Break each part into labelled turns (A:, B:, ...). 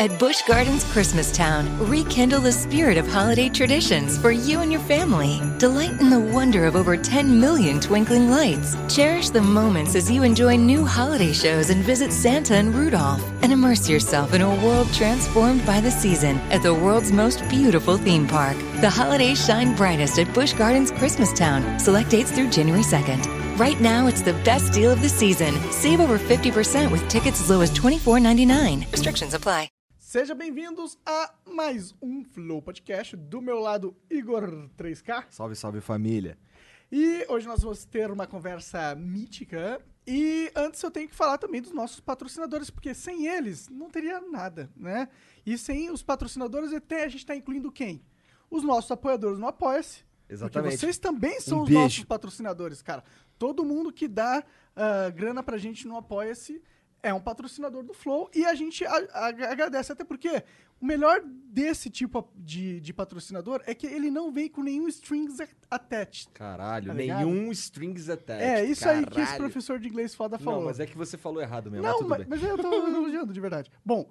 A: At Busch Gardens Christmastown, rekindle the spirit of holiday traditions for you and your family. Delight in the wonder of over 10 million twinkling lights. Cherish the moments as you enjoy new holiday shows and visit Santa and Rudolph. And immerse yourself in a world transformed by the season at the world's most beautiful theme park. The holidays shine brightest at Busch Gardens Christmastown. Select dates through January 2nd. Right now, it's the best deal of the season. Save over 50% with tickets as low as $24.99. Restrictions apply.
B: Sejam bem-vindos a mais um Flow Podcast. Do meu lado, Igor 3K.
C: Salve, salve família.
B: E hoje nós vamos ter uma conversa mítica. E antes eu tenho que falar também dos nossos patrocinadores, porque sem eles não teria nada, né? E sem os patrocinadores, até a gente está incluindo quem? Os nossos apoiadores no Apoia-se. Porque
C: Exatamente.
B: vocês também são
C: Um
B: os
C: beijo.
B: nossos patrocinadores, cara. Todo mundo que dá ah, grana pra gente no Apoia-se é um patrocinador do Flow e a gente a- a- agradece. Até porque o melhor desse tipo de, de patrocinador é que ele não vem com nenhum strings at- attached.
C: Caralho,
B: Tá ligado?
C: nenhum strings attached.
B: É, isso aí que esse
C: tipo, caralho.
B: professor de inglês foda falou.
C: Não, mas é que você falou errado mesmo, mas
B: Não,
C: tudo
B: mas,
C: bem.
B: mas eu tô elogiando, de verdade. Bom,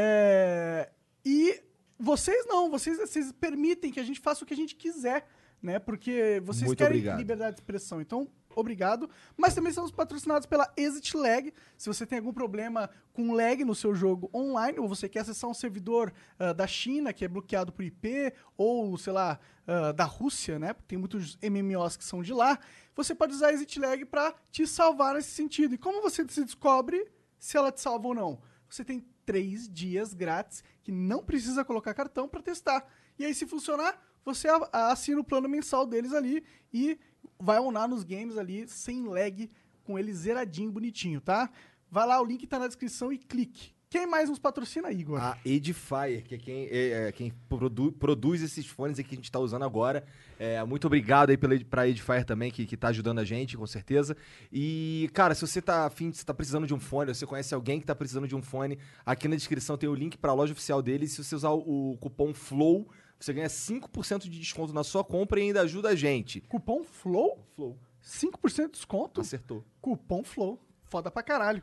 B: é, e vocês não, vocês, vocês permitem que a gente faça o que a gente quiser, né? Porque vocês
C: Muito
B: querem
C: obrigado.
B: liberdade de expressão. Então, obrigado. Mas também somos patrocinados pela Exit Lag. Se você tem algum problema com lag no seu jogo online, ou você quer acessar um servidor ah, da China que é bloqueado por IP, ou, sei lá, ah, da Rússia, né? Porque tem muitos MMOs que são de lá. Você pode usar a Exit Lag para te salvar nesse sentido. E como você se descobre se ela te salva ou não? Você tem três dias grátis que não precisa colocar cartão para testar. E aí, se funcionar, você a- a- assina o plano mensal deles ali e vai onar nos games ali sem lag, com ele zeradinho, bonitinho, tá? Vai lá, o link tá na descrição e clique. Quem mais nos patrocina, Igor?
C: A Edifier, que é quem, é, é quem produ- produz esses fones aqui que a gente tá usando agora. É, muito obrigado aí pela, Ed- pra Edifier também, que, que tá ajudando a gente, com certeza. E, cara, se você tá afim, você tá precisando de um fone, ou você conhece alguém que tá precisando de um fone, aqui na descrição tem o link pra loja oficial deles. Se você usar o, o cupom FLOW, você ganha 5% de desconto na sua compra e ainda ajuda a gente.
B: Cupom FLOW,
C: Flow.
B: 5% de desconto.
C: Acertou.
B: Cupom FLOW, foda pra caralho.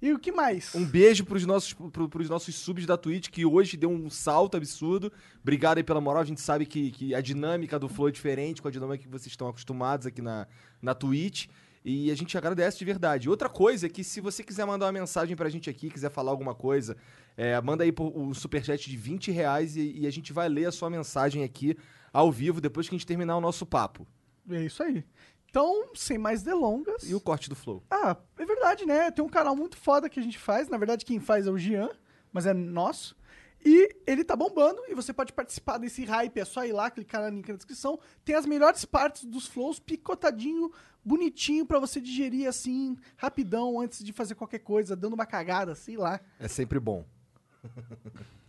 B: E o que mais?
C: Um beijo pros nossos, pro, pros nossos subs da Twitch, que hoje deu um salto absurdo. Obrigado aí pela moral. A gente sabe que, que a dinâmica do Flow é diferente com a dinâmica que vocês estão acostumados aqui na, na Twitch. E a gente agradece de verdade. Outra coisa é que se você quiser mandar uma mensagem pra gente aqui, quiser falar alguma coisa, é, manda aí por, um superchat de 20 reais e, e a gente vai ler a sua mensagem aqui ao vivo depois que a gente terminar o nosso papo.
B: É isso aí. Então, sem mais delongas.
C: E o corte do Flow.
B: Ah, é verdade, né? Tem um canal muito foda que a gente faz. Na verdade, quem faz é o Jean, mas é nosso. E ele tá bombando e você pode participar desse hype. É só ir lá, clicar no link na descrição. Tem as melhores partes dos flows picotadinho, bonitinho pra você digerir assim, rapidão, antes de fazer qualquer coisa, dando uma cagada, sei lá.
C: É sempre bom.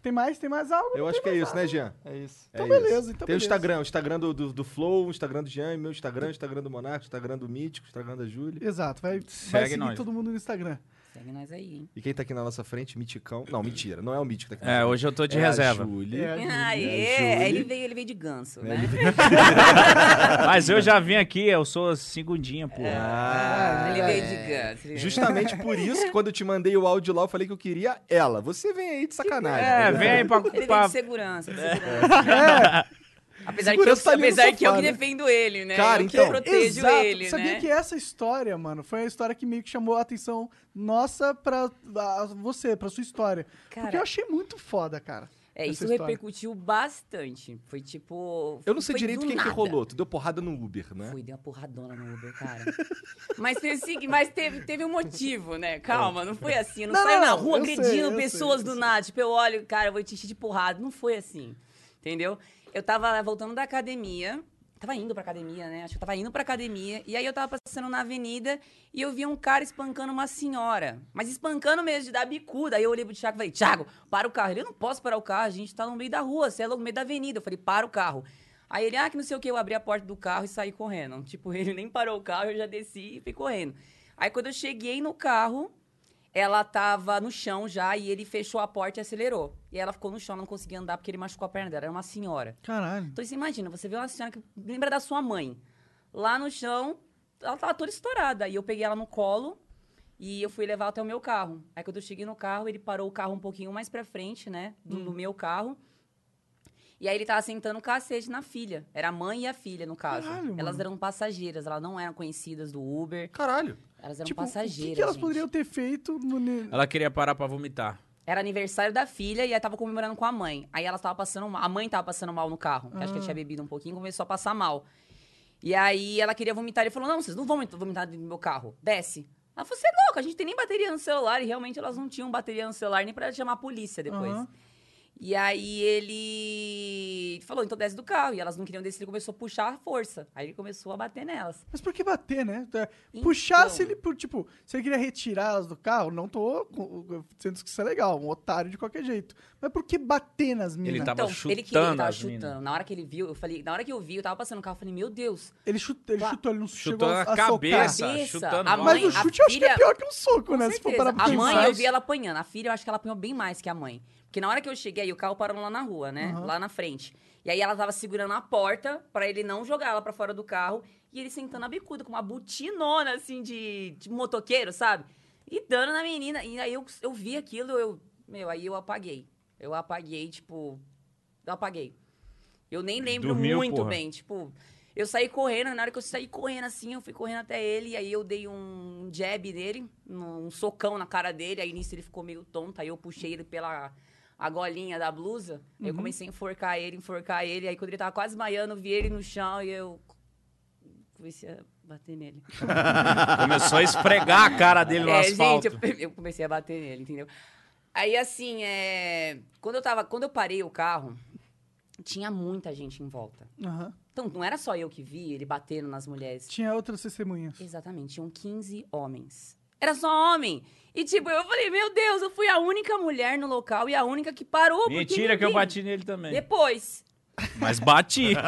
B: Tem mais? Tem mais algo?
C: Eu acho que é isso, né, Jean? É isso.
B: Então beleza, então
C: Tem o
B: beleza.
C: Instagram, o Instagram do, do, do Flow, o Instagram do Jean, meu Instagram, o Instagram do Monarco, o Instagram do Mítico, o Instagram da Júlia.
B: Exato, vai, vai
D: Segue
B: seguir
D: nós.
B: todo mundo no Instagram.
E: Segue nós aí, hein?
C: E quem tá aqui na nossa frente, Miticão. Não, mentira, não é o Mítico que tá aqui. na
D: É,
C: frente.
D: hoje eu tô de
C: É
D: reserva.
C: A Júlia.
E: Aê! é, Ele veio, ele veio de ganso, né?
D: Mas eu já vim aqui, eu sou segundinha, pô.
E: É.
C: Ah,
E: ele veio de ganso. ele veio-
C: Justamente por isso que quando eu te mandei o áudio lá, eu falei que eu queria ela. Você vem aí de sacanagem. né?
D: É, vem pra.
E: Ele veio
D: pra-
E: de segurança. de segurança. Apesar que eu,
C: É. Segurança tá ali no
E: apesar que
C: sofá,
E: eu que
C: né?
E: defendo ele, né?
C: Cara,
E: eu que
C: então,
E: protejo
B: Exato.
E: ele,
B: Sabia
E: né?
B: que essa história, mano, foi a história que meio que chamou a atenção nossa pra a- você, pra sua história. Porque
E: Cara,
B: eu achei muito foda, cara.
E: é,
B: essa
E: isso
B: história.
E: repercutiu bastante. Foi tipo...
C: Eu não sei
E: foi
C: direito
E: do
C: quem que
E: nada.
C: rolou. Tu deu porrada no Uber, né?
E: Fui, dei uma porradona no Uber, cara. mas teve, sim- mas teve, teve um motivo, né? Calma, não foi assim. Eu não,
B: Não,
E: saio
B: não,
E: na
B: não,
E: rua
B: eu sei,
E: agredindo
B: eu
E: pessoas
B: sei, eu
E: do nada. Tipo, eu olho, cara, eu vou te encher de porrada. Não foi assim, entendeu? Eu tava voltando da academia. Tava indo pra academia, né? Acho que eu tava indo pra academia. E aí eu tava passando na avenida e eu vi um cara espancando uma senhora. Mas espancando mesmo, de dar bicuda. Aí eu olhei pro Thiago e falei, Thiago, para o carro. Ele, eu não posso parar o carro, a gente tá no meio da rua, você é louco, no meio da avenida. Eu falei, para o carro. Aí ele, ah, que não sei o que, eu abri a porta do carro e saí correndo. Tipo, ele nem parou o carro, eu já desci e fui correndo. Aí quando eu cheguei no carro, ela tava no chão já e ele fechou a porta e acelerou. E ela ficou no chão, ela não conseguia andar porque ele machucou a perna dela, era uma senhora.
B: Caralho.
E: Então você imagina, você vê uma senhora que lembra da sua mãe, lá no chão, ela tava toda estourada. E eu peguei ela no colo E eu fui levar até o meu carro. Aí quando eu cheguei no carro, ele parou o carro um pouquinho mais pra frente, né? Do,
B: Hum.
E: do meu carro. E aí ele tava sentando o cacete na filha. Era a mãe e a filha, no caso.
B: Caralho, mano.
E: elas eram passageiras, elas não eram conhecidas do Uber.
C: Caralho.
E: Elas eram
B: Tipo,
E: passageiras.
B: o que que elas
E: um gente.
B: poderiam ter feito no... ne-
F: Ela queria parar pra vomitar.
E: Era aniversário da filha e ela tava comemorando com a mãe. Aí ela tava passando mal. A mãe tava passando mal no carro. que Acho que ela tinha bebido um pouquinho começou a passar mal. E aí ela queria vomitar. Ele falou: Não, vocês não vão vomitar dentro do meu carro. Desce. Ela falou: Você é louca, a gente tem nem bateria no celular. E realmente elas não tinham bateria no celular nem pra chamar a polícia depois.
B: Aham.
E: E aí ele falou: Então desce do carro. E elas não queriam descer. Ele começou a puxar a força. Aí ele começou a bater nelas.
B: Mas por que bater, né? Tá,
E: Então.
B: Puxar se ele, por, tipo, se ele queria retirar elas do carro, não tô com- sendo que isso é legal, um otário de qualquer jeito. Mas por que bater nas minas?
F: Ele tá tava
E: Então, ele queria, ele
F: chutando
E: tava
F: as
E: chutando.
F: minas.
E: Na hora que ele viu, eu falei, na hora que eu vi, eu tava passando no carro, eu falei, meu Deus,
B: Ele, chut- ele
E: Tá.
B: chutou, ele não
F: Chutando
B: chegou a,
F: a
B: a socar.
F: cabeça,
E: Cabeça,
F: chutando.
E: a
B: Mas
E: mãe-
B: o
F: nossa.
B: chute eu acho que é
E: filha-
B: pior que um soco,
E: Com
B: né? Se for
E: certeza.
B: parar pra
E: a mãe
B: pensar.
E: eu vi ela apanhando. A filha eu acho que ela apanhou bem mais que a mãe. Porque na hora que eu cheguei, o carro parou lá na rua, né?
B: Aham.
E: Lá na frente. E aí ela tava segurando a porta pra ele não jogar ela pra fora do carro. E ele sentando a bicuda, com uma butinona, assim, de, de motoqueiro, sabe? E dando na menina. E aí eu, eu vi aquilo, eu... Meu, aí eu apaguei. Eu apaguei, tipo... Eu apaguei. Eu nem lembro
D: Dormiu,
E: muito
D: porra.
E: bem, tipo... Eu saí correndo, na hora que eu saí correndo assim, eu fui correndo até ele, e aí eu dei um jab nele, um socão na cara dele, aí nisso ele ficou meio tonto, aí eu puxei ele pela a golinha da blusa, aí eu comecei a enforcar ele, enforcar ele, aí quando ele tava quase maiando, eu vi ele no chão e eu comecei a bater nele.
D: Começou a esfregar a cara dele no
E: É,
D: asfalto.
E: gente, eu, eu comecei a bater nele, entendeu? Aí, assim, é... quando, eu tava, quando eu parei o carro, tinha muita gente em volta.
B: Aham.
E: Então, não era só eu que vi ele batendo nas mulheres.
B: Tinha outras testemunhas.
E: Então, Exatamente, tinham 15 homens. Era só homem. E tipo, eu falei, meu Deus, eu fui a única mulher no local e a única que parou. porque
D: Mentira que eu
E: ninguém-
D: bati nele também.
E: Depois.
D: Mas bati.
E: Depois.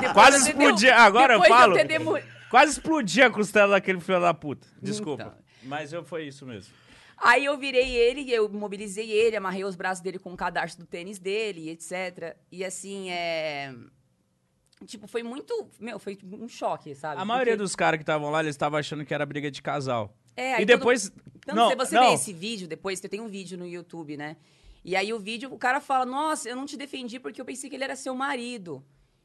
E: depois
D: Quase
E: eu ter
D: explodia.
E: demo-
D: Agora eu
E: depois
D: falo.
E: ter demo-
D: Quase explodi a costela daquele filho da puta. Desculpa.
E: Então.
D: Mas eu, foi isso mesmo.
E: Aí eu virei ele, eu mobilizei ele, amarrei os braços dele com o cadastro do tênis dele, etc. E assim, é. Tipo, foi muito. Meu, foi um choque, sabe?
D: A maioria
E: Porque-
D: dos caras que estavam lá, eles estavam achando que era briga de casal.
E: É, aí
D: e
E: todo-
D: depois.
E: Tanto
D: não,
E: se você
D: não.
E: vê esse vídeo depois, que tem um vídeo no YouTube, né? E aí o vídeo, o cara fala, nossa, eu não te defendi porque eu pensei que ele era seu marido.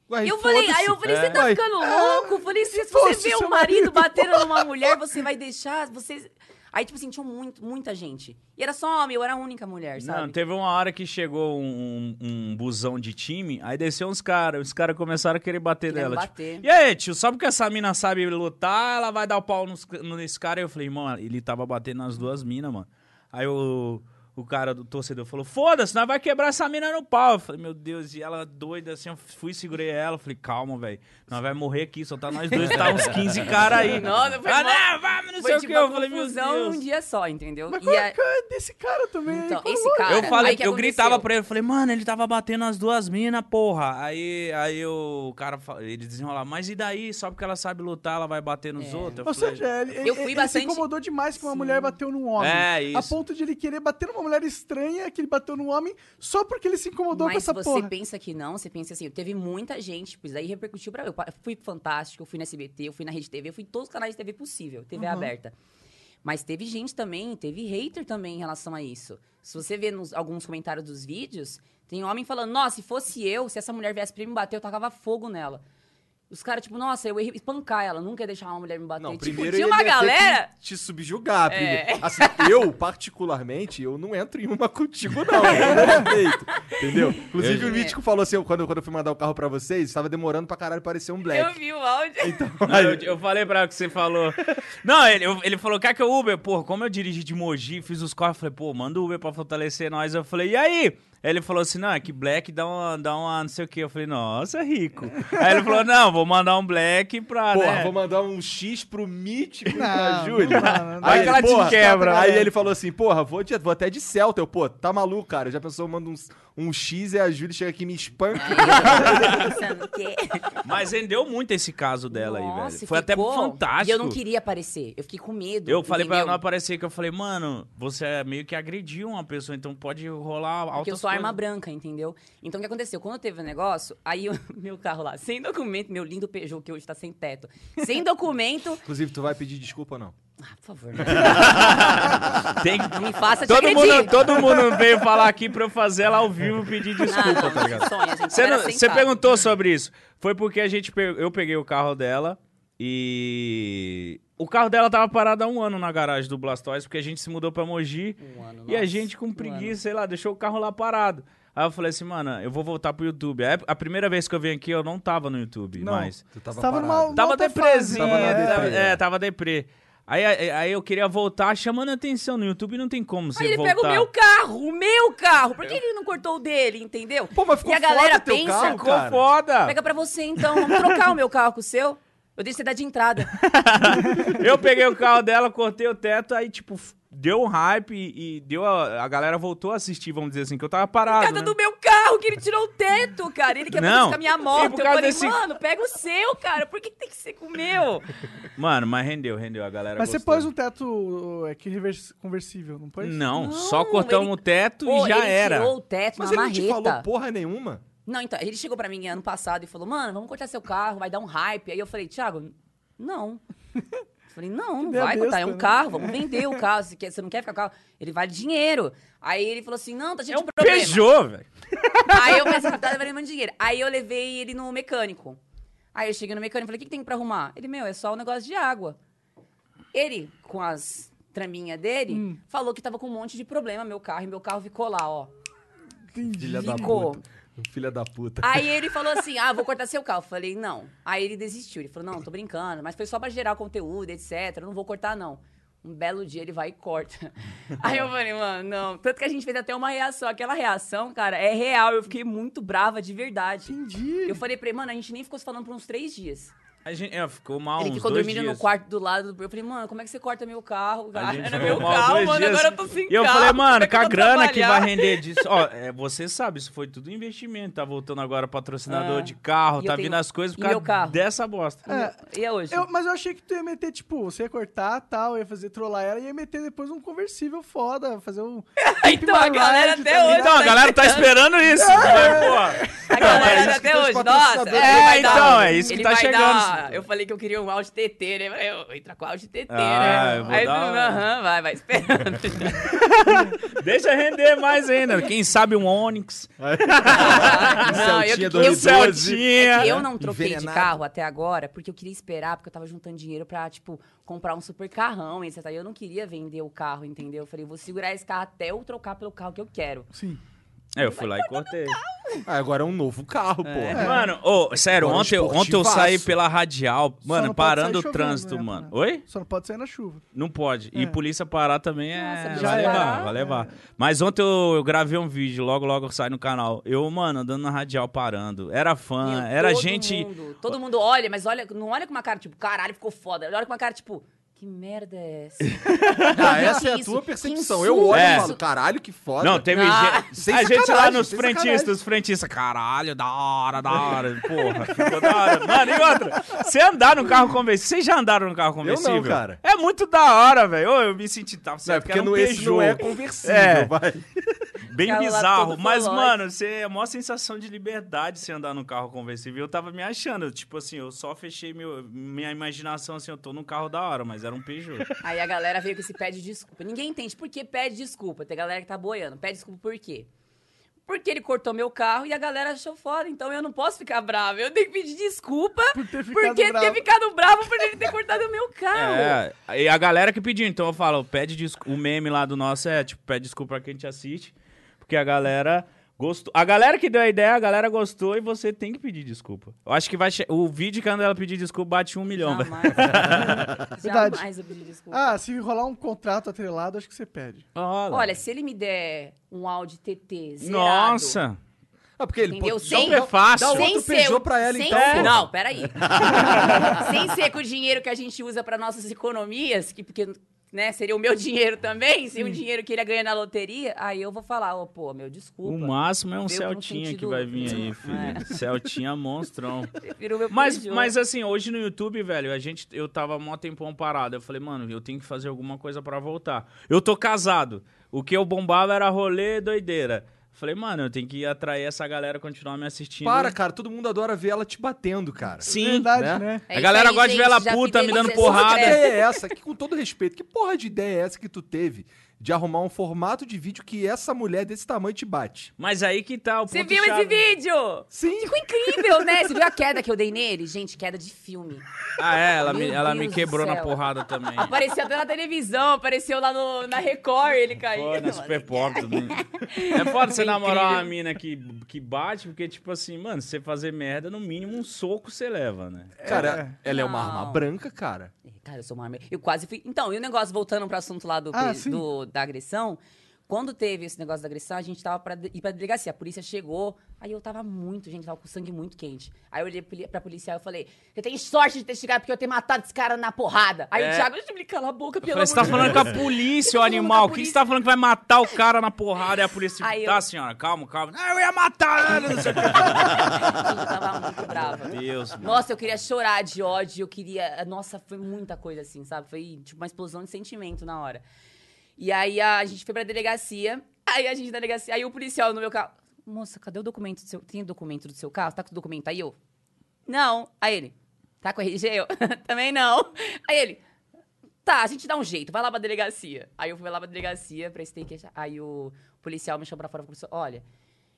C: Ué,
E: E eu falei,
C: foda-se.
E: aí eu falei, você tá
C: Ué,
E: ficando louco? Eu falei, se você
B: fosse
E: vê
B: seu
E: um marido batendo numa mulher, você vai deixar, você... Aí, tipo assim, tinha muito, muita gente. E era só homem, eu era a única mulher, sabe?
D: Não, teve uma hora que chegou um, um busão de time, aí desceu uns caras, os caras começaram a querer bater
E: Querendo
D: nela. tipo,
E: bater.
D: e aí, tio, só porque essa mina sabe lutar, ela vai dar o pau nos- nesse cara. Aí eu falei, irmão, ele tava batendo nas duas minas, mano. Aí o, o cara do torcedor falou, foda-se, nós vai quebrar essa mina no pau. Eu falei, meu Deus, e ela doida assim, eu fui, segurei ela, falei, calma, velho, nós vai morrer aqui, só tá nós dois, tá uns 15 caras aí.
E: Nossa, foi
D: ah,
E: mó-
D: não, vai, não
E: Foi
D: sei o
E: tipo
D: que,
E: uma
D: eu falei, meu
E: confusão
D: Deus.
E: num dia só, entendeu?
B: Mas
E: E
B: qual é
E: a-
B: a cara desse cara também? hein?
E: Então,
B: Qual
E: esse
B: o nome?
E: cara...
D: Eu falei,
E: aí que
D: eu gritava
E: aconteceu?
D: pra ele, eu falei, mano, ele tava batendo as duas minas, porra. Aí, aí o cara, fa- ele desenrolava, mas e daí? Só porque ela sabe lutar, ela vai bater
E: É.
D: nos outros? Eu
B: Ou
D: falei,
C: é
B: seja, ele,
E: Eu
B: ele-
E: fui
B: ele
E: bastante-
B: se incomodou demais que uma mulher bateu
C: um
B: num homem.
D: É,
B: A
D: isso.
B: ponto de ele querer bater numa mulher estranha que ele bateu num homem só porque ele se incomodou
E: Mas
B: com essa
E: você
B: porra.
E: pensa que não, você pensa assim, teve muita gente, tipo, isso daí repercutiu pra mim. Eu pa- fui fantástico, eu fui na SBT, eu fui na Rede TV, eu fui em todos os canais de TV possível, TV
B: Uhum.
E: aberta. Mas teve gente também, teve hater também em relação a isso. Se você vê nos alguns comentários dos vídeos, tem homem falando, nossa, se fosse eu, se essa mulher viesse pra me bater, eu tacava fogo nela. Os caras, tipo, nossa, eu ia espancar ela, nunca ia deixar uma mulher me bater.
C: Não,
E: tipo,
C: primeiro
E: tinha
C: ele ia
E: uma
C: ter que
E: galera.
C: te subjugar,
E: É.
C: primeiro. Assim, eu, particularmente, eu não entro em uma contigo, não. Eu não respeito, entendeu? Inclusive, o Mítico falou assim, quando, quando eu fui mandar o carro pra vocês, estava demorando pra caralho parecer um
E: Eu
C: black.
E: vi o áudio.
C: Então,
D: Não, eu, eu falei pra ela que você falou. Não, ele, eu- ele falou, quer que eu Uber? Pô, como eu dirigi de Mogi, fiz os corres, falei, pô, manda o Uber pra fortalecer nós. Eu falei, e aí? Ele falou assim, não, é que Black dá uma, dá uma não sei o quê. Eu falei, nossa, é rico. Aí ele falou, não, vou mandar um Black pra,
C: Porra,
D: né?
C: vou mandar um X pro Mítico e pra
B: Não,
C: Júlia.
B: não dá, não dá.
D: Vai que ela te
C: porra,
D: quebra.
E: né?
C: Aí ele falou assim, porra, vou, de- vou até de Celta. Eu, pô, tá maluco, cara. Já pensou, eu mando um, um X e a Júlia chega aqui e me espanca.
E: Pensando que...
D: Mas rendeu muito esse caso dela aí,
E: Nossa,
D: velho. Foi até
E: ficou.
D: fantástico.
E: E eu não queria aparecer. Eu fiquei com medo.
D: Eu falei pra ela não
E: entendeu?
D: aparecer, que eu falei, mano, você é meio que agrediu uma pessoa, então pode rolar altas
E: Porque eu sou arma
D: coisas.
E: branca, entendeu? Então o que aconteceu? Quando teve o negócio, aí o meu carro lá, sem documento, meu lindo Peugeot que hoje tá sem teto, sem documento.
C: Inclusive, tu vai pedir desculpa ou não?
E: Ah, por favor,
D: Tem que-
E: não me faça te
D: Todo mundo,
E: agredir.
D: todo mundo veio falar aqui pra eu fazer ela ao vivo pedir
E: Ah,
D: desculpa,
E: não,
D: tá ligado?
E: sonho, gente,
D: Você,
E: era
D: não- você
E: sensato.
D: perguntou sobre isso. Foi porque a gente pe- eu peguei o carro dela e o carro dela tava parado há um ano na garagem do Blastoise porque a gente se mudou pra Mogi
E: Um ano,
D: e a
E: nossa,
D: gente
E: um
D: com
E: ano.
D: preguiça, sei lá, deixou o carro lá parado. Aí eu falei assim, mano, eu vou voltar pro YouTube. A ép- A primeira vez que eu vim aqui eu não tava no YouTube
B: Não.
D: mais.
C: Tu tava,
B: Tava
C: parado.
B: numa- um
D: Tava
B: Volta
D: depresinho.
C: fase, né?
D: é,
C: Tava na
D: Tava
C: deprê.
D: é, tava deprê. Aí, aí, aí eu queria voltar chamando a atenção. No YouTube não tem como você
E: Aí ele
D: voltar.
E: pega o meu carro, o meu carro. Por que ele não cortou o dele, entendeu?
C: Pô, mas ficou
E: e a galera
C: foda teu
E: pensa,
C: carro,
D: Ficou
C: cara.
D: foda.
E: pega pra você então, vamos trocar o meu carro com o seu. Eu deixo você dar de entrada.
D: Eu peguei o carro dela, cortei o teto, aí, tipo, f- deu um hype e, e deu a, a galera voltou a assistir, vamos dizer assim, que eu tava parado.
E: Cada
D: né?
E: do meu carro, que ele tirou o teto, cara. Ele quer
D: Não,
E: fazer isso com a minha
D: e
E: moto.
D: por
E: Eu
D: causa
E: falei,
D: desse-
E: mano, pega o seu, cara. Por que que tem que ser com o meu?
D: Mano, mas rendeu, rendeu. A galera.
B: Mas você
D: gostou.
B: pôs um teto é, que revers- conversível, não pôs?
D: Não,
E: Não,
D: só cortamos
E: ele-
D: o teto
E: Pô,
D: e já
E: ele um
D: era.
E: tirou o teto
C: Mas
E: na
C: ele não te
E: marreta.
C: falou porra nenhuma?
E: Não, então, ele chegou pra mim ano passado e falou, mano, vamos cortar seu carro, vai dar um hype. Aí eu falei, Thiago, não. Eu falei, não, não
B: Ideia
E: vai cortar,
B: besta,
E: é um
B: né?
E: carro, vamos vender o carro. Você, quer- você não quer ficar com o carro? Ele vale dinheiro. Aí ele falou assim, não, tá cheio
D: É um
E: de problema.
D: Peugeot, velho.
E: Aí eu pensei, tá levando muito dinheiro. Aí eu levei ele no mecânico. Aí eu cheguei no mecânico e falei, o que, que tem pra arrumar? Ele, meu, é só um negócio de água. Ele, com as traminhas dele, falou que tava com um monte de problema, meu carro, e meu carro ficou lá, ó.
C: Filha da
E: Ficou.
C: puta. Filha da puta.
E: Aí ele falou assim: ah, vou cortar seu carro. Eu falei, não. Aí ele desistiu. Ele falou: não, tô brincando, mas foi só pra gerar conteúdo, etc. Eu não vou cortar, não. Um belo dia ele vai e corta. Aí eu falei, mano, não. Tanto que a gente fez até uma reação. Aquela reação, cara, é real. Eu fiquei muito brava de verdade.
B: Entendi.
E: Eu falei pra ele, mano, a gente nem ficou se falando por uns três dias.
D: A gente é, ficou mal.
E: ele
D: uns
E: ficou
D: dois
E: dormindo
D: dias.
E: no quarto do lado do. Eu falei, mano, como é que você corta meu carro?
D: A
E: Cara?
D: gente
E: Era
D: ficou
E: meu
D: mal dois
E: carro, mano,
D: dias.
E: agora eu tô sem
D: E eu
E: carro,
D: falei,
E: como é
D: mano,
E: que
D: com
E: eu
D: a
E: vou
D: grana que vai
E: trabalhar?
D: render disso. Ó, é, você sabe, isso foi tudo investimento. Tá voltando agora patrocinador
E: Ah,
D: de carro,
E: e eu
D: tá
E: tenho-
D: vindo as coisas por
E: e
D: causa
E: meu carro?
D: dessa bosta.
E: E é hoje?
B: Eu- mas eu achei que tu ia meter, tipo, você ia cortar tal, ia fazer trollar ela e ia meter depois um conversível foda, fazer um. Keep
E: Então, a
B: my
E: galera
B: ride,
E: até
B: ligado?
E: hoje-
D: Então, a galera tá esperando isso. Mas, porra.
E: A galera
C: mas tem
E: até
C: os
E: hoje, nossa.
C: patrocinadores
E: ele
D: que
E: vai
D: É,
E: dar-
D: então, é isso que
E: ele
D: tá
E: vai
D: chegando.
E: dar- eu falei que eu queria um Audi TT, né? Eu falei, eu vou entrar com o Audi TT,
D: Ah,
E: né?
D: eu vou
E: Aí,
D: dar um.
E: tu,
D: uma-
E: aham, vai, vai esperando.
D: Deixa render mais ainda. Quem sabe um Onix.
E: não, eu,
C: Celtinha
E: que-
C: do
E: eu,
D: Um
C: Rio Doze.
E: é que
D: Celtinha.
E: eu não troquei
C: Envenenado.
E: de carro até agora porque eu queria esperar, porque eu tava juntando dinheiro pra, tipo, comprar um super carrão, etc. Eu não queria vender o carro, entendeu? Eu falei, vou segurar esse carro até eu trocar pelo carro que eu quero.
B: Sim.
D: É, eu fui lá e cortei. É.
C: Ah, agora é um novo carro, porra.
D: Mano, ô, sério,
C: Agora
D: ontem, eu-
C: esportivaço.
D: ontem eu saí pela radial,
B: Só não
D: mano,
B: pode
D: parando
B: sair
D: o trânsito,
B: chovendo, né,
D: mano.
B: pra-
D: Oi?
B: Só não pode sair na chuva.
D: Não pode. E polícia parar também é.
E: Nossa,
D: vai
E: polícia
D: levar,
E: parar?
D: vai levar. Mas ontem eu, eu gravei um vídeo, logo, logo sai no canal. Eu, mano, andando na radial parando. Era fã,
E: Meu,
D: Ah, era
E: todo
D: gente.
E: mundo- todo mundo olha, mas olha, não olha com uma cara, tipo, caralho, ficou foda. Olha com uma cara, tipo, que merda é essa?
C: Ah, essa é a
E: Isso,
C: tua
E: que
C: percepção.
E: insulto.
C: Eu olho
D: É.
C: e falo, caralho, que foda.
D: Não, teve
E: Ah,
D: gente.
C: sem
D: A gente lá
C: sacanagem,
D: nos
C: sem
D: frentistas,
C: sacanagem.
D: os frentistas. Caralho, da hora, Tá da hora. Porra, ficou da hora. Mano, e outra? Você andar no carro conversível. Vocês já andaram no carro conversível?
C: cara.
D: É muito da hora, velho. Ô, Eu me senti. Tá,
C: Não, é
D: certo, que
C: porque
D: era um
C: no esse não é
D: Peugeot.
C: conversível,
D: É.
C: vai.
D: Bem
E: Ficava lá
D: bizarro.
E: todo
D: Mas,
E: folote.
D: mano, você é a maior sensação de liberdade você andar num carro conversível. Eu tava me achando. Tipo assim, eu só fechei meu- minha imaginação assim, eu tô num carro da hora, mas era um Peugeot.
E: Aí a galera veio com esse pede desculpa. Ninguém entende por que pede desculpa. Tem galera que tá boiando. Pede desculpa por quê? Porque ele cortou meu carro e a galera achou foda. Então eu não posso ficar brava. Eu tenho que pedir desculpa por
B: ter ficado
E: porque
B: bravo.
E: ter ficado bravo por ele ter cortado o meu carro.
D: É, e a galera que pediu, então eu falo, pede desculpa. O meme lá do nosso é, tipo, pede desculpa pra quem te assiste, porque a galera gostou. A galera que deu a ideia, a galera gostou e você tem que pedir desculpa. Eu acho que vai che- o vídeo quando ela pedir desculpa bate um milhão, velho.
E: Jamais.
B: Verdade.
E: Jamais eu pedi desculpa.
B: Ah, se rolar um contrato atrelado, acho que você pede.
E: Olha, se ele me der um Audi TT zerado...
D: nossa.
C: Ah, porque ele...
E: Entendeu?
C: dá
E: Sem-
C: um-
D: fácil.
C: Dá
D: Sem
C: outro Peugeot pra ela,
E: sem
C: então,
E: ser-
C: pô.
E: Não, peraí. sem ser com o dinheiro que a gente usa para nossas economias, que porque, né, seria o meu dinheiro também, se o
D: Hum.
E: dinheiro que ele ganha na loteria, aí eu vou falar, ó, pô, meu, desculpa.
D: O máximo é um
E: Veio com
D: Celtinha que
E: sentido-
D: vai vir aí,
E: É.
D: filho. Celtinha monstrão.
E: Virou meu
D: Mas,
E: Peugeot.
D: mas assim, hoje no YouTube, velho, a gente, eu tava mó tempão parado. Eu falei, mano, eu tenho que fazer alguma coisa pra voltar. Eu tô casado. O que eu bombava era rolê e doideira. Falei, mano, eu tenho que atrair essa galera a continuar me assistindo.
C: Para, cara, todo mundo adora ver ela te batendo,
E: é
C: cara.
D: Sim.
B: Verdade,
C: né?
B: né?
D: A galera gosta de ver ela puta, me dando porrada.
C: Que ideia é essa? Que, com todo respeito, que porra de ideia é essa que tu teve de arrumar um formato de vídeo que essa mulher desse tamanho te bate?
D: Mas aí que tá o
E: Você
D: ponto
E: viu
D: chave.
E: esse vídeo?
C: Sim.
E: Ficou incrível, né? Você viu a queda que eu dei nele? Gente, queda de filme.
D: Ah, é, ela me,
E: Meu
D: ela me
E: Deus do
D: quebrou na
E: céu.
D: porrada também.
E: Apareceu até na televisão, apareceu lá no, na Record, ele caiu.
D: Foi, na
E: Mano,
D: Super Pop. tudo. É foda você
E: Foi
D: namorar uma
E: incrível.
D: mina que, que bate, porque, tipo assim, mano, se você fazer merda, no mínimo um soco você leva, né?
C: Cara, ela é uma arma
E: Não.
C: branca, cara.
E: É, Cara, eu sou uma arma. Eu quase fui. Então, e o negócio, voltando pro assunto lá do,
B: Ah,
E: pe-
B: sim.
E: do- da agressão, quando teve esse negócio da agressão, a gente tava pra de- ir pra delegacia. A polícia chegou, aí eu tava muito, gente, tava com sangue muito quente. Aí eu olhei poli- pra policial e falei: Você tem sorte de ter chegado porque eu ter matado esse cara na porrada. Aí
D: É.
E: o Thiago, deixa eu me cala a boca,
D: Falei,
E: pelo amor
D: você tá
E: de
D: falando
E: Deus."
D: com a polícia, ô
E: Você tá falando
D: animal.
E: com
D: O que
E: a
D: você
E: polícia?
D: tá falando que vai matar o cara na porrada? E a polícia,
E: Aí eu-
D: tá, senhora, calma, calma. Ah, eu ia matar ela, não sei o que.
E: Gente, eu tava muito brava.
D: Meu Deus, mano.
E: Nossa, eu queria chorar de ódio, eu queria. Nossa, foi muita coisa assim, sabe? Foi tipo uma explosão de sentimento na hora. E aí a gente foi pra delegacia, aí a gente na delegacia, aí o policial no meu carro. Moça, cadê o documento do seu. Tem o documento do seu carro? Tá com o documento? Aí eu. Não. Aí ele. Tá com RG? Eu. Também não. Aí ele. Tá, a gente dá um jeito, vai lá pra delegacia. Aí eu fui lá pra delegacia, prestei queixa. Aí o policial me chamou pra fora e falou: assim, olha,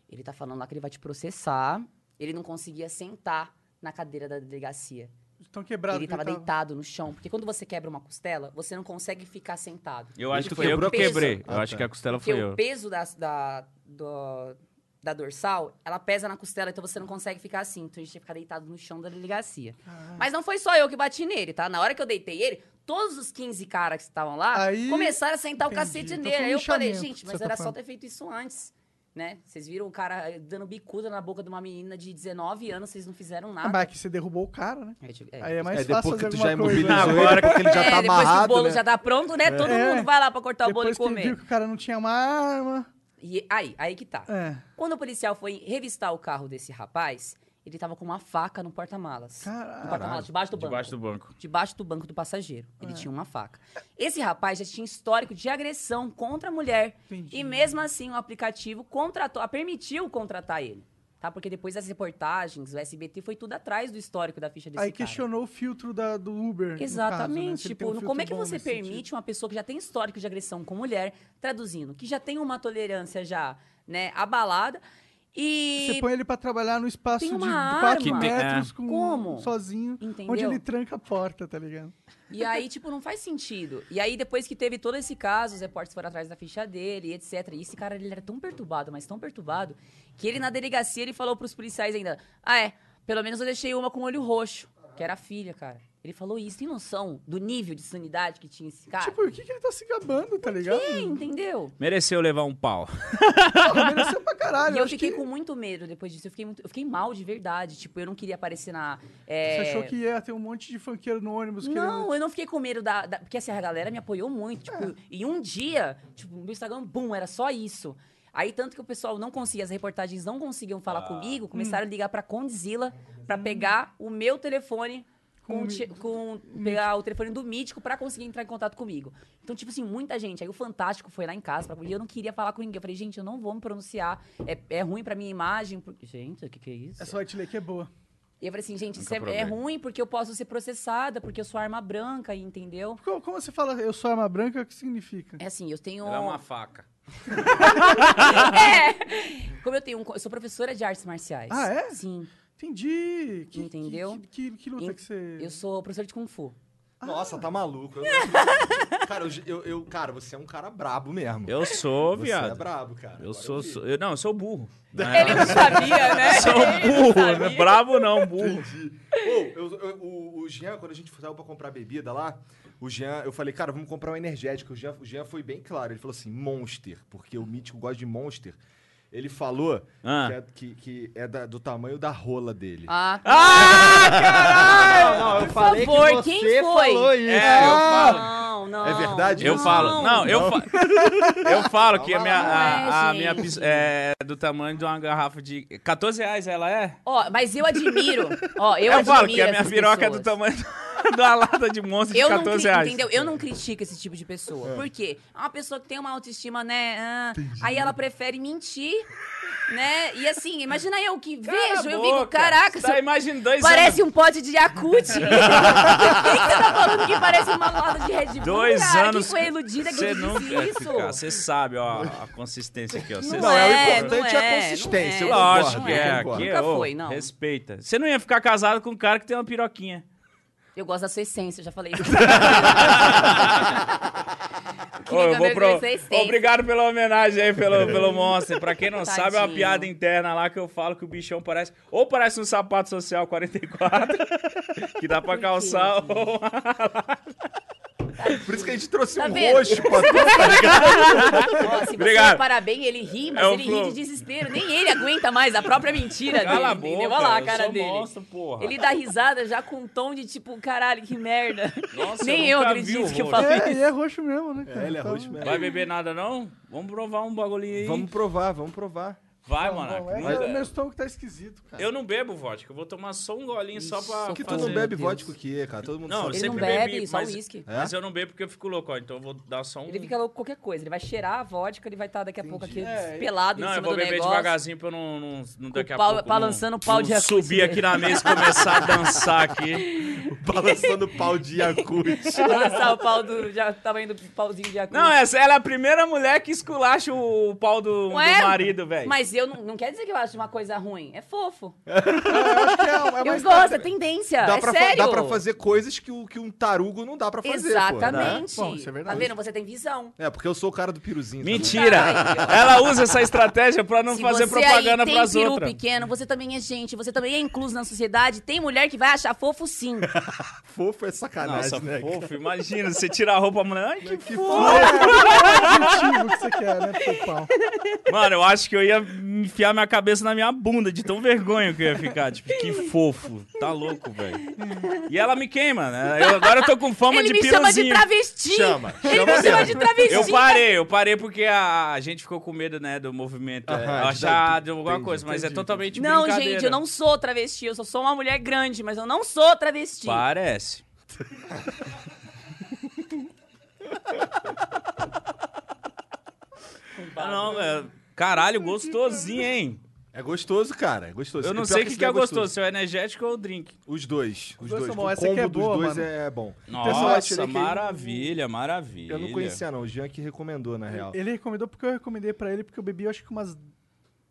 E: ele tá falando lá que ele vai te processar. Ele não conseguia sentar na cadeira da delegacia.
B: Estão quebrados.
E: ele
B: que
E: tava
B: ele tava-
E: deitado no chão. Porque quando você quebra uma costela, você não consegue ficar sentado.
D: Eu acho
C: Tu
D: que foi eu que
C: quebrou a
D: quebrei.
C: costela?
D: Eu
C: Ah,
D: acho
C: tá.
D: que a costela
E: Porque
D: foi
E: o
D: eu.
E: peso da, da, do- da dorsal, ela pesa na costela, então você não consegue ficar assim. Então a gente tinha que ficar deitado no chão da delegacia.
B: Tá. Ah,
E: Mas não foi só eu que bati nele, tá? Na hora que eu deitei ele, todos os 15 caras que estavam lá
B: Aí-
E: começaram a sentar
B: Entendi.
E: o cacete
B: Então
E: nele.
B: foi um
E: Aí eu falei,
B: linchamento
E: gente,
B: que
E: mas
B: você tá
E: era só
B: falando.
E: ter feito isso antes. Né? Vocês viram o cara eh, dando bicuda na boca de uma menina de 19 anos, vocês não fizeram
B: Ah,
E: nada.
B: mas é que você derrubou o cara, né?
E: É, tipo,
B: Aí é mais
C: é,
B: fácil
C: depois
B: fazer
C: que tu
B: alguma
C: já
B: coisa.
C: imobilizou
D: Agora
C: ele, porque ele já
E: É,
C: tá
E: depois que o
C: amarrado,
E: bolo
C: né?
E: já tá pronto, né? Todo
B: É.
E: mundo vai lá pra cortar o bolo e
B: Depois que ele viu
E: comer.
B: que o cara não tinha uma arma.
E: E aí, aí que tá.
B: É.
E: Quando o policial foi revistar o carro desse rapaz, ele tava com uma faca no porta-malas.
B: Caralho.
E: No porta-malas, debaixo do banco.
D: Debaixo do banco.
E: Debaixo do banco do passageiro.
B: É.
E: Ele tinha uma faca. Esse rapaz já tinha histórico de agressão contra a mulher.
B: Entendi.
E: E mesmo assim, o aplicativo contratou, permitiu contratar ele. Tá? Porque depois das reportagens, o SBT foi tudo atrás do histórico da ficha desse
B: Aí
E: cara.
B: questionou o filtro da- do Uber. no caso, né? Se
E: Exatamente.
B: ele tem um
E: Tipo,
B: filtro
E: como é que
B: bom
E: você
B: nesse
E: permite
B: sentido.
E: uma pessoa que já tem histórico de agressão com mulher, traduzindo, que já tem uma tolerância já, né, abalada, e.
B: Você põe ele pra trabalhar no espaço
E: Tem
B: de
E: uma É.
B: 4
D: arma.
B: metros com, um
E: Como?
B: sozinho,
E: Entendeu?
B: onde ele tranca a porta, tá ligado?
E: E aí, tipo, não faz sentido. E aí, depois que teve todo esse caso, os repórteres foram atrás da ficha dele, e etc. E esse cara, ele era tão perturbado, mas tão perturbado, que ele na delegacia, ele falou pros policiais ainda, ah, é, pelo menos eu deixei uma com olho roxo, que era a filha, cara. Ele falou isso, tem noção do nível de sanidade que tinha esse cara?
B: Tipo, por que, que ele tá se gabando, tá ligado?
E: é, entendeu?
D: Mereceu levar um pau.
B: Porra, mereceu pra caralho.
E: E eu
B: acho
E: fiquei
B: que
E: com muito medo depois disso. Eu fiquei, muito- eu fiquei mal de verdade. Tipo, eu não queria aparecer na.
B: Você
E: é,
B: achou que ia ter um monte de funkeiro no ônibus? querendo-
E: Não, eu não fiquei com medo da. da- porque assim, a galera me apoiou muito. Tipo,
B: É.
E: em um dia, tipo, no meu Instagram, bum, era só isso. Aí, tanto que o pessoal não conseguia, as reportagens não conseguiam falar
B: Hum.
E: comigo, começaram a ligar pra Condzilla pra pegar o meu telefone. Com,
B: Com o
E: o te- com- pegar o telefone do mítico pra conseguir entrar em contato comigo. Então, tipo assim, muita gente. Aí o Fantástico foi lá em casa pra, e eu não queria falar com ninguém. Eu falei, gente, eu não vou me pronunciar. É, é ruim pra minha imagem. por- Gente, o que, que é isso?
B: Essa vai te ler que é boa.
E: E eu falei assim, gente, isso
D: Nunca
E: é,
D: provei.
E: é ruim porque eu posso ser processada, porque eu sou arma branca, entendeu?
B: Como, como você fala eu sou arma branca, o que significa?
E: É assim, eu tenho.
D: Ela é uma faca.
E: É! Como eu tenho um. co- Eu sou professora de artes marciais.
B: Ah, é?
E: Sim.
B: Entendi. Que-
E: Entendeu?
B: Que, que, que luta
E: Em-
B: que você...
E: Eu sou professora de Kung Fu.
C: Nossa, tá maluco. Eu- cara, eu- eu, eu- cara, você é um cara brabo mesmo.
D: Eu sou,
C: você é
D: viado.
C: brabo, cara. Agora
D: eu sou,
C: vi.
D: sou- eu- Não, eu sou burro.
E: Ele não sabia, né?
D: Ah. Sou burro. não é Bravo não, burro.
C: Entendi. Ô, eu- eu- o, o Jean, quando a gente saiu pra comprar bebida lá, o Jean, eu falei, cara, vamos comprar um energético. O Jean, o Jean foi bem claro. Ele falou assim, Monster, porque o Mítico gosta de Monster. Ele falou
D: Ah.
C: que é, que- que é da- do tamanho da rola dele.
E: Ah,
F: Não, não, eu falei
E: favor,
F: que você
E: quem foi?
F: falou isso.
D: É, eu falo.
E: não, não.
C: É verdade?
D: Eu
C: Não.
D: falo. Não, eu falo. Eu falo que a minha,
E: Não é,
D: a, a minha
E: gente.
D: pis- é do tamanho de uma garrafa de. 14 reais ela é?
E: Ó, mas eu admiro. Ó, eu,
D: falo
E: admiro
D: que a minha
E: essas
D: piroca é do
E: pessoas.
D: tamanho. de uma lata de monstro de
E: Eu não,
D: 14
E: cri-
D: reais.
E: entendeu? eu não critico esse tipo de pessoa. Por quê? É uma pessoa que tem uma autoestima, né? ah, aí ela prefere mentir, né? E assim, imagina eu que
D: Cala a
E: vejo, eu fico,
D: boca,
E: caraca,
D: Você tá
E: seu-
D: imaginando dois anos.
E: parece um pote de Yakut. Por que que você tá falando que parece uma lata de Red Bull?
D: Dois
E: cara?
D: anos.
E: Que foi iludida que
D: Você
E: disse
D: nunca vai
E: isso?
D: ficar. Você sabe, ó, a consistência aqui, ó. Você
E: Não
C: Não, é,
E: é,
C: o importante é
E: não
C: a
E: é,
C: consistência.
E: não
C: eu
E: é.
C: concordo,
D: Lógico que
C: eu
D: é.
C: concordo.
D: Aqui,
E: Nunca
D: ô,
E: foi, não.
D: Respeita. Você não ia ficar casado com um cara que tem uma piroquinha.
E: Eu gosto da sua essência, eu já falei.
D: Ô, eu vou pro-
E: Vocês têm.
D: Obrigado pela homenagem aí, pelo, pelo Monster. Pra quem não sabe, é uma
E: Tadinho.
D: piada interna lá que eu falo que o bichão parece. Ou parece um sapato social 44, que dá pra calçar, ou uma
C: Por isso que a gente trouxe
E: Tá
C: um
E: vendo?
C: roxo pra tu.
E: Ó, se você
D: Obrigado.
E: é parabéns, ele ri, mas
D: É o
E: ele
D: Flo.
E: ri de desespero. Nem ele aguenta mais a própria mentira
D: Cala a
E: dele.
D: boca,
E: entendeu? Olha lá a
D: eu
E: cara
D: sou
E: dele.
D: monstro, porra.
E: Ele dá risada já com um tom de tipo, caralho, que merda.
D: Nossa,
E: Nem
D: eu
E: eu,
D: nunca vi
E: acredito
D: o
E: que eu
D: rosto.
E: falei.
B: É, e é roxo mesmo, né? cara?
C: É, ele é
B: Então,
C: roxo mesmo.
D: Vai beber nada, não? Vamos provar um bagulhinho aí.
C: Vamos provar, vamos provar.
D: Vai,
B: bom,
D: mano. é,
B: é, meu- Meu estômago tá esquisito, cara.
D: Eu não bebo vodka, eu vou tomar só um golinho só pra.
C: Por que tu
D: fazer.
C: não bebe
E: Deus.
C: vodka o quê, cara? Todo mundo
D: Não,
C: sabe.
D: eu
E: Ele não
D: sempre
E: bebe,
D: bebi,
E: só
D: mas,
E: uísque.
D: Mas eu não bebo porque eu fico louco, ó. Então eu vou dar só um.
E: Ele fica louco com qualquer coisa. Ele vai cheirar a vodka, ele vai estar daqui a pouco aqui
B: É,
E: pelado em
D: Não, eu
E: cima
D: vou
E: do
D: beber
E: negócio.
D: devagarzinho pra eu não, não, não daqui a
E: pau-
D: pouco.
E: balançando
D: não-
E: o pau
D: não
E: de Yakult
D: Subir aqui na mesa e começar a dançar aqui.
C: Balançando pau de Yakult.
E: Balançar o pau do. Já tava indo pro pauzinho de acordo.
D: Não, essa, ela é a primeira mulher que esculacha o pau do, do
E: Ué,
D: marido, é, velho.
E: é? Mas eu não, não quer dizer que eu acho uma coisa ruim. É fofo.
B: Eu acho que é, é
E: eu
B: mais
E: gosto, é tendência.
C: Dá,
E: é
C: Ah, pra fa-
E: sério.
C: dá pra fazer coisas que, o- que um tarugo não dá pra fazer, pô.
E: Exatamente.
B: Bom, isso é verdade.
E: Tá vendo? Você tem visão.
C: É, porque eu sou o cara do piruzinho. tá também.
D: Mentira!
E: Ai,
D: ela usa essa estratégia pra não
E: Se
D: fazer
E: você
D: propaganda
E: aí tem
D: pras
E: peru
D: outras.
E: pequeno, você também é gente, você também é incluso na sociedade. Tem mulher que vai achar fofo sim.
C: Fofo é sacanagem,
D: Nossa,
C: né? cara?
D: fofo, imagina, você tira a roupa, a mulher. Ai, que
C: Que
B: É,
C: fofo.
B: é o objetivo que você quer, né, pro pau.
D: Mano, eu acho que eu ia enfiar minha cabeça na minha bunda de tão vergonha que eu ia ficar. Tipo, que fofo. Tá louco, velho. E ela me queima, né? Eu- agora eu tô com fama
E: Ele
D: de
E: me chama de
D: piruzinho.
E: travesti.
C: Chama,
E: Ele
C: chama
E: me chama
C: mesmo.
E: de travesti.
D: Eu parei, eu parei porque a, a gente ficou com medo, né, do movimento
C: Aham,
D: achado
C: entendi,
D: achar alguma
C: entendi,
D: coisa, mas é
C: entendi.
D: totalmente
E: Não,
D: brincadeira.
E: gente, eu não sou travesti. Eu só sou uma mulher grande, mas eu não sou travesti.
D: Parece. Ah, não, é- caralho, gostosinho, hein?
C: É gostoso, cara. É gostoso.
D: Eu não
C: Pior
D: sei o que,
C: isso
D: que é
C: daí
D: gostoso, se é o energético ou o drink.
C: Os dois.
B: dois
C: Os
B: são
C: dois. O
B: bons,
C: combo
B: essa aqui é
C: dos
B: boa,
C: dois
B: mano.
C: é bom. Pessoal, eu tirei que-
D: Nossa, maravilha, maravilha.
C: Eu não conhecia, não. O Jean que recomendou, na real.
B: Ele recomendou porque eu recomendei pra ele, porque eu bebi, eu acho que umas...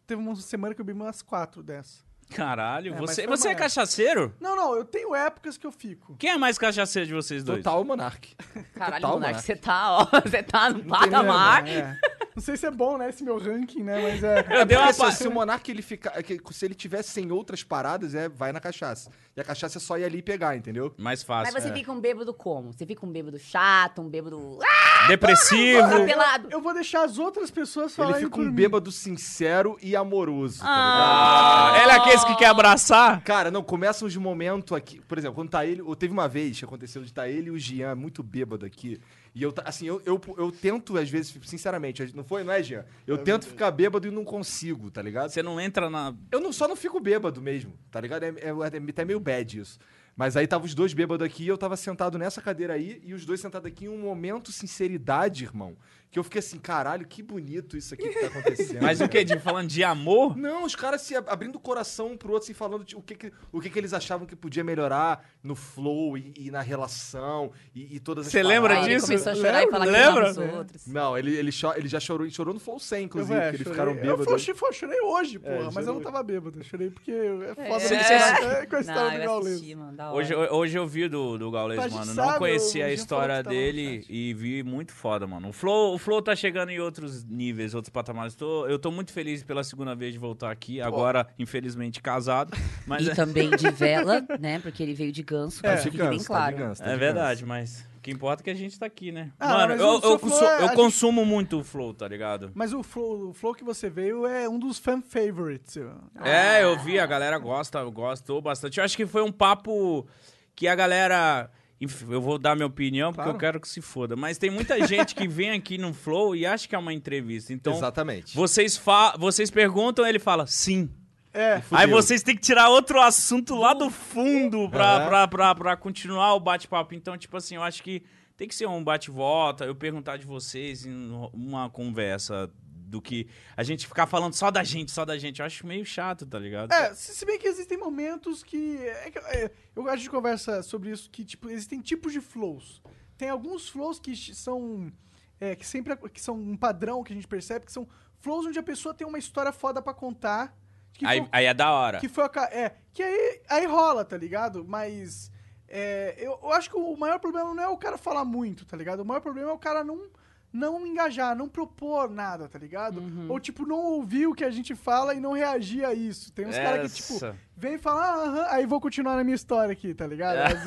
B: Teve uma semana que eu bebi umas quatro dessas.
D: Caralho,
B: É, mas
D: você,
B: foi
D: você é
B: uma-
D: cachaceiro?
B: Não, não, eu tenho épocas que eu fico.
D: Quem é mais cachaceiro de
B: é
D: vocês dois?
C: Total Monark.
E: Caralho,
C: Total,
E: Monark,
C: mano.
E: você tá, ó, você tá no
B: Tem, né,
E: patamar.
B: mano? É. Não sei se é bom, né, esse meu ranking, né, mas é...
D: Eu dei uma
C: Porque
D: pa-
C: se, se o Monark ele ficar. é que Se ele tiver sem outras paradas, é vai na cachaça. E a cachaça é só ir ali e pegar, entendeu?
D: Mais
E: Mas
D: fácil. é.
E: você fica um bêbado como? Você fica um bêbado chato, um bêbado. tá
D: Depressivo.
E: Pelado.
B: Eu vou deixar as outras pessoas
C: Ele
B: falarem
C: fica
B: por
C: um
B: mim.
C: bêbado sincero e amoroso. tá
E: Ah.
D: Ela é aquele que quer abraçar?
C: Cara, não, começa uns momentos aqui. Por exemplo, quando tá ele. ou Teve uma vez que aconteceu de tá ele e o Jean muito bêbado aqui. E eu, tá- assim, eu, eu, eu tento, às vezes, sinceramente, não foi, não é, Jean? Eu tento ficar bêbado e não consigo, tá ligado?
D: Você não entra na.
C: Eu não, só não fico bêbado mesmo, tá ligado? É, é, é até meio bad isso. Mas aí tava os dois bêbados aqui, eu tava sentado nessa cadeira aí, e os dois sentados aqui em um momento sinceridade, irmão. Que eu fiquei assim, caralho, que bonito isso aqui que tá acontecendo.
D: Mas o que? é De, falando de amor?
C: Não, os caras se ab- abrindo o coração um pro outro, assim, falando de- o, que, que- o que, que eles achavam que podia melhorar no flow e, e na relação e, e todas as
D: Você lembra
E: Aí
C: paradas.
E: ele
D: disso?
E: começou a chorar
D: Lembra?
E: e falar
D: Lembra?
E: que amava os outros.
C: Não, ele, ele, cho- ele já chorou, ele chorou no Flow 100, inclusive,
B: é,
C: que eles
B: chorei.
C: ficaram
B: Eu fui-
C: bêbados.
B: fui- eu chorei hoje, porra,
C: É,
B: mas eu
C: chorou.
B: não tava bêbado. Eu chorei porque é foda
D: Você-
B: é, é, com a história do
E: Não, eu
B: Gaules.
E: assisti, mano, da hora.
D: Hoje, hoje eu vi do, do Gaules,
B: é. Mas a gente
D: mano.
B: sabe,
D: Não conhecia
B: o
D: a
B: Jean
D: história
B: falou que tava no
D: dele
B: chat.
D: e vi muito foda, mano. O Flow, o Flow tá chegando em outros níveis, outros patamares. Tô- eu tô muito feliz pela segunda vez de voltar aqui. Agora, infelizmente, casado. Mas
B: Então,
E: E
D: é,
E: também de vela, né? Porque ele veio de ganso, pra que fique É, bem
C: tá
E: claro.
D: é verdade, mas o que importa é que a gente tá aqui, né?
B: tá Ah,
D: mano,
B: mas
D: eu,
B: o seu Flow
D: eu consu-
B: é-
D: eu
B: a gente-
D: consumo muito o Flow, tá ligado?
B: Mas o flow, o flow que você veio é um dos fan favorites. eu-
D: É, eu vi, a galera gosta, gostou bastante. Eu acho que foi um papo que a galera. Enfim, Eu vou dar minha opinião porque
B: Claro.
D: eu quero que se foda. Mas tem muita gente que vem aqui no Flow e acha que é uma entrevista. Então,
C: Exatamente.
D: vocês, fa vocês perguntam, ele fala sim.
B: É.
C: E fudeu.
D: Aí vocês têm que tirar outro assunto lá do fundo pra,
C: Aham.
D: pra, pra, pra continuar o bate-papo. Então, tipo assim, eu acho que tem que ser um bate-volta, eu perguntar de vocês em um, uma conversa do que a gente ficar falando só da gente, só da gente. Eu acho meio chato, tá ligado?
B: É, se se bem que existem momentos que. é que- é, eu acho que conversa sobre isso que, tipo, existem tipos de flows. Tem alguns flows que ch- são. é, que sempre. ac- que são um padrão que a gente percebe, que são flows onde a pessoa tem uma história foda pra contar. Que
D: aí,
B: foi,
D: aí é da hora.
B: que foi a ca- É, que aí, aí rola, tá ligado? Mas. é, eu, eu acho que o maior problema não é o cara falar muito, tá ligado? O maior problema é o cara não. Não engajar, não propor nada, tá ligado?
D: Uhum.
B: Ou, tipo, não ouvir o que a gente fala e não reagir a isso. Tem uns caras que, tipo,
D: Essa.
B: Vem falar, ah, aham, aí vou continuar na minha história aqui, tá ligado? Às vezes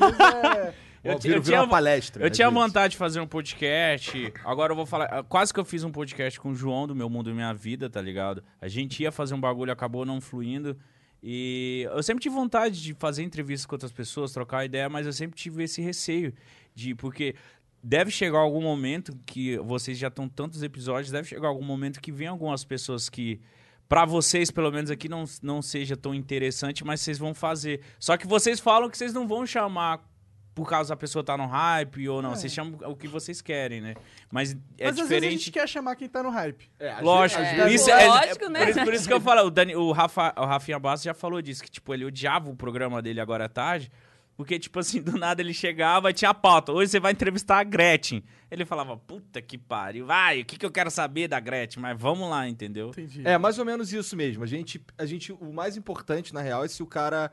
B: é.
D: Eu
C: Ó,
D: ti-
C: vira- vira
D: eu tinha-
C: uma palestra. né,
D: Eu
C: às
D: tinha
C: vezes.
D: vontade de fazer um podcast. Agora eu vou falar. Quase que eu fiz um podcast com o João do Meu Mundo e Minha Vida, tá ligado? A gente ia fazer um bagulho, acabou não fluindo. E eu sempre tive vontade de fazer entrevistas com outras pessoas, trocar ideia, mas eu sempre tive esse receio de. Porque deve chegar algum momento que vocês já estão tantos episódios, deve chegar algum momento que vem algumas pessoas que. Pra vocês, pelo menos aqui, não, não seja tão interessante, mas vocês vão fazer. Só que vocês falam que vocês não vão chamar por causa da pessoa tá no hype ou não. Vocês chamam o que vocês querem, né? Mas
B: É.
D: é
B: Mas às vezes a gente
D: diferente.
B: quer chamar quem tá no hype.
C: É, às
D: Lógico,
C: vezes-
E: É,
C: às
D: por
C: vezes-
D: isso, é-
E: lógico,
D: é-
E: né?
D: Por isso, por isso que eu falo, o, Dani, o, Rafa, o Rafinha Bastos já falou disso, que tipo, ele odiava o programa dele agora à tarde, porque tipo assim, do nada ele chegava e tinha a pauta, hoje você vai entrevistar a Gretchen. Ele falava, puta que pariu, vai, o que, que eu quero saber da Gretchen, mas vamos lá, entendeu?
B: Entendi.
C: É, mais ou menos isso mesmo. A gente, a gente, o mais importante, na real, é se o cara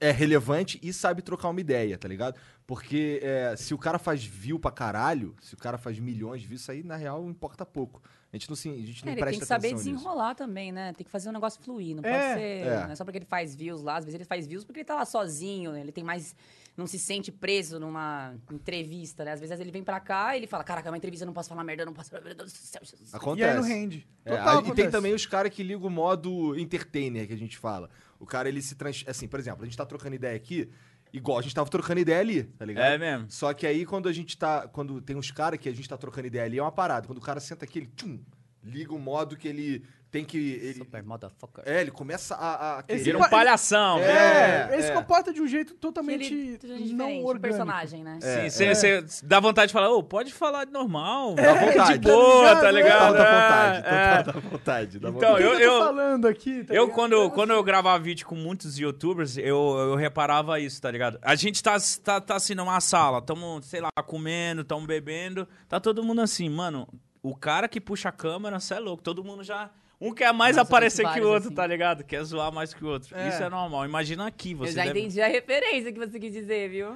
C: é relevante e sabe trocar uma ideia, tá ligado? Porque é, se o cara faz view pra caralho, se o cara faz milhões de views, isso aí, na real, importa pouco. A gente não, se, a gente não
E: É, ele tem
C: presta
E: que saber
C: atenção nisso.
E: desenrolar também, né? Tem que fazer um negócio fluir, não
B: É,
E: pode ser.
C: é.
E: Não é só porque ele faz views lá, às vezes ele faz views porque ele tá lá sozinho, né? ele tem mais. Não se sente preso numa entrevista, né? Às vezes ele vem pra cá e ele fala: Caraca, é uma entrevista, eu não posso falar merda, eu não posso. Meu Deus do céu, Jesus.
B: E aí
C: Acontece.
B: não rende.
C: É,
B: Total,
C: aí- e
B: acontece.
C: tem também os caras que ligam o modo entertainer que a gente fala. O cara, ele se trans... Assim, por exemplo, a gente tá trocando ideia aqui, igual a gente tava trocando ideia ali, tá ligado?
D: É mesmo.
C: Só que aí quando a gente tá. Quando tem uns caras que a gente tá trocando ideia ali, é uma parada. Quando o cara senta aqui, ele tchum, liga o modo que ele tem que. Ele,
E: Super motherfucker.
C: é, ele começa a. a querer Então,
B: Esse
D: Vira
B: pa-
D: um palhação,
C: É,
D: né?
B: É, ele se
C: é.
B: comporta de um jeito
E: Que
B: totalmente
E: ele- diferente,
B: não
E: um
B: orgânico.
E: personagem, né?
D: Sim, você você dá vontade de falar, ô, pode falar de normal, é,
C: vontade.
D: de boa, tá
B: Tá
C: Tá,
D: ligado?
C: dá
D: É,
C: vontade,
D: é.
C: tá, tá, dá vontade. dá
D: Então,
B: O
C: vontade.
B: que eu,
D: eu-
B: tô
D: eu-
B: falando aqui, tá
D: Eu,
B: ligado?
D: quando, quando
E: assim.
D: eu gravava vídeo com muitos youtubers, eu, eu reparava isso, tá ligado? A gente tá, tá, tá assim numa sala, tamo, sei lá, comendo, tamo bebendo, tá todo mundo assim, mano, o cara que puxa a câmera, cê é louco, todo mundo já... Um quer mais
E: Nossa,
D: aparecer
E: tem
D: que o
E: vários
D: outro,
E: assim.
D: tá ligado? Quer zoar mais que o outro.
B: É.
D: Isso é normal. Imagina aqui, você
E: eu já
D: deve-
E: entendi a referência que você quis dizer, viu?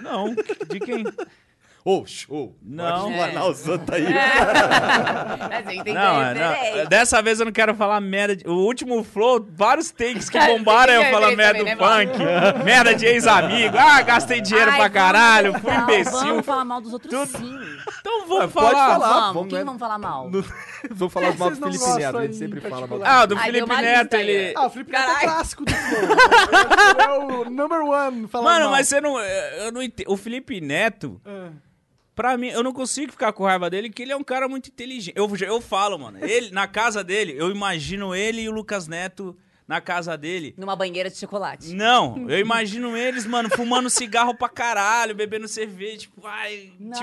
D: Não, de quem?
C: Ô, show.
D: Não.
C: Pode falar, o Santa aí.
E: Mas eu entendi
D: Não,
E: a
D: é,
E: referência.
D: não, dessa vez eu não quero falar merda. De, o último flow, vários takes que
E: Ah,
D: bombaram eu
E: entendi,
D: falar
E: eu né,
D: merda do
E: também,
D: punk, merda de ex-amigo. Ah, gastei dinheiro
E: Ai,
D: pra
E: vamos
D: caralho,
E: falar
D: fui um
E: mal,
D: imbecil.
E: Vamos falar mal dos outros
D: Tudo-
E: sim.
D: Então vamos
C: Pode
D: falar.
C: falar,
E: vamos,
C: vamos,
E: quem
C: né?
E: vamos falar mal?
C: No- Vou falar do mal do
B: Vocês não
C: Felipe
B: gostam
C: Neto,
B: aí,
C: ele sempre
B: em
C: fala mal.
B: particular.
D: Ah, o do
E: Ai, deu
D: Felipe
E: uma
D: Neto,
E: lista aí,
D: ele.
B: Ah, o Felipe Neto é
E: Caralho.
B: clássico do flow. é o number one. Falar
D: Mano,
B: mal.
D: mas você não. eh, Eu não entendo. O Felipe Neto,
B: É.
D: pra mim, eu não consigo ficar com raiva dele, que ele é um cara muito inteligente. Eu, eu falo, mano. Ele, na casa dele, eu imagino ele e o Lucas Neto na casa dele.
E: Numa banheira de chocolate.
D: Não, eu imagino eles, mano, fumando cigarro pra caralho, bebendo cerveja, tipo, ai,
E: Nada.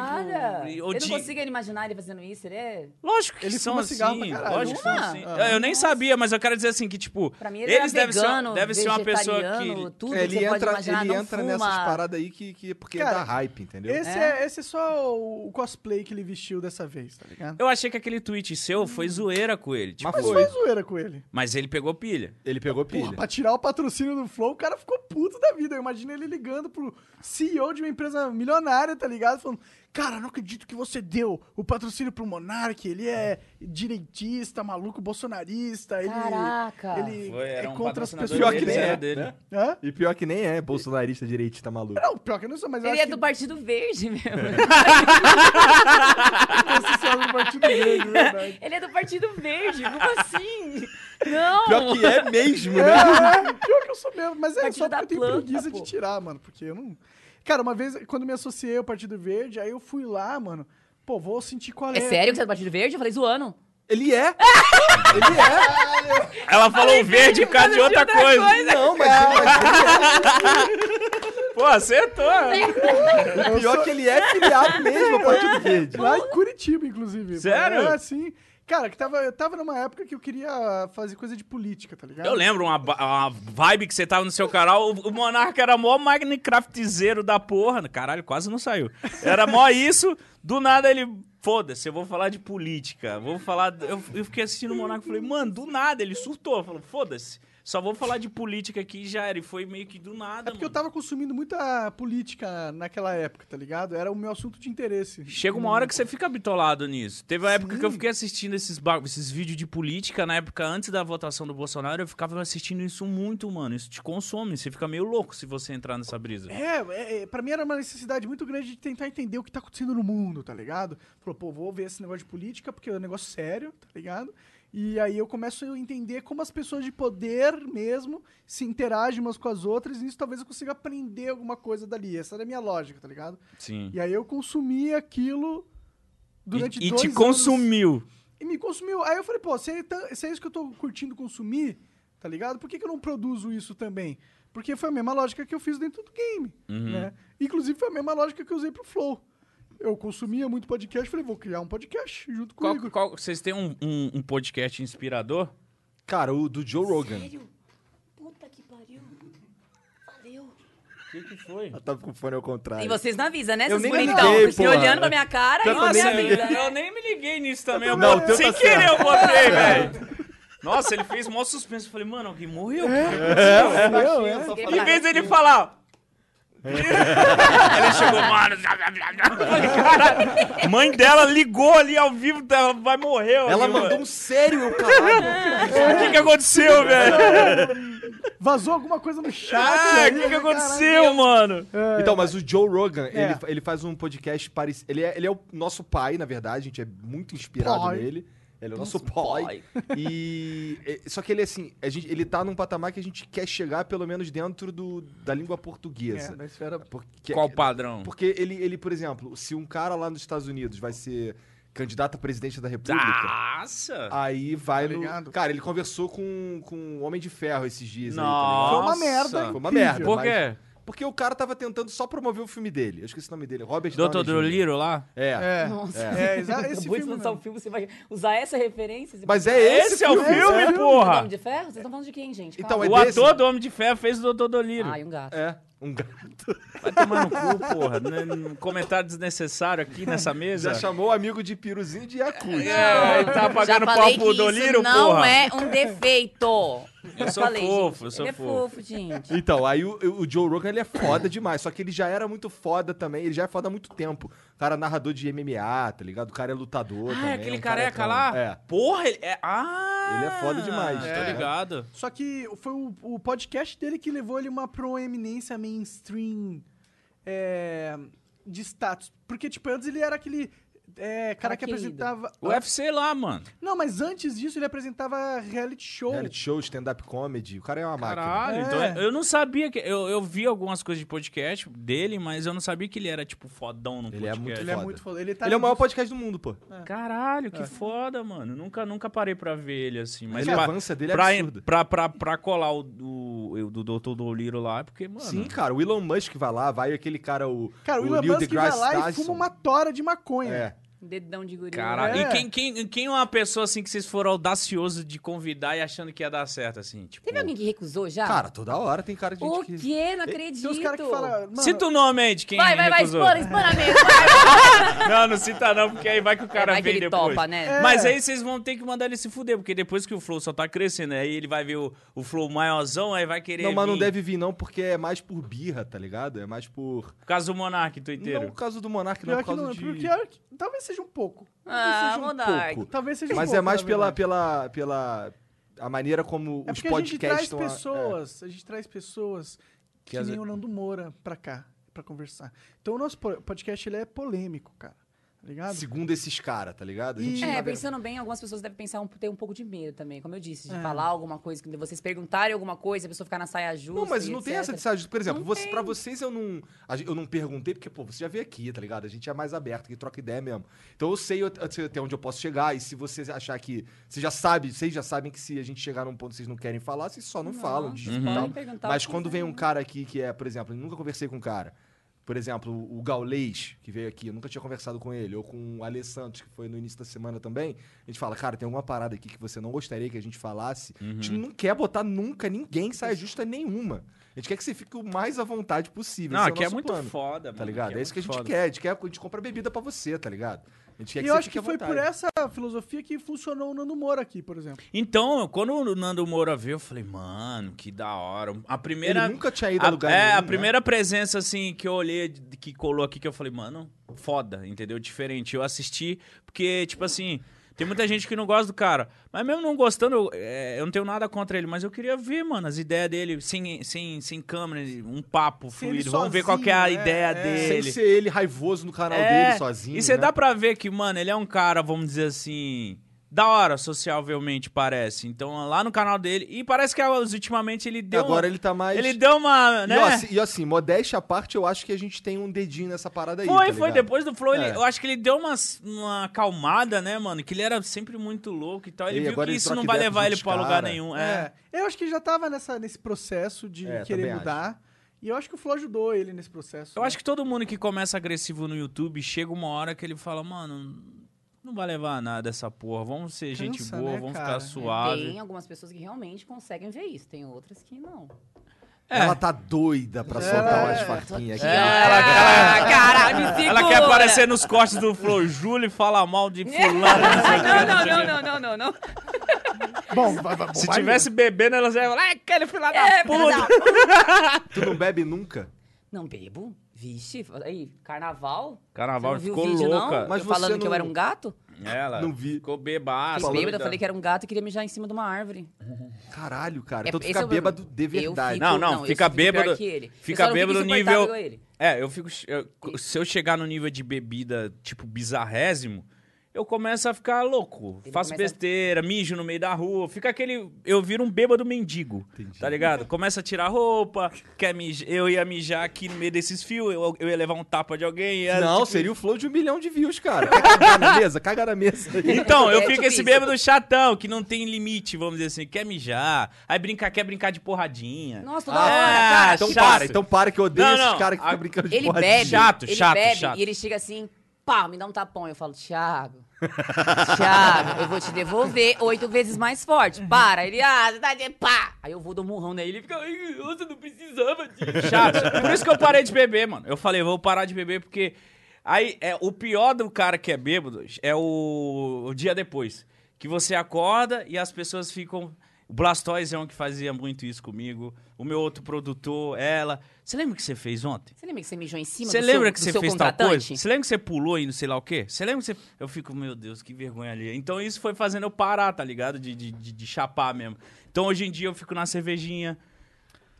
D: tipo,
E: eu não
D: odi-
E: consigo imaginar ele fazendo isso, ele é...
D: Lógico que
B: Ele
D: são
B: fuma
D: assim,
B: cigarro pra caralho.
D: lógico que são
E: Fuma?
D: assim. eu nem sabia, mas eu quero dizer assim que tipo,
E: né? Ah. Pra mim ele
D: eles
E: era
D: devem ser,
E: vegano,
D: deve ser uma pessoa
E: vegetariano,
D: que
E: Tudo
C: É,
E: que você
C: ele
E: pode
C: entra,
E: imaginar,
C: ele
E: não
C: entra
E: fuma.
C: nessas paradas aí que, que porque
B: Cara,
C: dá hype, entendeu?
B: Esse é. esse é só o o cosplay que ele vestiu dessa vez, tá ligado?
D: Eu achei que aquele tweet seu
E: Hum.
D: foi zoeira com ele, tipo,
C: Mas
D: mas,
B: Mas
C: foi.
B: foi zoeira com ele.
D: ele pegou pilha.
C: Ele pegou
B: Porra,
C: pilha.
B: pra tirar o patrocínio do Flow, o cara ficou puto da vida. Eu imagino ele ligando pro CEO de uma empresa milionária, tá ligado? Falando, cara, não acredito que você deu o patrocínio pro Monark. Ele é direitista, maluco, bolsonarista. Ele,
E: Caraca.
B: Ele
D: Foi, era
B: é
D: um
B: contra as pessoas.
D: patrocinador
C: deles,
B: que
C: era
B: é.
D: dele.
B: Hã?
C: E pior que nem é bolsonarista direito, tá maluco.
B: Não, pior que eu não sou, mas eu
E: Ele
B: acho
E: é do Partido Verde, meu.
B: que ele é social do Partido Verde, de verdade.
E: ele é do Partido Verde, como assim? Não!
C: Pior que é mesmo,
B: É,
C: né?
B: é, pior que eu sou mesmo. Mas é
E: Partido
B: só porque
E: da
B: eu tenho
E: planta,
B: preguiça de
E: pô.
B: tirar, mano. Porque eu não. Cara, uma vez, quando me associei ao Partido Verde, aí eu fui lá, mano. Pô, vou sentir qual é.
E: É sério que você é do Partido Verde? Eu falei zoando.
C: Ele é. Ele é.
D: Ela falou verde por causa de outra coisa.
B: É,
C: Não, mas
D: Pô, acertou.
C: o pior é que ele é filiado mesmo ao Partido Verde.
B: Lá em Curitiba, inclusive.
D: Sério?
B: É, assim. Cara, que tava, eu tava numa época que eu queria fazer coisa de política, tá ligado?
D: Eu lembro uma, ba- uma vibe que você tava no seu canal, o, o Monarca era mó Minecraftzeiro da porra. Caralho, quase não saiu. Era mó isso, do nada ele. Foda-se, eu vou falar de política. Vou falar. Eu, eu fiquei assistindo o Monarca e falei, mano, do nada, ele surtou. Falou, foda-se, só vou falar de política aqui e já era. E foi meio que do nada,
B: É porque eu
D: mano.
B: tava consumindo muita política naquela época, tá ligado? Era o meu assunto de interesse.
D: Chega uma hora que você fica bitolado nisso. Teve uma época que eu fiquei assistindo esses, ba- esses vídeos de política, na época antes da votação do Bolsonaro, eu ficava assistindo isso muito, mano. Isso te consome, você fica meio louco se você entrar nessa brisa.
B: É, é, é, pra mim era uma necessidade muito grande de tentar entender o que tá acontecendo no mundo, tá ligado? Falou, pô, vou ver esse negócio de política, porque é um negócio sério, tá ligado? E aí eu começo a entender como as pessoas de poder mesmo se interagem umas com as outras, e isso talvez eu consiga aprender alguma coisa dali. Essa era a minha lógica, tá ligado?
D: Sim.
B: E aí eu consumi aquilo durante
D: e, e
B: dois
D: te
B: anos.
D: consumiu.
B: E me consumiu. Aí eu falei, pô, se é, tan- se é isso que eu tô curtindo consumir, tá ligado? Por que, que eu não produzo isso também? Porque foi a mesma lógica que eu fiz dentro do game,
D: Uhum.
B: né? Inclusive foi a mesma lógica que eu usei pro Flow. Eu consumia muito podcast, falei, vou criar um podcast junto com o
D: Qual-
B: Igor.
D: qual- vocês têm um, um- um podcast inspirador?
C: Cara, o do Joe Rogan.
E: Puta que pariu. Valeu.
D: O que, que foi?
C: Ela tava com o fone ao contrário.
E: E vocês não avisam, né?
C: Eu
E: Vocês
C: nem
E: bonitão.
C: liguei,
E: Vocês ficam
C: porra.
E: olhando pra minha cara
C: Eu
E: e não me
D: Nossa,
C: também
E: avisa,
D: eu,
E: né?
D: eu nem me liguei nisso também. Eu,
C: também não.
D: sem
B: tá
C: Tenta ser.
D: querer eu
B: É.
D: botei, velho. Nossa, ele fez mó suspenso. Eu falei, mano, alguém morreu?
B: É.
D: assim? é?
C: é?
D: Em vez dele falar.
E: É.
D: Ele chegou, mano. Caralho. Mãe dela ligou ali ao vivo, ela vai morrer.
C: Ela
D: ali,
C: mandou
D: mano.
C: um sério eu calado.
D: O que, que aconteceu,
E: né?
D: velho?
B: Vazou alguma coisa no chat.
D: é? Ah,
B: aí,
D: o que, que
B: eu falei,
D: aconteceu, mano?
C: Então, mas o Joe Rogan,
B: É.
C: ele, ele faz um podcast parecido. Ele é, ele é o nosso pai, na verdade, a gente é muito inspirado
B: Pai.
C: nele. Ele é o nosso pai. E. é, Só que ele, assim, a gente, ele tá num patamar que a gente quer chegar, pelo menos, dentro do, da língua
B: Caralho. É,
C: portuguesa.
B: da esfera-
C: Porque,
D: Qual o padrão?
C: Porque ele, ele, por exemplo, se um cara lá nos Estados Unidos vai ser candidato a presidente da
D: Ah!
C: República,
D: Nossa!
E: Ah,
C: aí vai
B: Tá
C: no.
B: ligado?
C: Cara, ele conversou com, com o Homem de Ferro esses dias. aí, tá ligado?
D: Nossa.
B: Foi uma merda.
C: Foi uma
B: incrível.
C: merda.
D: Por quê?
C: Porque o cara tava tentando só promover o filme dele. Eu esqueci o nome dele. Robert
D: Doutor
C: Downey Jr.
D: Doliro lá?
C: É.
B: É,
E: Nossa.
B: é,
C: ah,
B: exa- esse
E: Depois de
B: filme
D: tá
E: lançar o
B: mesmo.
E: filme, você vai usar essa referência? Você
C: Mas é esse,
D: Esse, é o filme,
B: é.
E: O
D: porra!
E: Homem de Ferro? Vocês estão falando de quem, gente?
C: Então,
E: Calma.
C: é
D: O
C: desse-
D: ator do Homem de Ferro fez o Doutor Doliro.
E: Ai, um gato.
C: É. Um gato.
D: Vai tomar no cu, porra. Né, um Comentário desnecessário aqui nessa mesa.
C: Já chamou o amigo de piruzinho de Yakult.
D: É, ele tá
E: Já
D: pagando
E: falei
D: pau pro
E: que
D: Doliro,
E: isso não
D: porra.
E: é um defeito.
D: Eu sou
E: falei,
D: fofo, eu
E: gente.
D: sou
E: Ele
D: fofo.
E: é fofo, gente.
C: Então, aí o, o Joe Rogan, ele é foda demais. Só que ele já era muito foda também. Ele já é foda há muito tempo. O cara é narrador de MMA, tá ligado? O cara é lutador
D: Ah,
C: também.
D: é
C: um
D: aquele
C: cara
D: careca
C: tão-
D: lá?
C: É.
D: Porra, ele é. Ah!
C: Ele é foda demais.
D: Tô
C: É.
D: ligado.
B: Só que foi o, o podcast dele que levou ele uma proeminência mainstream é, de status. Porque, tipo, antes ele era aquele é, cara
E: Cara
B: que
E: querido.
B: apresentava.
D: O UFC lá, mano.
B: Não, mas antes disso ele apresentava reality show.
C: Reality show, stand-up comedy. O cara é uma máquina.
D: Caralho. Então, eu não sabia que. Eu, eu vi algumas coisas de podcast dele, mas eu não sabia que ele era, tipo, fodão no
C: Ele é
D: podcast.
C: muito
B: Ele é
C: foda.
B: muito foda. Ele, tá
C: Ele é o
B: em-
C: maior podcast do mundo, pô.
D: Caralho, que foda, mano. Nunca, nunca parei pra ver ele assim. Mas
C: a
D: pra-
C: relevância dele é
D: pra,
C: absurda.
D: pra, pra, pra colar o do, eu- do Dr. Doliro lá, é porque, mano.
C: Sim, cara. O Elon Musk vai lá, vai aquele cara, o.
B: Cara, o Elon
C: Neil
B: Musk vai
C: deGrasse
B: lá e
C: Tyson.
B: fuma uma tora de maconha.
C: É.
E: Um Dedão de gorila.
D: Caralho.
B: É.
D: E quem, quem, quem é uma pessoa assim que vocês foram audacioso de convidar e achando que ia dar certo, assim? Tipo,
E: Teve alguém que recusou
B: Tá.
E: já?
C: Cara, toda hora tem cara de
E: o
C: gente que.
E: quê? Não
B: Tem
E: acredito.
B: uns caras que falam. mano,
D: Cita o nome aí de quem
E: Vai, vai, vai,
D: recusou.
E: expana, expana mesmo. Vai,
D: Não, não cita não, porque aí vai que o cara
E: vai que
D: vem
E: ele
D: depois. É.
E: topa, né?
D: Mas aí vocês vão ter que mandar ele se fuder, porque depois que o Flow só tá crescendo, aí ele vai ver o, o Flow maiorzão, aí vai querer
C: Não, mas não
D: vir.
C: deve vir, não, porque é mais por birra, tá ligado? É mais por.
D: Por causa do Monark,
C: Não é
D: tuiteiro.
C: o caso do Monark, não,
B: pior
C: por
B: que
C: causa
B: não, é
C: de.
B: pior que- talvez seja um pouco.
E: Ah,
C: seja um
E: Monark.
C: pouco.
B: Talvez seja um
C: Mas
B: pouco.
C: é mais
B: na
C: pela,
B: verdade.
C: pela, pela. A maneira como
B: É
C: os
B: porque a gente
C: podcasts
B: traz
C: estão. a- é,
B: pessoas, a gente traz pessoas que,
C: às
B: nem
C: ve-
B: o Nando Moura pra cá, pra conversar. Então o nosso po- podcast ele é polêmico, cara. ligado?
C: Segundo esses caras, tá ligado? A gente-
E: É, pensando bem, algumas pessoas devem pensar um, ter um pouco de medo também, como eu disse, de
C: É.
E: falar alguma coisa, quando vocês perguntarem alguma coisa, a pessoa ficar na saia justa.
C: Não, mas
E: e
C: não tem
E: etc.
C: essa de sair. Por exemplo,
E: Não
C: você,
E: tem.
C: pra vocês eu não. a gen- Eu não perguntei, porque, pô, você já veio aqui, tá ligado? A gente é mais aberto, que troca ideia mesmo. Então eu sei, eu- eu sei até onde eu posso chegar. E se você achar que. Você já sabe, vocês já sabem que se a gente chegar num ponto que vocês não querem falar, vocês só não, falam.
E: vocês
C: disso e
E: podem
C: tal.
E: perguntar o
C: Mas
E: que
C: quando vem um
E: quiserem.
C: cara aqui que é, por exemplo, eu nunca conversei com um cara. Por exemplo, o Gaulês, que veio aqui, eu nunca tinha conversado com ele, ou com o Ale Santos, que foi no início da semana também. A gente fala, cara, tem alguma parada aqui que você não gostaria que a gente falasse. A gente
D: Uhum.
C: não quer botar nunca ninguém em saia justa nenhuma. A gente quer que você fique o mais à vontade possível.
D: Não,
C: Esse
D: aqui é
C: o nosso
D: muito
C: plano,
D: foda, mano.
C: Tá ligado?
D: Aqui
C: É, isso que a gente
D: muito foda.
C: quer. A gente quer. A gente compra bebida pra você, tá ligado? A gente quer
B: E
C: que
B: eu
C: você
B: acho
C: fique
B: que
C: à
B: foi
C: vontade.
B: por essa filosofia que funcionou o Nando Moura aqui, por exemplo.
D: Então, quando o Nando Moura veio, eu falei, mano, que da hora. A primeira.
C: Ele nunca tinha ido
D: a,
C: a lugar
D: É,
C: nenhum,
D: a
C: né?
D: primeira presença, assim, que eu olhei, de- que colou aqui, que eu falei, mano, foda, entendeu? Diferente. Eu assisti, porque, tipo assim. Tem muita gente que não gosta do cara. Mas mesmo não gostando, eu, é, eu não tenho nada contra ele. Mas eu queria ver, mano, as ideias dele sem, sem, sem câmera, um papo
B: Sem
D: fluido.
B: ele
D: Vamos ver qual que é a
B: sozinho, né?
D: ideia
B: É.
D: dele. É,
C: Sem ser ele raivoso no canal dele sozinho.
D: E você
C: né?
D: dá pra ver que, mano, ele é um cara, vamos dizer assim, da hora socialmente, parece. Então, lá no canal dele. E parece que ah, ultimamente ele deu.
C: Agora
D: uma,
C: ele tá mais.
D: ele deu uma.
C: E,
D: Né?
C: ó, assim, e, ó, assim, modéstia à parte, eu acho que a gente tem um dedinho nessa parada aí.
D: foi,
C: tá
D: foi.
C: ligado?
D: Depois do Flow, ele-
C: É.
D: eu acho que ele deu uma, uma acalmada, né, mano? Que ele era sempre muito louco e tal. Ele
C: E
D: viu
C: agora
D: que
C: ele
D: isso
C: troca
D: não vai
C: ideia com os
D: levar ele
C: outros
D: pra lugar
C: cara.
D: nenhum. É.
B: É. Eu acho que ele já tava nessa, nesse processo de
C: É, também
B: querer
C: acho.
B: mudar. E eu acho que o Flo ajudou ele nesse processo. né?
D: Eu acho que todo mundo que começa agressivo no YouTube chega uma hora que ele fala, mano. Não vai levar a nada essa porra. Vamos ser gente
B: Cansa,
D: boa,
B: né,
D: vamos
B: cara?
D: ficar suave.
E: Tem algumas pessoas que realmente conseguem ver isso, tem outras que não.
D: É.
C: Ela tá doida
E: É.
C: pra soltar umas faquinhas aqui.
E: Ah, caralho, me segura.
D: Ela quer aparecer nos cortes do Flor Júlio e falar mal de fulano. não sei o quê,
E: Não,
D: não
E: não,
D: sei o quê. Tá
E: não, não, não, não, não.
C: tá-
B: Bom, vai, vai,
D: Se
B: vai-
D: tivesse bebendo, elas iam falar, "Ah, aquele filho da
E: É,
D: puta.
E: não.
C: Tu não bebe nunca?
E: Não bebo? Vixe, aí, carnaval?
D: Carnaval
E: Você não viu
D: ficou
E: o vídeo,
D: louca.
E: Não?
C: Mas
E: Eu
C: você
E: falando que
C: não-
E: eu era um gato?
D: Ah, Ela
C: Não vi.
D: ficou bebaça.
E: Fiquei bêbada, eu
D: doida.
E: falei que era um gato e queria mijar em cima de uma árvore.
C: Caralho, cara.
E: É,
C: então tu
E: esse
C: fica
E: é o problema.
C: bêbado de
E: Eu
C: verdade.
E: fico-
D: Não, não,
E: eu
D: fica
E: fico pior
D: bêbado-
E: que ele.
D: fica
E: Eu só não fico
D: bêbado no
E: insuportável
D: nível-
E: igual ele.
D: É, eu fico... eu- se eu chegar no nível de bebida, tipo, bizarrésimo, eu começo a ficar louco.
E: Ele
D: Faço
E: começa a-
D: besteira, mijo no meio da rua. Fica aquele... Eu viro um bêbado mendigo, tá ligado? Começa a tirar roupa, quer mijar, eu ia mijar aqui no meio desses fios, eu, eu ia levar um tapa de alguém. ia- tipo
C: Não, seria o flow de um milhão de views, cara. Quer cagar na mesa? Caga na mesa.
D: Então, eu
E: É
D: fico esse
E: difícil.
D: bêbado chatão, que não tem limite, vamos dizer assim. Quer mijar, aí brincar, quer brincar de porradinha.
E: Nossa, toda
D: Ah,
E: hora, cara.
C: Então
D: chato.
C: para, então para que eu odeio
D: Não,
C: esses
D: não.
C: caras que
D: A-
C: ficam brincando de
E: Ele
C: porra de
E: bebe,
C: gente.
D: Chato,
E: ele
D: chato,
E: bebe,
D: chato.
E: E ele chega assim, pá, me dá um tapão. Eu falo, Thiago, Thiago, eu vou te devolver oito vezes mais forte. Para. Ele, ah, você tá de pá. Aí eu vou dar um murrão nele. Ele fica, "Ai, você não precisava disso.
D: Chato. Por isso que eu parei de beber, mano. Eu falei, vou parar de beber porque. Aí, é, o pior do cara que é bêbado é o, o dia depois. Que você acorda e as pessoas ficam. O Blastoise é um que fazia muito isso comigo. O meu outro produtor, ela. Você lembra o que você fez ontem?
E: Você lembra que você mijou em cima
D: Você
E: do
D: lembra
E: seu,
D: que
E: do
D: você
E: seu
D: fez tal coisa?
E: contratante?
D: Você lembra que você pulou e não sei lá o quê? Você lembra que você. Eu fico, meu Deus, que vergonha ali. Então isso foi fazendo eu parar, tá ligado? De, de, de, de chapar mesmo. Então hoje em dia eu fico na cervejinha.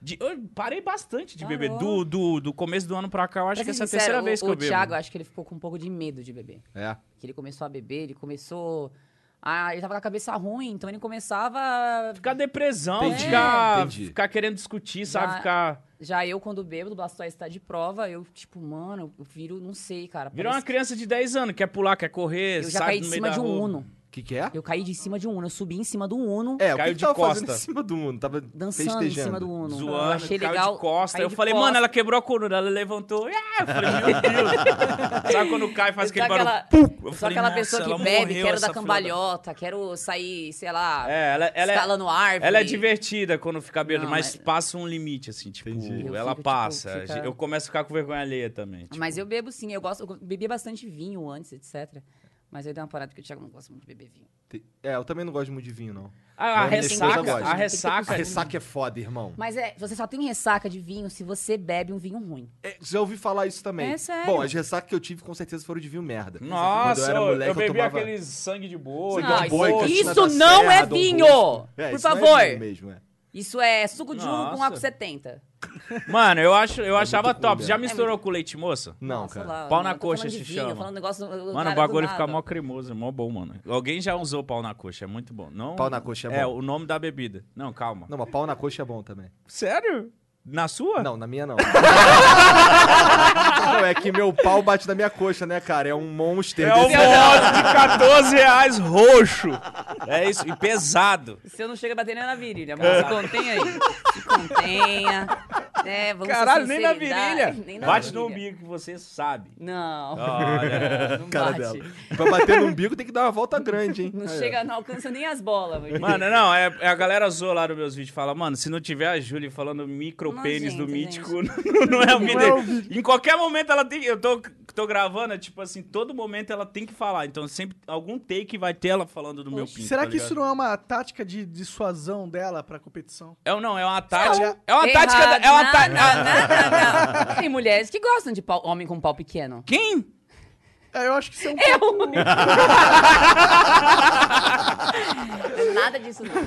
D: De- eu parei bastante de
E: Parou.
D: beber. Do, do, do começo do ano pra cá, eu acho
E: Pra
D: que essa
E: ser
D: é a
E: sincero,
D: terceira
E: o-
D: vez que
E: o
D: eu bebo.
E: Thiago, acho que ele ficou com um pouco de medo de beber.
C: É.
E: Que ele começou a beber, ele começou... Ah, ele tava com a cabeça ruim, então ele começava... a
D: Ficar depressão,
C: Entendi,
D: ficar,
C: entendi.
D: ficar querendo discutir, sabe?
E: Já-
D: Ficar.
E: Já eu, quando bebo, o Blastoise tá de prova, eu, tipo, mano, eu viro, não sei, cara.
D: Virou uma
E: parece-
D: criança de 10 anos, quer pular, quer correr,
E: Eu já
D: sai
E: caí
D: do
E: de
D: meio
E: cima
D: da
E: de um
D: rua.
E: Uno.
C: O que que é?
E: Eu caí de cima de um Uno, eu subi em cima do Uno,
C: É, o
D: Caiu
C: que que
D: de
C: tava fazendo
D: costa.
C: em cima do mundo? Tava
E: dançando em cima do
C: mundo.
E: Uno.
D: Zoando,
E: eu achei
D: caiu
E: legal.
D: de costa.
E: caí
D: Eu
E: de
D: falei,
E: costa.
D: mano, ela quebrou a coluna. Ela levantou. Ah, eu falei, meu Deus. Sabe quando cai e faz
E: Só
D: aquele barulho?
E: aquela-
D: Pum! Eu
E: Só
D: falei,
E: aquela
D: "Nossa,
E: pessoa
D: ela
E: que bebe,
D: morreu,
E: quero
D: essa
E: dar
D: filha
E: cambalhota, quero sair, sei lá,
D: É, ela, ela, é,
E: escalando árvore.
D: ela é divertida quando fica bêbada,
E: Não,
D: mas,
E: mas-
D: passa um limite, assim, tipo,
C: Entendi.
E: Eu
D: ela
E: fico, tipo,
D: passa.
E: fica-
D: Eu começo a ficar com vergonha alheia também. tipo.
E: Mas eu bebo sim, eu gosto, eu bebia bastante vinho antes, etc. Mas aí deu uma parada que o Thiago não gosta muito de beber vinho.
C: É, eu também não gosto muito de vinho, não.
D: Ah, a, a
C: Mas minha esposa
D: ressaca,
C: gosta.
D: a
C: A
D: ressaca.
C: ressaca é foda, irmão.
E: Mas é, você só tem ressaca de vinho se você bebe um vinho ruim.
C: É, já ouvi falar isso também.
E: É sério.
C: Bom, as ressacas que eu tive com certeza foram de vinho merda.
D: Nossa,
C: Quando
D: eu,
C: eu era moleque, eu,
D: bebi
C: tomava...
D: aquele sangue de boi. assim.
E: Não,
D: de
E: isso-
D: boi,
C: Boica,
E: isso
C: China da
E: não é
C: Serra, Dom
E: vinho!
C: Bosco. É,
E: Por
C: isso não é
E: favor.
C: vinho mesmo, é.
E: Isso é suco de uva com
D: Nossa.
E: água 70.
D: Mano, eu, acho, eu achava
C: É muito
D: top.
C: cuia.
E: É
D: Já misturou com leite moça?
C: Não,
E: Nossa,
C: cara.
E: lá,
D: Pau
E: eu
D: na
E: tô
D: coxa
E: falando
D: se
E: de vinho,
D: chama.
E: falando um negócio,
D: Mano,
E: cara
D: o
E: do
D: bagulho
E: nada.
D: fica mó cremoso, mó bom, mano. Alguém já usou pau na coxa, é muito bom. Não,
C: Pau na coxa é
D: É,
C: bom.
D: o nome da bebida. Não, calma.
C: Não, mas pau na coxa é bom também.
D: Sério? Na sua?
C: Não, na minha não. não. É que meu pau bate na minha coxa, né, cara? É um monster.
D: É o
C: desse-
D: modo de 14 reais roxo. É isso, e pesado.
E: Se eu não chego a bater nem na virilha, amor, se contenha aí. Se contenha. né, vamos ter
D: Caralho, nem na
E: sinceridade.
D: virilha.
E: Nem na
D: Bate no
E: virilha.
D: umbigo que você sabe.
E: Não.
D: Olha.
E: não
C: cara
E: bate.
C: dela. Pra bater no umbigo tem que dar uma volta grande, hein? É.
E: Não
C: Aí, ó.
E: chega, não alcança nem as bolas. vou dizer.
D: Mano, não, é, é a galera zoa lá nos meus vídeos. Fala, mano, se não tiver a Júlia falando micro pênis do
E: Nojento,
D: mítico, não, não é o vídeo.
B: é o
D: Em qualquer momento ela tem. Eu tô, tô gravando, é tipo assim, todo momento ela tem que falar. Então sempre, algum take vai ter ela falando do meu
E: Poxa.
D: pinto.
B: Será
D: tá
B: que isso
D: ligado?
B: não é uma tática de dissuasão dela pra competição?
D: É, um- não, é uma tática.
B: Não.
D: É uma tática. da-
E: Errado, né?
D: É uma
E: não,
D: tá-
E: não,
D: a-
E: não, não, não. Tem mulheres que gostam de pau- homem com pau pequeno.
D: Quem?
B: É, eu acho que isso é um
E: Eu!
B: pouco...
E: Nada disso não.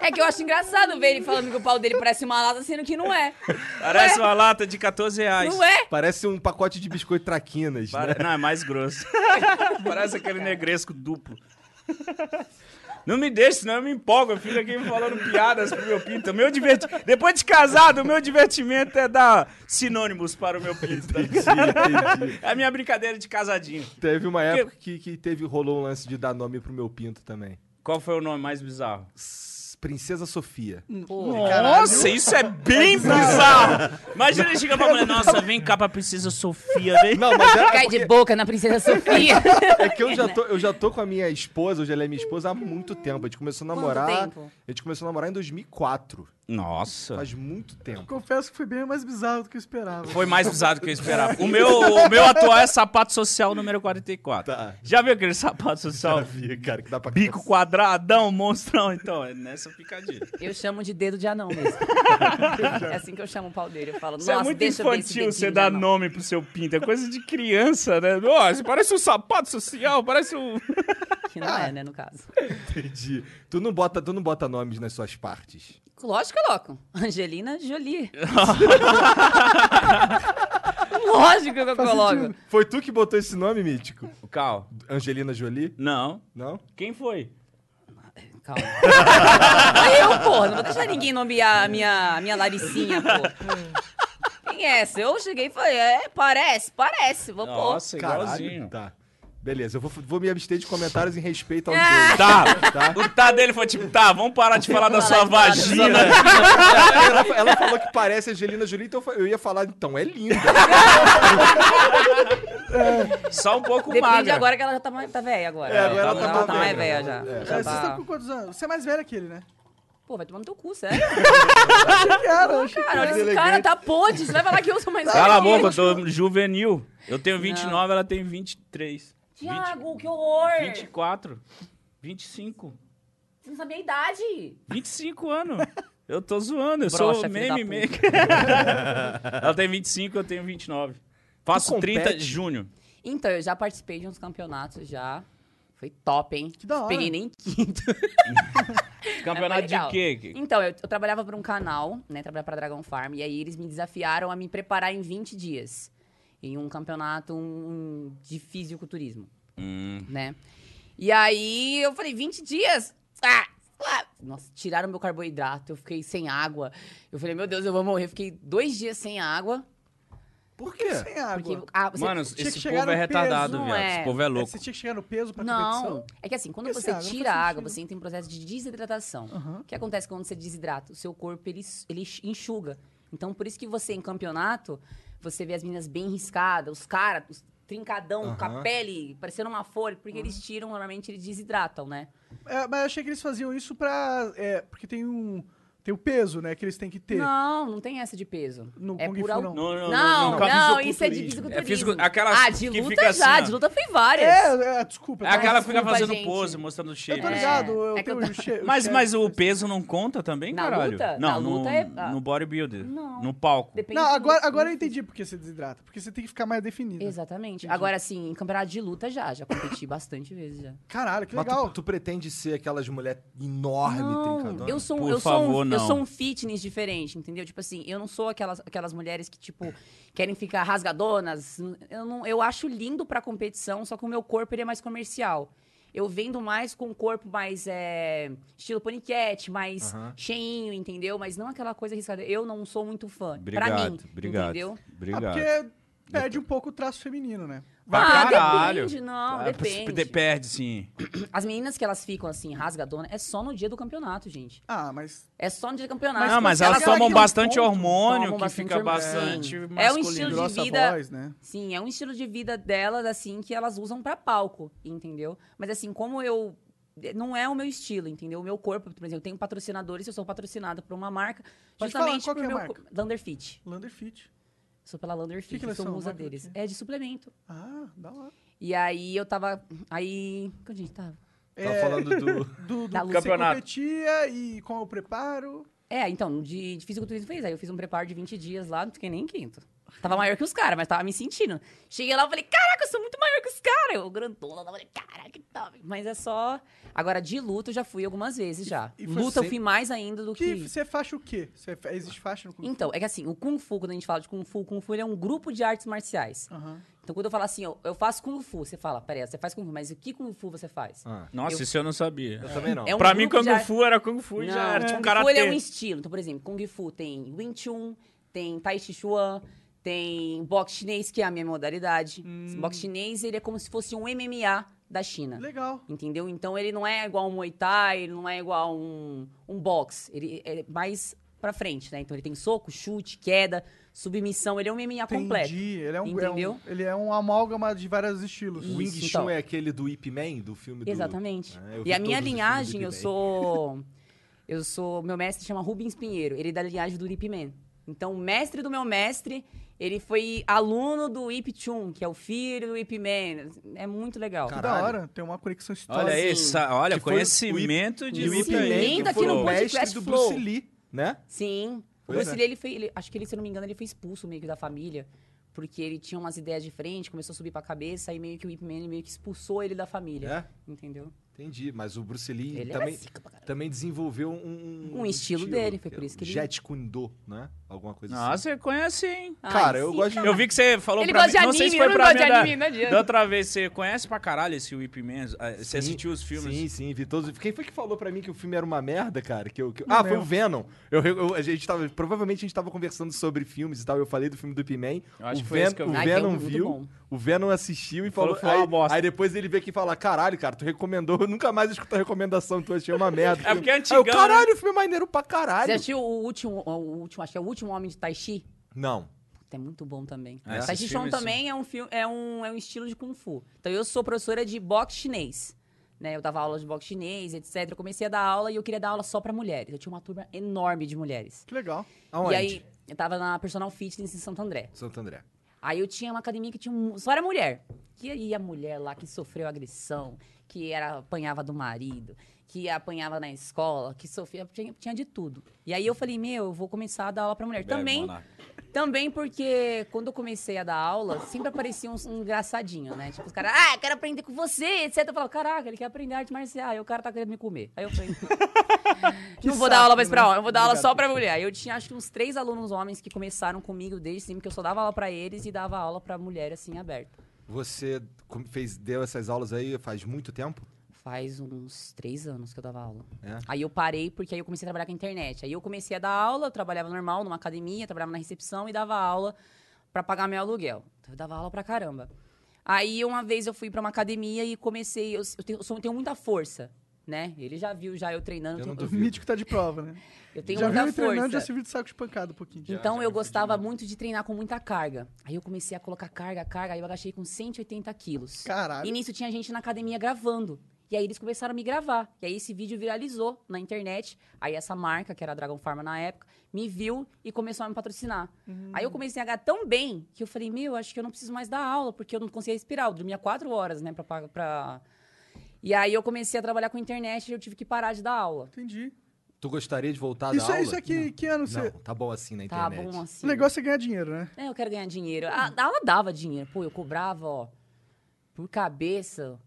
E: É que eu acho engraçado ver ele falando que o pau dele parece uma lata, sendo que não é.
D: Parece uma lata de 14 reais.
E: Não é?
C: Parece um pacote de biscoito traquinas,
D: Para-
C: né?
D: Não, é mais grosso. Parece aquele negresco duplo. Não me deixe, senão eu me empolgo. Eu fico aqui falando piadas pro meu pinto. Meu diverti... Depois de casado, o meu divertimento é dar sinônimos para o meu pinto. tá ligado? É a minha brincadeira de casadinho.
C: Teve uma época que, que teve, rolou um lance de dar nome pro meu pinto também.
D: Qual foi o nome mais bizarro?
C: S- Princesa Sofia.
D: Nossa, isso é bem bizarro. Imagina ele chegar pra mulher, nossa, vem cá pra Princesa Sofia, vem.
C: Não, mas é,
E: Cai de boca na princesa Sofia.
C: é que eu já, tô, eu já tô com a minha esposa, hoje ela é minha esposa, há muito tempo. A gente começou a
E: Quanto
C: namorar.
E: tempo?
C: A gente começou a namorar em 2004.
D: Nossa.
C: Faz muito tempo.
B: Confesso que foi bem mais bizarro do que eu esperava.
D: Foi mais usado do que eu esperava. O meu, o meu atual é sapato social número 44.
C: Tá.
D: Já viu aquele sapato social?
C: cara, que dá pra
D: Bico quadradão, monstrão. Então, é nessa picadinha.
E: Eu chamo de dedo de anão mesmo. É assim que eu chamo o pau dele. Eu falo,
D: Isso é
E: nossa,
D: muito
E: deixa eu ver esse
D: infantil você
E: dedinho de
D: dar
E: anão."
D: nome pro seu pinto. É coisa de criança, né? Nossa, parece um sapato social, parece um.
E: Que não é, né, no caso.
C: Entendi. Tu não bota, tu não bota nomes nas suas partes.
E: Lógico que eu coloco. Angelina Jolie. Lógico que eu coloco.
C: Foi tu que botou esse nome, Mítico?
D: O Cal?
C: Angelina Jolie?
D: Não.
C: Não?
D: Quem foi?
E: Calma. eu, porra, não vou deixar ninguém nomear a minha, a minha Laricinha, pô. Quem é essa? Eu cheguei e falei, é, parece, parece. Vou pôr.
D: Nossa,
C: Caralho.
D: igualzinho.
C: Tá. Beleza, eu vou, vou me abster de comentários em respeito aos
E: Ah!
C: dois.
D: Tá.
C: Tá.
D: O tá dele foi tipo, tá, vamos parar de falar da
E: Vamos
D: sua
E: parar de falar
D: vagina.
C: Ela, ela falou que parece Angelina Jolie, então eu fa- eu ia falar, então, é linda.
D: Só um pouco
E: Depende
D: magra.
E: agora que ela já tá, mais, tá velha agora.
C: É, agora ela tá mais
E: mais
C: velha.
E: velha já.
C: É.
E: Já
B: É, vocês
E: tá-
B: estão com quantos anos? Você é mais velho que ele, né?
E: Pô, vai tomar no teu cu, sério.
B: Cara, eu achei que
E: Cara,
B: era.
E: olha, esse cara tá podre. Você vai falar que eu sou mais velha.
D: Cala a
E: que ele.
D: boca, eu tô juvenil. Eu tenho 29, ela tem 23. 20,
E: Tiago, que horror.
D: 24, 25.
E: Você não sabia a idade.
D: 25 anos. Eu tô zoando, eu
E: Broxa,
D: sou
E: filho da
D: meme maker. ela tem 25, eu tenho 29. Faço
C: compete?
D: 30 de junho.
E: Então, eu já participei de uns campeonatos já. Foi top, hein?
B: Que da hora.
E: Peguei nem quinto.
D: Campeonato
E: Mas foi
D: de
E: legal.
D: quê?
E: Então, eu, eu trabalhava pra um canal, né? Trabalhava pra Dragon Farm. E aí eles me desafiaram a me preparar em 20 dias. Em um campeonato um, de fisiculturismo,
D: Hum,
E: né? E aí eu falei, 20 dias? Ah! ah. Nossa, tiraram meu carboidrato, eu fiquei sem água. Eu falei, meu Deus, eu vou morrer. Fiquei dois dias sem água.
C: Por quê?
B: sem água.
E: Porque, ah, você-
D: Mano,
B: tinha que
D: esse
B: chegar
D: povo é
B: no peso,
D: retardado,
E: não
D: viado.
E: é?
D: Esse povo é
B: É,
D: louco.
B: Você tinha que chegar no peso pra
E: Não.
B: competição?
E: É que assim, quando
B: Esse
E: você
B: água não faz
E: tira a água,
B: sentido.
E: você entra em processo de desidratação. O que acontece quando você desidrata? O seu corpo, ele, ele enxuga. Então, por isso que você, em campeonato, você vê as meninas bem riscadas, os caras, os trincadão, com a
C: Aham.
E: pele, parecendo uma folha, porque eles tiram, normalmente eles desidratam, né?
B: É, mas eu achei que eles faziam isso pra... É, porque tem um... Tem o peso, né? Que eles têm que ter.
E: Não, não tem essa de peso.
B: No
E: é
B: Kung Fu,
E: por al-
B: não.
D: Não, não, não,
E: Não, não, isso é de
D: fisiculturismo.
E: fisiculturismo.
D: É fisicu- aquelas
E: ah, de
D: que
E: luta
D: fica
E: já,
D: assim, ó.
E: de luta foi várias.
B: É, é, desculpa.
D: É aquela que fica
E: desculpa,
D: fazendo
E: gente.
D: pose, mostrando o cheiro.
B: Eu tô
E: É.
B: ligado, eu
E: É que eu
B: tenho
E: tô-
B: o che- o
D: Mas,
B: chefe-
D: mas o peso não conta também,
E: Na
D: caralho?
E: luta?
D: Não,
E: Na
D: no,
E: luta é- ah.
D: no bodybuilder.
E: Não.
D: No palco.
E: Depende
B: Não,
E: do-
B: agora, agora eu entendi porque você desidrata. Porque você tem que ficar mais definido.
E: Exatamente. Agora, assim, em campeonato de luta já, já competi bastante vezes já.
B: Caralho, que
C: Mas
B: legal. Ah,
C: tu, tu pretende ser aquelas mulher enorme,
E: Não,
C: trincadona?
E: eu sou, um-
D: Por
E: eu sou
D: favor,
E: um
D: não.
E: Eu sou um fitness diferente, entendeu? Tipo assim, eu não sou aquelas, aquelas mulheres que, tipo, querem ficar rasgadonas. Eu, não, eu acho lindo pra competição, só que o meu corpo ele é mais comercial. Eu vendo mais com um corpo mais é, estilo paniquete, mais
C: Aham.
E: cheinho, entendeu? Mas não aquela coisa arriscada. Eu não sou muito fã. pra
C: Obrigado,
E: mim,
C: obrigado.
E: entendeu?
B: Ah,
C: Obrigado.
B: porque perde um pouco o traço feminino, né?
D: Pra
E: Ah,
D: caralho.
E: depende, não,
D: Ah,
E: depende.
D: de- Perde, sim.
E: As meninas que elas ficam assim, rasgadona, é só no dia do campeonato, gente.
B: Ah, mas
E: É só no dia do campeonato.
D: Mas, não, mas
E: Se
D: elas
E: ela
B: tomam
E: quer-
D: tomam bastante
B: ponto,
D: hormônio,
E: tomam
D: que
E: bastante
D: fica
E: hormônio.
D: um bastante
E: Sim.
D: masculino.
E: É um estilo de
B: grossa
E: vida-
B: voz, né?
E: Sim, é um estilo de vida delas, assim, que elas usam pra palco, entendeu? Mas assim, como eu. Não é o meu estilo, entendeu? O meu corpo, por exemplo, eu tenho patrocinadores, eu sou patrocinada por uma marca,
B: Pode
E: justamente
B: falar, qual que
E: por
B: é a
E: meu.
B: marca?
E: co- Landerfit.
B: Landerfit.
E: Sou pela
B: Que
E: Landerfit,
B: que elas
E: sou
B: são?
E: musa
B: Marca do
E: deles.
B: quê?
E: É de suplemento.
B: Ah, dá lá.
E: E aí eu tava. Aí. Onde a gente tava?
C: Tava
B: É,
C: falando
B: Do,
C: do.
B: do
E: Da
B: que
E: luta.
B: você
D: Campeonato.
B: competia e com o preparo.
E: É, então, de, de fisiculturismo fez. Aí eu fiz um preparo de 20 dias lá, não fiquei nem em quinto. Tava maior que os caras, mas tava me sentindo. Cheguei lá e falei, caraca, eu sou muito maior que os caras. Eu, grandona, falei, caraca, que top. Mas é só... Agora, de luta, eu já fui algumas vezes já.
B: E foi
E: luta,
B: sempre-
E: eu fui mais ainda do
B: Que
E: que...
B: você faixa o quê? Você fa- existe faixa no Kung Fu?
E: Então, é que assim, o Kung Fu, quando a gente fala de Kung Fu, Kung Fu ele é um grupo de artes marciais.
B: Aham.
E: Então, quando eu falo assim, eu, eu faço Kung Fu, você fala, peraí, você faz Kung Fu, mas o que Kung Fu você faz?
C: Ah,
D: Nossa,
E: Eu-
D: isso eu não sabia.
C: eu também não.
E: É um
D: pra mim,
E: grupo
D: Kung
E: de ar-
D: Fu era Kung Fu e
E: Não,
D: já era tipo um
E: Kung Fu
D: karatê.
E: ele é um estilo. Então, por exemplo, Kung Fu tem Wing Chun, tem Tai Chi Chuan, tem boxe chinês, que é a minha modalidade.
D: Hum.
E: Boxe chinês, ele é como se fosse um MMA da China.
B: Legal.
E: Entendeu? Então, ele não é igual um Muay Thai, ele não é igual um, um boxe. Ele é mais pra frente, né? Então, ele tem soco, chute, queda, submissão. Ele é um MMA completo.
B: Entendi. Ele é um,
E: Entendeu?
B: é um- ele é um amálgama de vários estilos.
C: O Wing
E: Isso,
C: Chun
E: então.
C: é aquele do Ip Man, do filme do.
E: Exatamente.
C: Ah, eu vi
E: e a
C: todos os
E: minha
C: filmes do
E: linhagem, eu
C: Ip Man.
E: sou. Eu sou. Meu mestre chama Rubens Pinheiro. Ele é da linhagem do Ip Man. Então, o mestre do meu mestre, ele foi aluno do Ip Chun, que é o filho do Ip Man. É muito legal.
B: Que
C: Caralho.
B: Da hora, tem uma conexão histórica.
D: Olha
E: Assim,
D: essa, olha,
C: que foi o-
D: conhecimento
C: E
D: de
C: o Ip
E: Sim,
D: Whip aí,
E: nem
C: Man
D: que
E: daqui no
D: foi-
E: podcast
C: mestre do
E: Flow.
C: Bruce Lee, né?
E: Sim. O
C: Pois
E: Bruce
C: é.
E: Lee, ele foi. ele- acho que ele, se eu não me engano, ele foi expulso meio que da família. Porque ele tinha umas ideias diferentes, começou a subir pra cabeça, aí meio que o Ip Man meio que expulsou ele da família.
C: É,
E: Entendeu?
C: entendi. Mas o Bruce Lee
E: Ele
C: também,
E: era zica pra caralho.
C: também desenvolveu um, é
E: Um estilo dele, foi por isso que ele-
C: Jet Kundo, né? Alguma coisa
D: Nossa,
C: assim.
D: você conhece, hein?
C: Cara,
E: Ai,
C: eu
E: Ah, sim, tá
C: gosto de.
D: Eu vi que você falou
E: Ele
D: pra
E: gosta
D: mim.
E: de
D: não sei se
E: anime,
D: foi
E: eu não
D: pra
E: gosto
D: mim
E: de
C: né?
D: da-
E: anime, não adianta.
D: Da outra vez, você conhece pra caralho esse Whip Man? Ah, Você assistiu os filmes?
C: Sim, sim, vi todos. Quem foi que falou pra mim que o filme era uma merda, cara? Que eu, que eu-
B: Não
C: Ah, foi
B: lembro.
C: o Venom. Eu, eu- a gente tava, provavelmente a gente tava conversando sobre filmes e tal. Eu falei do filme do P-Man.
D: Eu acho
C: o
D: que foi esse que eu
C: o
D: vi.
E: Ai, tem um
C: Venom
E: muito
C: viu,
E: bom.
C: o Venom assistiu e falou.
D: Falou que foi uma
C: aí,
D: bosta.
C: aí depois ele veio aqui e fala: Caralho, cara, tu recomendou. Eu nunca mais escuto a recomendação, tu achei uma merda.
D: É porque é
C: Aí eu,
D: antigão, né?
C: Caralho, o filme é maneiro pra
E: Você
C: caralho.
E: assistiu o último, o último, acho que é o último homem de Tai Chi?
C: Não.
E: Puta, é muito bom também.
D: É,
E: tai
D: esses
E: Chi Chon
D: filmes,
E: também é um, filme, é, um, é um estilo de Kung Fu. Então eu sou professora de boxe chinês. Né, eu dava aula de boxe chinês, etc. Eu comecei a dar aula e eu queria dar aula só pra mulheres. Eu tinha uma turma enorme de mulheres.
B: Que legal.
C: Aonde?
E: E aí, eu tava na personal fitness em Santo André.
C: Santo André.
E: Aí eu tinha uma academia que tinha um, só era mulher. Que aí a mulher lá que sofreu agressão, que era apanhava do marido, que apanhava na escola, que sofria, tinha, tinha de tudo. E aí eu falei, meu, eu vou começar a dar aula pra mulher.
D: Bebe,
E: também,
D: monarca.
E: também porque quando eu comecei a dar aula, sempre aparecia uns um engraçadinho, né? Tipo, os caras, ah, eu quero aprender com você, etc. Eu falava, caraca, ele quer aprender arte marcial, e o cara tá querendo me comer. Aí eu falei, não vou dar
B: saco,
E: aula mais pra
B: né?
E: homem, eu vou dar aula
B: Obrigado,
E: só pra mulher. Eu tinha acho que uns três alunos homens que começaram comigo desde sempre, que eu só dava aula pra eles e dava aula pra mulher assim aberta.
C: Você com- fez, deu essas aulas aí faz muito tempo?
E: Faz uns três anos que eu dava aula.
C: É.
E: Aí eu parei porque aí eu comecei a trabalhar com a internet. Aí eu comecei a dar aula, eu trabalhava normal numa academia, trabalhava na recepção e dava aula pra pagar meu aluguel. Então eu dava aula pra caramba. Aí uma vez eu fui pra uma academia e comecei, eu, eu tenho, eu sou- eu tenho muita força, né? Ele já viu já eu treinando,
C: Eu
E: eu
C: não
E: tenho,
C: duvido.
B: O mítico tá de prova, né?
E: eu tenho
B: já
E: muita
B: viu ele
E: força.
B: treinando, já serviu de saco de pancada um pouquinho.
E: Então eu gostava muito de treinar com muita carga. Aí eu comecei a colocar carga, carga, aí eu agachei com 180 quilos.
B: Caralho.
E: E nisso tinha gente na academia gravando. E aí eles começaram a me gravar. E aí esse vídeo viralizou na internet. Aí essa marca, que era a Dragon Pharma na época, me viu e começou a me patrocinar. Aí eu comecei a ganhar tão bem que eu falei, meu, acho que eu não preciso mais dar aula, porque eu não conseguia respirar. Eu dormia quatro horas, né, pra... pa- pra... E aí eu comecei a trabalhar com internet e eu tive que parar de dar aula.
B: Entendi.
C: Tu gostaria de voltar
B: Isso,
C: da
B: é-
C: Ah, aula?
B: isso é que, que ano você...
C: Não, tá bom assim na
E: Tá
C: internet.
E: bom assim.
B: O negócio é ganhar dinheiro, né?
E: É, eu quero ganhar dinheiro. A, a aula dava dinheiro. Pô, eu cobrava, ó, por cabeça,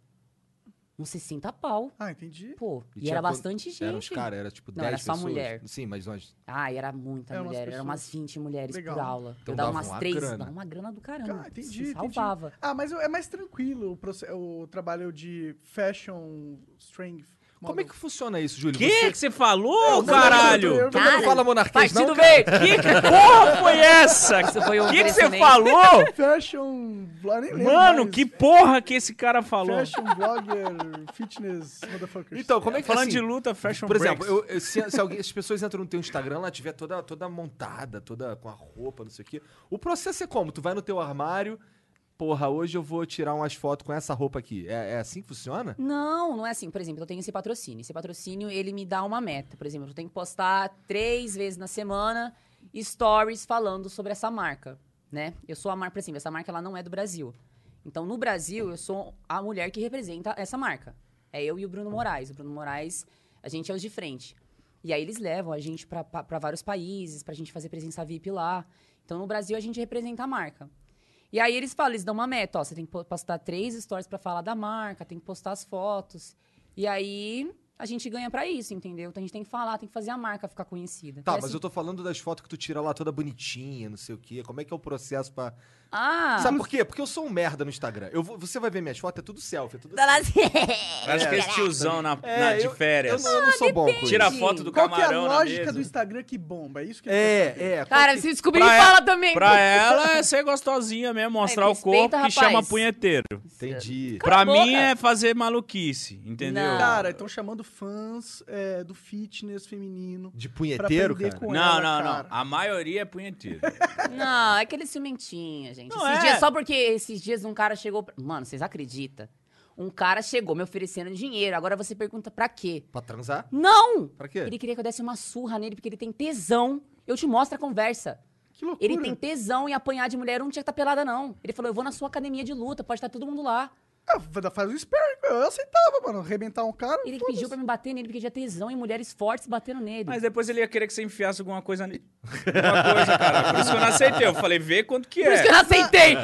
E: uns 60 pau.
B: Ah, entendi.
E: Pô, e,
C: tinha
E: era
C: quant-
E: bastante gente.
C: Era uns caras, era tipo
E: Não,
C: 10
E: era só
C: pessoas.
E: mulher.
C: Sim, mas nós.
E: Ah, e era muita
B: É, umas
E: mulher, eram umas
B: pessoas.
E: 20 mulheres
B: Legal.
E: por aula.
C: Então
E: eu dava
C: dava
E: umas
C: uma
E: três,
C: grana.
E: dava uma grana do caramba.
B: Cara,
E: assim,
B: entendi, entendi.
E: salvava.
B: Ah, mas é mais tranquilo o, proce- o trabalho de fashion strength.
C: Como é que funciona isso, Júlio?
D: Que
C: Você-
D: que você falou,
B: não,
D: caralho?
B: eu- eu-
C: Todo mundo
E: Cara,
C: fala monarquês,
E: Partido
C: não?
E: verde!
D: Que que porra foi essa?
E: Isso foi um
D: que que você
E: crescimento.
D: falou?
B: Fashion blogger. um nem lembro
D: Mano,
B: é mais.
D: que porra que esse cara falou?
B: Fashion blogger, fitness, motherfuckers.
C: Então, como é que
D: Falando
C: assim,
D: de luta, um fashion
C: Por exemplo,
D: breaks.
C: eu- eu- se, se alguém- as pessoas entram no teu Instagram, lá tiver toda, toda montada, toda com a roupa, não sei o quê. O processo é como? Tu vai no teu armário, porra, hoje eu vou tirar umas fotos com essa roupa aqui. É, é assim que funciona?
E: Não, não é assim. Por exemplo, eu tenho esse patrocínio. Esse patrocínio, ele me dá uma meta. Por exemplo, eu tenho que postar três vezes na semana stories falando sobre essa marca, né? Eu sou a marca, por exemplo, essa marca ela não é do Brasil. Então, no Brasil, eu sou a mulher que representa essa marca. É eu e o Bruno Moraes. O Bruno Moraes, a gente é os de frente. E aí eles levam a gente para vários países, pra gente fazer presença VIP lá. Então, no Brasil, a gente representa a marca. E aí eles falam, eles dão uma meta, ó, você tem que po- postar três stories pra falar da marca, tem que postar as fotos. E aí a gente ganha pra isso, entendeu? Então a gente tem que falar, tem que fazer a marca ficar conhecida. Então, assim,
C: Tá,
E: Parece-
C: mas eu tô falando das fotos que tu tira lá toda bonitinha, não sei o quê. Como é que é o processo pra.
E: Ah!
C: Sabe por quê? Porque eu sou um merda no Instagram. Eu vou- você vai ver minhas fotos, é tudo selfie, é tudo
E: Tá lá assim.
D: Parece que esse tiozão na,
C: É,
D: na- de
C: eu-
D: férias.
C: Eu, não- eu não sou bom com
D: Tira a
C: isso.
D: foto do
B: Qual que é a
D: camarão na
B: lógica do
D: mesa.
B: Instagram que bomba? É isso que ele quer saber.
C: É, é. qual
E: Cara,
C: que-
E: se descobrir,
D: Pra
E: fala
D: ela-
E: também.
D: Pra ela é ser gostosinha mesmo, mostrar o
E: É, respeita,
D: corpo que
E: rapaz.
D: chama punheteiro.
C: Entendi.
D: Pra
E: a
D: mim
E: boca.
D: é fazer maluquice, entendeu?
E: Não.
B: Cara, estão chamando fãs é, do fitness feminino.
C: De
B: pra
C: punheteiro,
B: aprender
C: cara?
B: com
D: Não,
B: ela,
D: não,
B: cara.
D: não. A maioria é punheteiro.
E: Não, é aquele ciumentinho, gente.
D: Não
E: esses
D: é.
E: dias, só porque esses dias um cara chegou. pra- Mano, vocês acreditam? Um cara chegou me oferecendo dinheiro. Agora você pergunta pra quê?
C: Pra transar?
E: Não!
C: Pra quê?
E: Ele queria que eu desse uma surra nele porque ele tem tesão. Eu te mostro a conversa.
B: Que loucura.
E: Ele tem tesão em apanhar de mulher, eu não tinha que estar pelada, não. Ele falou: eu vou na sua academia de luta, pode estar todo mundo lá.
B: Ah, vai- faz um sparring, eu aceitava, mano. Arrebentar um
D: Ah,
B: cara.
E: Ele
B: foda-se.
E: pediu pra me bater nele porque tinha tesão em mulheres fortes batendo nele.
D: Mas depois ele ia querer que você enfiasse alguma coisa nele. Alguma coisa, cara. Por isso que eu não aceitei. Eu falei, vê quanto que
E: Por isso que
D: é.
E: eu não aceitei!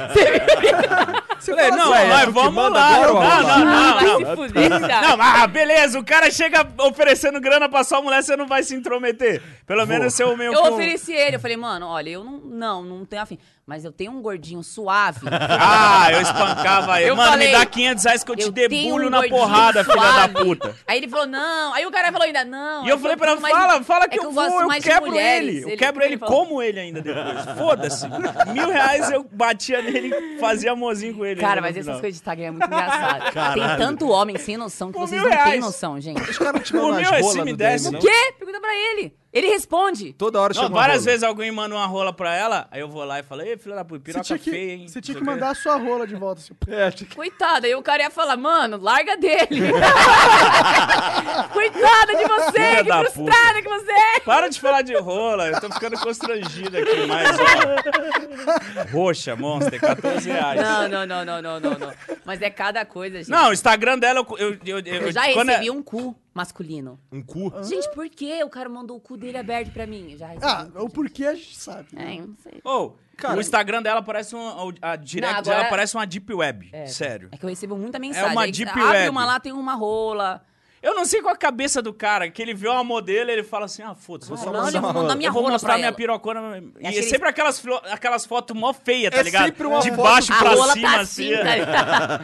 B: Você
D: Falei,
B: fala
D: não,
B: assim,
C: ué, é
D: mas
C: tu que
D: vamos
C: manda
D: lá.
C: agora,
D: Não, não,
C: vamos lá.
D: não, não, não.
E: vai se fuder,
D: Não,
E: Thiago.
D: mas ah, beleza, o cara chega oferecendo grana pra sua mulher, você não vai se intrometer. Pelo menos você é o meio
E: Eu
D: que um-
E: ofereci ele, eu falei, mano, olha, eu não, não, não tenho afim. Mas eu tenho um gordinho suave.
D: Ah, eu espancava ele.
E: Eu
D: Mano, me
E: falei,
D: dá 500 reais que eu te
E: eu tenho
D: debulho
E: um
D: na
E: gordinho
D: porrada, filha
E: suave.
D: da puta.
E: Aí ele falou, não. Aí o cara falou ainda, não.
D: E eu
E: é
D: falei
E: que
D: pra ela,
E: gosto mais de-
D: fala, fala que,
E: é
D: eu
E: gosto
D: vou, eu
E: mais de
D: quebro
E: mulheres.
D: ele. Eu quebro ele,
E: falou-
D: como ele ainda depois. Foda-se. Mil reais eu batia nele e fazia amorzinho com ele.
E: Cara,
D: ainda no
E: mas essas
D: final.
E: coisas de Instagram é muito engraçado. Tem tanto homem sem noção que
D: Com
E: vocês
D: mil
E: não têm
D: reais.
E: noção, gente.
C: Os caras não te mandam
D: O meu
C: umas
D: é
C: rolas
D: se me
C: no
D: desse,
C: DM, não?
E: O quê? Pergunta pra ele. Ele responde.
C: Toda hora
D: Não,
C: chega uma
D: várias
C: rola.
D: vezes alguém manda uma rola pra ela, aí eu vou lá e falo, ei, filha da puta,
B: Você
D: piroca
B: tinha que,
D: feia, hein?
B: você tinha
D: Não
B: que
D: sei o tipo,
B: mandar a sua rola de volta. Assim.
C: É, tinha que-
E: Coitado, aí o cara ia falar, mano, larga dele. Coitada de você,
D: Filha
E: que
D: da
E: frustrada que você é.
D: Para de falar de rola, eu tô ficando constrangido aqui mais, ó. Roxa, monster, 14 reais.
E: Não, não, não, não, não, não, não. Mas é cada coisa, gente.
D: Não, o Instagram dela, eu... eu, eu, eu-
E: eu já
D: quando é-
E: recebi um cu masculino.
C: Um cu.
E: Gente, por que o cara mandou o cu dele aberto pra mim? Eu já recebi.
B: Ah,
E: um cu,
B: o porquê a gente sabe.
E: gente. É, eu não sei.
D: Ô, o Instagram dela parece um... A direct
E: Não, agora-
D: dela parece uma deep web,
E: É.
D: sério.
E: É que eu recebo muita mensagem.
D: uma
E: Aí
D: deep
E: abre
D: web.
E: uma lá, tem uma rola.
D: Eu não sei qual a cabeça do cara, que ele vê uma modelo e ele fala assim, ah, foda-se, vou só
E: Caralho,
D: mostrar
E: eu vou mandar minha
D: eu vou
E: rola pra
D: mostrar minha
E: ela.
D: pirocona. E é
E: aquele-
D: sempre aquelas, flo- aquelas fotos mó feia, tá
C: É
D: ligado?
C: sempre uma
D: de
C: foto-
D: baixo
E: A
D: pra
E: rola
D: cima,
E: tá
D: assim.
E: assim, tá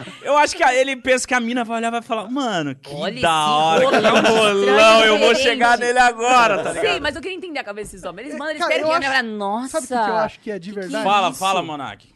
E: ligado?
D: Eu acho que a- ele pensa que a mina vai olhar e vai falar, mano, que da
E: Olha esse
D: hora, que
E: rolão
D: rolão, eu vou
E: diferente."
D: chegar nele agora, tá
E: Sei,
D: ligado?
E: mas eu queria entender a cabeça desses homens. Eles mandam, eles
B: Cara,
E: querem
B: eu
E: que a
B: acho-
E: minha fala, nossa.
B: Sabe o que que eu acho que é de verdade?
D: Fala,
E: isso?
D: fala, Monark.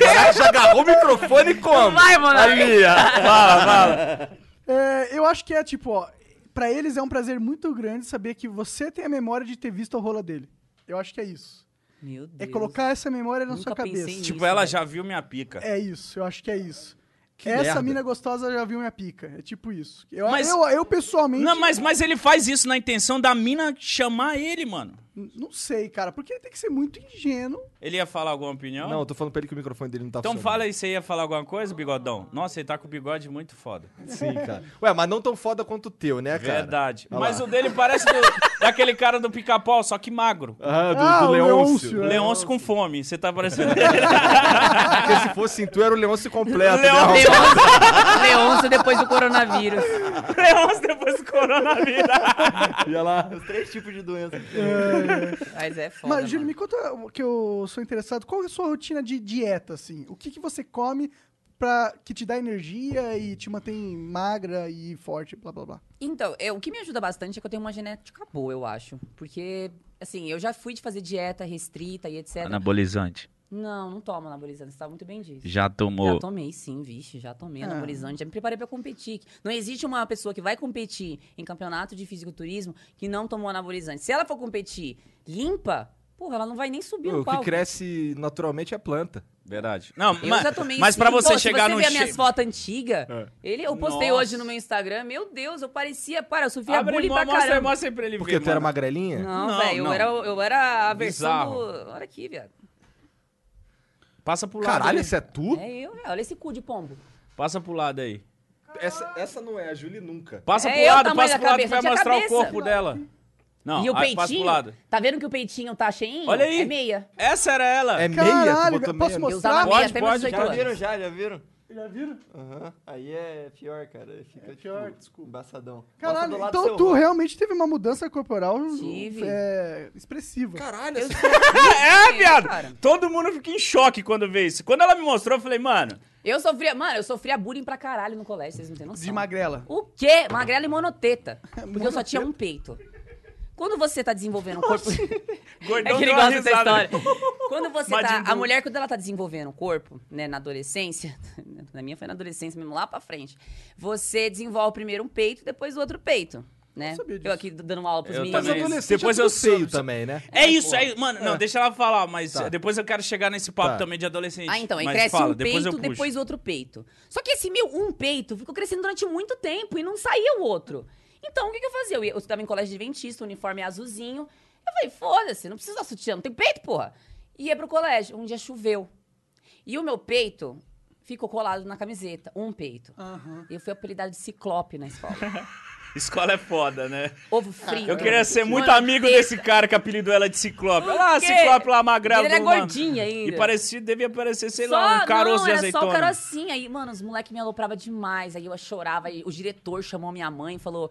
C: Caraca, já agarrou o microfone e como?
E: Vai, Monark.
C: Aí, ó. fala, fala.
B: É, eu acho que é tipo, ó. Pra eles é um prazer muito grande saber que você tem a memória de ter visto a rola dele. Eu acho que é isso.
E: Meu
B: É
E: Deus.
B: colocar essa memória na
E: Nunca
B: sua
E: pensei
B: cabeça.
E: nisso.
D: Tipo, ela
E: velho.
D: já viu minha pica.
B: É isso, eu acho que é isso.
C: Que
B: essa
C: merda.
B: mina gostosa já viu minha pica. É tipo isso. Eu,
D: Mas-
B: eu, eu pessoalmente.
D: Não, mas, mas ele faz isso na intenção da mina chamar ele, mano.
B: N- Não sei, cara, porque ele tem que ser muito ingênuo.
D: Ele ia falar alguma opinião?
C: Não, eu tô falando pra ele que o microfone dele não tá
D: Então fala
C: funcionando.
D: aí, você ia falar alguma coisa, bigodão? Nossa, ele tá com o bigode muito foda.
C: Sim, cara. Ué, mas não tão foda quanto o teu, né, cara?
D: Verdade.
C: Olha
D: Mas
C: lá.
D: o dele parece do- daquele cara do pica-pau, só que magro.
C: Ah, do,
B: Ah,
C: do
B: o
C: Leôncio.
B: Leôncio.
D: Leôncio com fome, você tá parecendo.
C: Porque se fosse em tu, era o Leôncio completo. né,
D: Leôncio.
C: Raul?
E: Leôncio, Leôncio depois do coronavírus.
D: Leôncio depois do coronavírus.
C: Ia lá.
F: Os três tipos de doença.
E: Mas é foda.
B: Mas, Júlio,
E: mano.
B: me conta o que eu sou interessado. Qual é a sua rotina de dieta, assim? O que, que você come pra, que te dá energia e te mantém magra e forte, blá, blá, blá?
E: Então, é, o que me ajuda bastante é que eu tenho uma genética boa, eu acho. Porque, assim, eu já fui de fazer dieta restrita e etc.
D: Ah, Anabolizante.
E: Não, não tomo anabolizante, você tá muito bem disso.
D: Já
E: Já
D: tomou.
E: tomei, sim, vixe, já tomei
B: Ah.
E: anabolizante, já me preparei pra competir. Não existe uma pessoa que vai competir em campeonato de fisiculturismo que não tomou anabolizante. Se ela for competir limpa, porra, ela não vai nem subir no
C: O que
E: palco.
C: cresce naturalmente é a planta.
D: Verdade. Não,
E: Eu
D: mas,
E: já tomei
D: mas
E: sim.
D: pra você
E: Pô,
D: chegar
E: se
D: no
E: você ver
D: che-
E: minhas fotos antigas,
C: É.
E: ele, eu postei
D: Nossa.
E: hoje no meu Instagram, meu Deus, eu parecia, para, eu sofria
D: Abre
E: bullying
D: mão,
E: pra
D: mostra, aí,
E: caramba.
D: mostra aí pra ele
C: Porque
D: ver.
C: tu era
D: mano.
C: magrelinha?
E: Não,
D: Não,
E: velho, eu
D: não.
E: era, eu era a versão
D: Bizarro.
E: do... Olha aqui, viado.
D: Passa pro lado.
C: Caralho,
D: aí.
C: essa é tu?
E: É eu, velho, olha esse cu de pombo.
D: Passa pro lado aí.
C: Essa, essa não é a Julie nunca.
D: Passa
E: É
D: pro
E: eu,
D: lado,
E: tamanho
D: passa
E: da
D: pro lado que
E: cabeça,
D: vai
E: tinha
D: mostrar
E: cabeça.
D: o corpo dela. Não,
E: e o
D: aí passa pro
E: peitinho,
D: lado.
E: tá vendo que o peitinho tá cheinho?
D: Olha aí.
E: É meia.
D: Essa era ela.
C: É meia? Tu
B: Caralho,
C: botou
B: posso
C: meia?
E: Eu usava
B: mostrar?
E: meia
D: Pode,
E: até meus
D: pode,
E: 18
D: cara.
F: Já
E: anos.
F: viram, já, já viram?
B: Já viram?
F: Aham. Aí é pior, cara. Fica,
B: pior,
F: tipo,
B: desculpa.
F: Embaçadão. Mostra
B: Caralho,
F: do lado
B: então
F: seu,
B: tu
F: Rô.
B: realmente teve uma mudança corporal
E: Tive.
B: é, expressiva.
C: Caralho, essa...
D: É, viado.
E: cara.
D: Todo mundo fica em choque quando vê isso. Quando ela me mostrou, eu falei, mano,
E: Eu sofria, mano, eu sofria bullying pra caralho no colégio, vocês não têm noção.
B: de magrela.
E: O quê? Magrela e monoteta. Porque eu só tinha um peito. Quando você tá desenvolvendo um corpo. é
D: gordão
E: que ele
D: deu uma
E: gosta dessa
D: risada.
E: história. Quando você
D: Majin
E: tá.
D: Buu.
E: A mulher, quando ela tá desenvolvendo um corpo, né, na adolescência, na minha foi na adolescência mesmo, lá pra frente, você desenvolve primeiro um peito depois o outro peito. Né?
B: Eu sabia disso.
E: Eu aqui dando uma aula pros
D: Eu
E: meninos.
C: Mas
D: também.
C: adolescente
D: Depois
C: é
D: eu
C: tudo
D: sou-
C: feio também, né?
D: É isso, é isso. Mano, não, deixa ela falar, mas
C: Tá.
D: depois eu quero chegar nesse papo
C: Tá.
D: também de adolescente.
E: Ah, então, aí
D: mas
E: cresce
D: fala,
E: um
D: depois
E: peito,
D: eu puxo.
E: depois outro peito. Só que esse meu um peito ficou crescendo durante muito tempo e não saía o outro. Então, o que, que eu fazia? Eu, ia, eu estudava em colégio adventista, o uniforme é azulzinho. Eu falei, foda-se, não precisa usar sutiã, não tem peito, porra. Ia pro colégio, um dia choveu. E o meu peito ficou colado na camiseta, um peito. E eu fui apelidado de ciclope na escola.
D: Escola é foda, né?
E: Ovo frito.
D: Eu queria ser muito
E: Mano,
D: amigo
E: peito.
D: desse cara que apelidou ela de Ciclope. Olha lá,
E: Por quê?
D: Ciclope lá, magrelo.
E: Ele era
D: do mano.
E: gordinho ainda.
D: E parecia, devia parecer, sei
E: Só-
D: lá, um caroço
E: não,
D: de
E: era
D: azeitona.
E: só o carocinho. Aí, mano, os moleques me alopravam demais. Aí eu chorava. Aí o diretor chamou minha mãe e falou...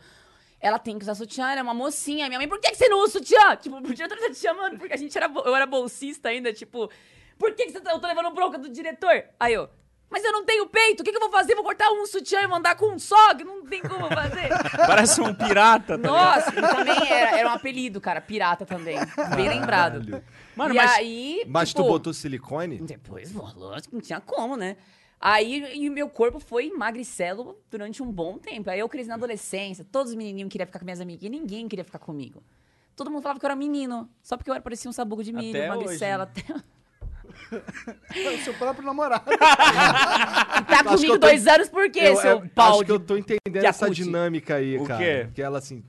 E: Ela tem que usar sutiã, ela é uma mocinha. Aí Minha mãe, por que, que você não usa sutiã? Tipo, o diretor tá te chamando, porque a gente era... bo- Eu era bolsista ainda, tipo... Por que, que você tá... Eu tô levando bronca do diretor. Aí eu... Mas eu não tenho peito, o que, que eu vou fazer? Vou cortar um sutiã e mandar com um só? Que Não tem como fazer.
D: Parece um pirata, tá ligado?
E: Nossa, e também era, era um apelido, cara. Pirata também. Bem lembrado.
D: Mano,
E: e
D: mas-
E: aí,
C: Mas tu
E: tipo,
C: botou silicone?
E: depois, pô, lógico, não tinha como, né? Aí e meu corpo foi magricelo durante um bom tempo. Aí eu cresci na adolescência, todos os menininhos queriam ficar com minhas amigas e ninguém queria ficar comigo. Todo mundo falava que eu era menino, só porque eu era parecia um sabugo de milho,
D: Até
E: magricela. até-
B: É, O seu próprio namorado.
E: Tá
C: que eu
E: comigo
C: tô-
E: dois anos por quê,
C: eu,
D: é
E: seu
C: eu-
E: pau
C: acho
E: de...
C: que eu tô entendendo
E: de
C: essa
E: acute.
C: dinâmica aí,
D: O
C: cara.
D: quê?
C: Que ela assim,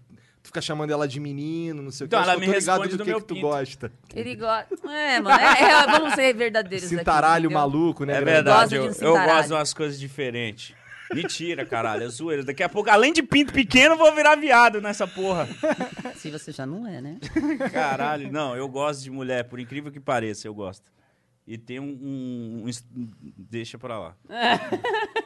C: tu fica chamando ela de menino, não sei o que.
D: Então,
C: acho
D: ela
C: que eu
D: me
C: tô ligado
D: responde
C: do,
D: do
C: que,
D: meu
C: que tu
D: pinto.
C: gosta.
E: Ele gosta... É, mano, é, é, vamos ser verdadeiros aqui,
C: Cintaralho
E: entendeu?
C: maluco, né?
D: É
C: grande?
D: verdade,
E: Gosto
D: eu,
E: de um
D: eu
E: cintaralho.
D: gosto de umas coisas diferentes. Mentira, caralho, é zoeira. Daqui a pouco, além de pinto pequeno, eu vou virar viado nessa porra.
E: Se você já não é, né?
D: Caralho, não, eu gosto de mulher, por incrível que pareça, eu gosto. E tem um. um- um est- deixa pra lá.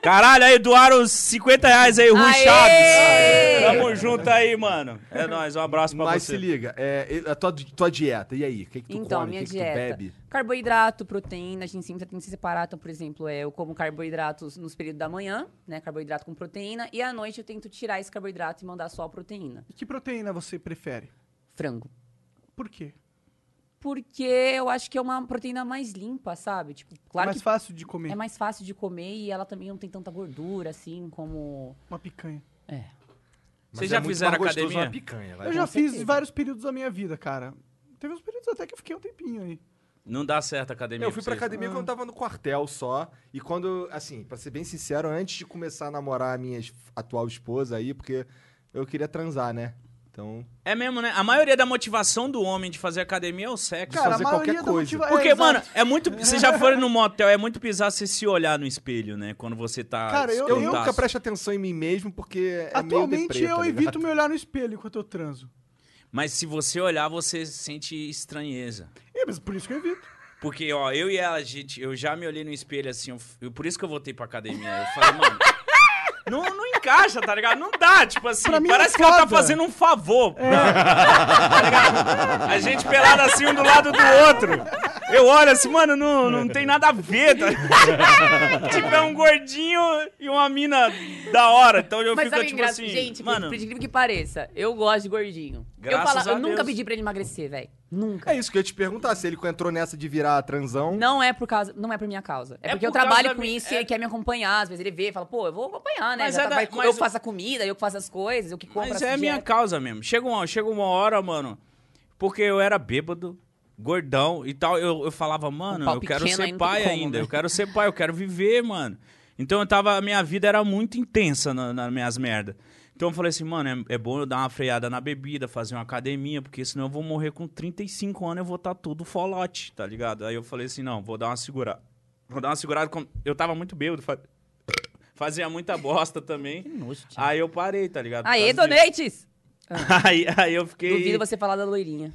D: Caralho, aí doaram os 50 reais aí, Rui
E: Aê!
D: Chaves. Tamo junto aí, mano. É nóis, um abraço pra
C: Mas
D: você.
C: se liga, é, a tua, tua dieta, e aí? O que, que tu
E: Então,
C: come?
E: minha
C: o que,
E: dieta.
C: que tu bebe?
E: Carboidrato, proteína, a gente sempre tem que se separar. Então, por exemplo, é, eu como carboidratos nos períodos da manhã, né? Carboidrato com proteína. E à noite eu tento tirar esse carboidrato e mandar só a proteína.
B: E que proteína você prefere?
E: Frango.
B: Por quê?
E: Porque eu acho que é uma proteína mais limpa, sabe? Tipo, claro
B: mais
E: que
B: fácil de comer
E: é mais fácil de comer e ela também não tem tanta gordura, assim, como...
B: uma picanha.
E: É.
C: Mas
D: Vocês
C: é
D: já
C: muito
D: fizeram
C: mais gostoso
D: academia?
C: Uma picanha, vai.
B: Eu já
E: com
B: fiz
E: certeza.
B: vários períodos da minha vida, cara. Teve uns períodos até que eu fiquei um tempinho aí.
D: Não dá certo a academia.
C: Eu fui pra
D: vocês. né?
C: academia quando eu tava no quartel só. E quando, assim, pra ser bem sincero, antes de começar a namorar a minha es- atual esposa aí, porque eu queria transar, né? Então,
D: É mesmo, né? A maioria da motivação do homem de fazer academia é o sexo.
B: Cara, a
C: fazer
B: maioria
C: qualquer
B: da
C: coisa.
B: motiva-
D: Porque,
B: é, exato.
D: mano, é muito. Vocês já foram no motel, é muito bizarro você se olhar no espelho, né? Quando você tá.
B: Cara, eu-
C: eu
D: escrotaço.
C: nunca presto atenção em mim mesmo porque é meio
B: Atualmente
C: deprê, tá
B: eu
C: ligado?
B: evito me olhar no espelho enquanto eu transo.
D: Mas se você olhar, você sente estranheza.
B: É, mas por isso que eu evito.
D: Porque, ó, eu e ela, gente, eu já me olhei no espelho assim, eu f- eu- por isso que eu voltei pra academia. Eu falei, mano. Não, não encaixa, tá ligado? Não dá, tipo assim,
B: Pra mim é
D: parece que ela tá
B: foda. É.
D: fazendo um favor. Tá ligado? A gente pelado assim um do lado do outro. Eu olho assim, mano, não, não tem nada a ver. Tá? ligado? tipo, é um gordinho e uma mina da hora. Então eu
E: Mas
D: fico,
E: sabe
D: tipo
E: engraçado?
D: assim,
E: Gente, por
D: mano...
E: por incrível que pareça, eu gosto de gordinho. eu
D: Graças
E: falo,
D: a
E: eu nunca
D: Deus.
E: pedi pra ele emagrecer, velho. Nunca.
C: É isso que eu ia te perguntar, se ele entrou nessa de virar transão.
E: Não é por causa, não é por minha causa. É,
D: É
E: porque eu
D: por causa
E: trabalho
D: da
E: com
D: minha-
E: isso e
D: é-
E: ele quer me acompanhar. Às vezes ele vê e fala, pô, eu vou acompanhar, né?
D: Mas
E: Já
D: é
E: tá-
D: da-
E: vai- eu
D: mas o-
E: faço a comida, eu que faço as coisas, eu que compro
D: Mas
E: as
D: é minha causa mesmo. Chega uma, chega uma hora, mano, porque eu era bêbado, gordão e tal. Eu, eu falava, mano,
E: Um pau
D: eu quero
E: pequeno
D: ser
E: ainda não tem
D: pai
E: como,
D: ainda.
E: né?
D: Eu quero ser pai, eu quero viver, mano. Então eu tava. A minha vida era muito intensa na- nas minhas merdas. Então eu falei assim, mano, é, é bom eu dar uma freada na bebida, fazer uma academia, porque senão eu vou morrer com 35 anos e eu vou estar todo folote, tá ligado? Aí eu falei assim, não, vou dar uma segurada. Vou dar uma segurada. como- Eu tava muito bêbado, fa- fazia muita bosta também.
E: nojo, tio.
D: Aí eu parei, tá ligado? Por
E: Aê,
D: causa disso.
E: Donates!
D: Aí, aí eu fiquei.
E: Duvido você falar da loirinha.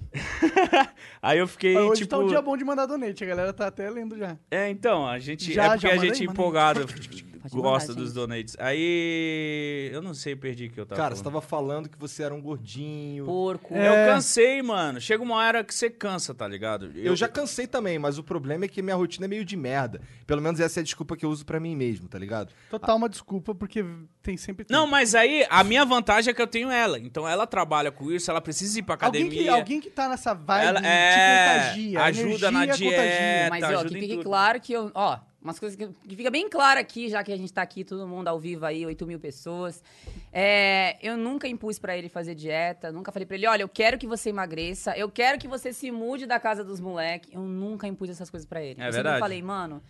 D: Aí eu fiquei,
B: Mas hoje
D: tipo.
B: tá um dia bom de mandar donate, a galera tá até lendo já.
D: É, então, a gente.
B: Já,
D: é porque
B: já
D: a gente
B: mandei,
D: é empolgado tipo,
E: Pode
D: gosta
E: mandar,
D: dos
E: gente.
D: donates. Aí. Eu não sei, perdi o que eu tava.
C: Cara, você
D: falando.
C: tava falando que você era um gordinho.
E: Porco.
B: É.
D: Eu cansei, mano. Chega uma hora que você cansa, tá ligado?
C: Eu já cansei também, mas o problema é que minha rotina é meio de merda. Pelo menos essa é a desculpa que eu uso pra mim mesmo, tá ligado?
B: Total uma desculpa, porque tem sempre...
D: Não, mas aí a minha vantagem é que eu tenho ela. Então ela trabalha com isso, ela precisa ir pra academia.
B: alguém, que, alguém que tá nessa vibe
D: Ela-
B: te
D: é,
B: contagia. a
D: ajuda na
B: energia
D: dieta.
E: Mas,
D: tá,
E: ó,
D: ajuda
E: que
D: em
E: fique
D: tudo.
E: claro que eu. Ó, umas coisas que, que fica bem claro aqui, já que a gente tá aqui, todo mundo ao vivo aí, 8 mil pessoas. É, eu nunca impus pra ele fazer dieta, nunca falei pra ele, olha, eu quero que você emagreça, eu quero que você se mude da casa dos moleques. Eu nunca impus essas coisas pra ele.
D: É
E: eu
D: verdade.
E: sempre falei, mano,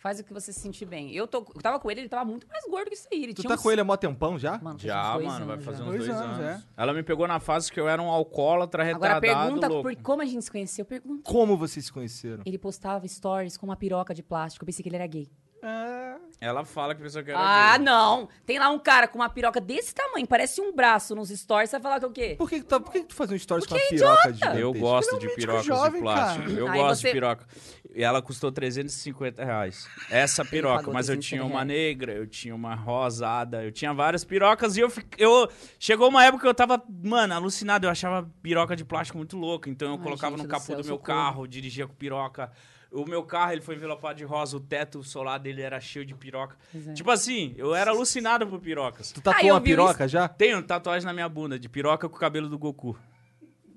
E: faz o que você se sentir bem. Eu, tô, eu tava com ele, ele tava muito mais gordo que isso aí. Ele
C: Tu
E: tinha
C: tá
E: uns-
C: com ele há mó tempão já?
E: Mano, faz uns
D: Já,
E: dois
D: mano, vai
E: anos
D: fazer um
E: já.
D: uns dois,
B: Dois
D: anos. é.
B: anos,
D: Ela me pegou na fase que eu era um alcoólatra
E: Agora
D: retardado.
E: pergunta
D: louco.
E: por como a gente se conheceu, pergunta.
C: Como vocês se conheceram?
E: Ele postava stories com uma piroca de plástico, eu pensei que ele era gay.
B: Ah,
D: Ela fala que pensou que era.
E: Ah,
D: gay.
E: não! Tem lá um cara com uma piroca desse tamanho, parece um braço nos stories, você vai falar que é o quê?
C: Por que, que tá- por que que tu faz um stories com
E: é
C: uma piroca de
D: Eu gosto de
B: Geralmente
D: pirocas
B: jovem,
D: de plástico.
B: cara.
D: Eu
E: Aí
D: gosto de
E: você-
D: piroca. E ela custou 350 reais. Essa piroca.
E: pagou
D: Mas eu
E: 350
D: tinha uma
E: reais.
D: negra, eu tinha uma rosada, eu tinha várias pirocas e eu, fi- eu. Chegou uma época que eu tava, mano, alucinado. Eu achava piroca de plástico muito louca. Então eu
E: Ai,
D: colocava
E: gente
D: no
E: do
D: capô
E: céu,
D: do meu
E: socorro.
D: carro, dirigia com piroca. O meu carro, ele foi envelopado de rosa, o teto solar dele era cheio de piroca.
E: Pois é.
D: Tipo assim, eu era alucinado por pirocas.
C: Tu
E: Ah,
C: tatuou
E: eu
C: uma
E: vi o
C: piroca já?
D: Tenho tatuagem na minha bunda, de piroca com o cabelo do Goku.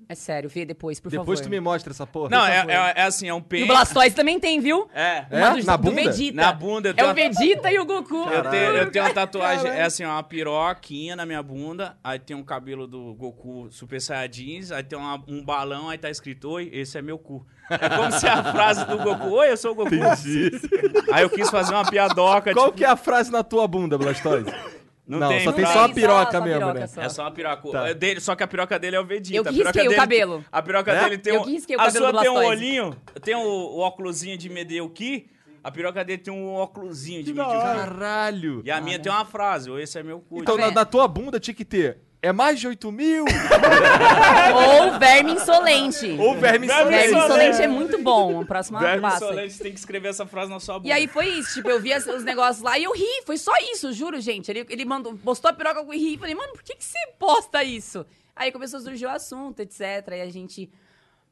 E: É sério, vê depois, por
C: Depois
E: favor.
C: tu me mostra essa porra.
D: Não, é, é- é assim, é um
E: E
D: pênis.
E: o Blastoise também tem, viu?
D: É.
C: É?
E: Uma do-
C: Na
E: do
C: bunda?
E: Vegeta.
D: Na bunda, eu
E: É
D: tenho,
E: o Vegeta e o Goku.
D: eu tenho, eu tenho uma tatuagem,
B: Caralho.
D: é assim, ó, uma piroquinha na minha bunda, aí tem um cabelo do Goku Super Saiyajins, aí tem uma- um balão, aí tá escrito, oi, esse é meu cu. É como se a frase do Goku, oi, eu sou o Goku. Aí eu quis fazer uma piadoca,
C: Qual
D: tipo,
C: que é a frase na tua bunda, Blastoise?
D: Não
C: não
D: tem
C: só tem
D: frase.
C: só a
E: Só-
C: piroca
E: só a
C: mesmo,
E: piroca
C: né?
E: só.
D: É só uma piroca.
C: Tá.
D: É dele, só que a piroca dele é o Vegeta.
E: Eu que
D: a piroca
E: risquei o
D: dele-
E: cabelo.
D: A piroca
C: É?
D: dele tem
E: Eu
D: um.
E: que risquei o
D: a
E: cabelo
D: sua
E: do
D: tem um
E: Blastoise.
D: olhinho, tem o, o óculosinho de Medeuki. A piroca dele tem um óculosinho de
B: da
D: Medeuki.
B: hora.
C: Caralho!
D: E a minha tem uma frase, ou esse é meu cu.
C: Então,
E: Tá
C: na,
E: vendo?
C: na tua bunda tinha que ter. É mais de 8 mil?
E: Ou verme insolente.
C: Ou verme
D: Verme
E: Verme
C: insolente? é
E: insolente é muito bom. A próxima
D: Verme
E: passa.
D: insolente, tem que escrever essa frase na sua bunda.
E: E aí foi isso, tipo, eu vi as- os negócios lá e eu ri, foi só isso, juro, gente. Ele, ele mandou, postou a piroca e ri, falei, mano, por que, que você posta isso? Aí começou a surgir o assunto, etc. E a gente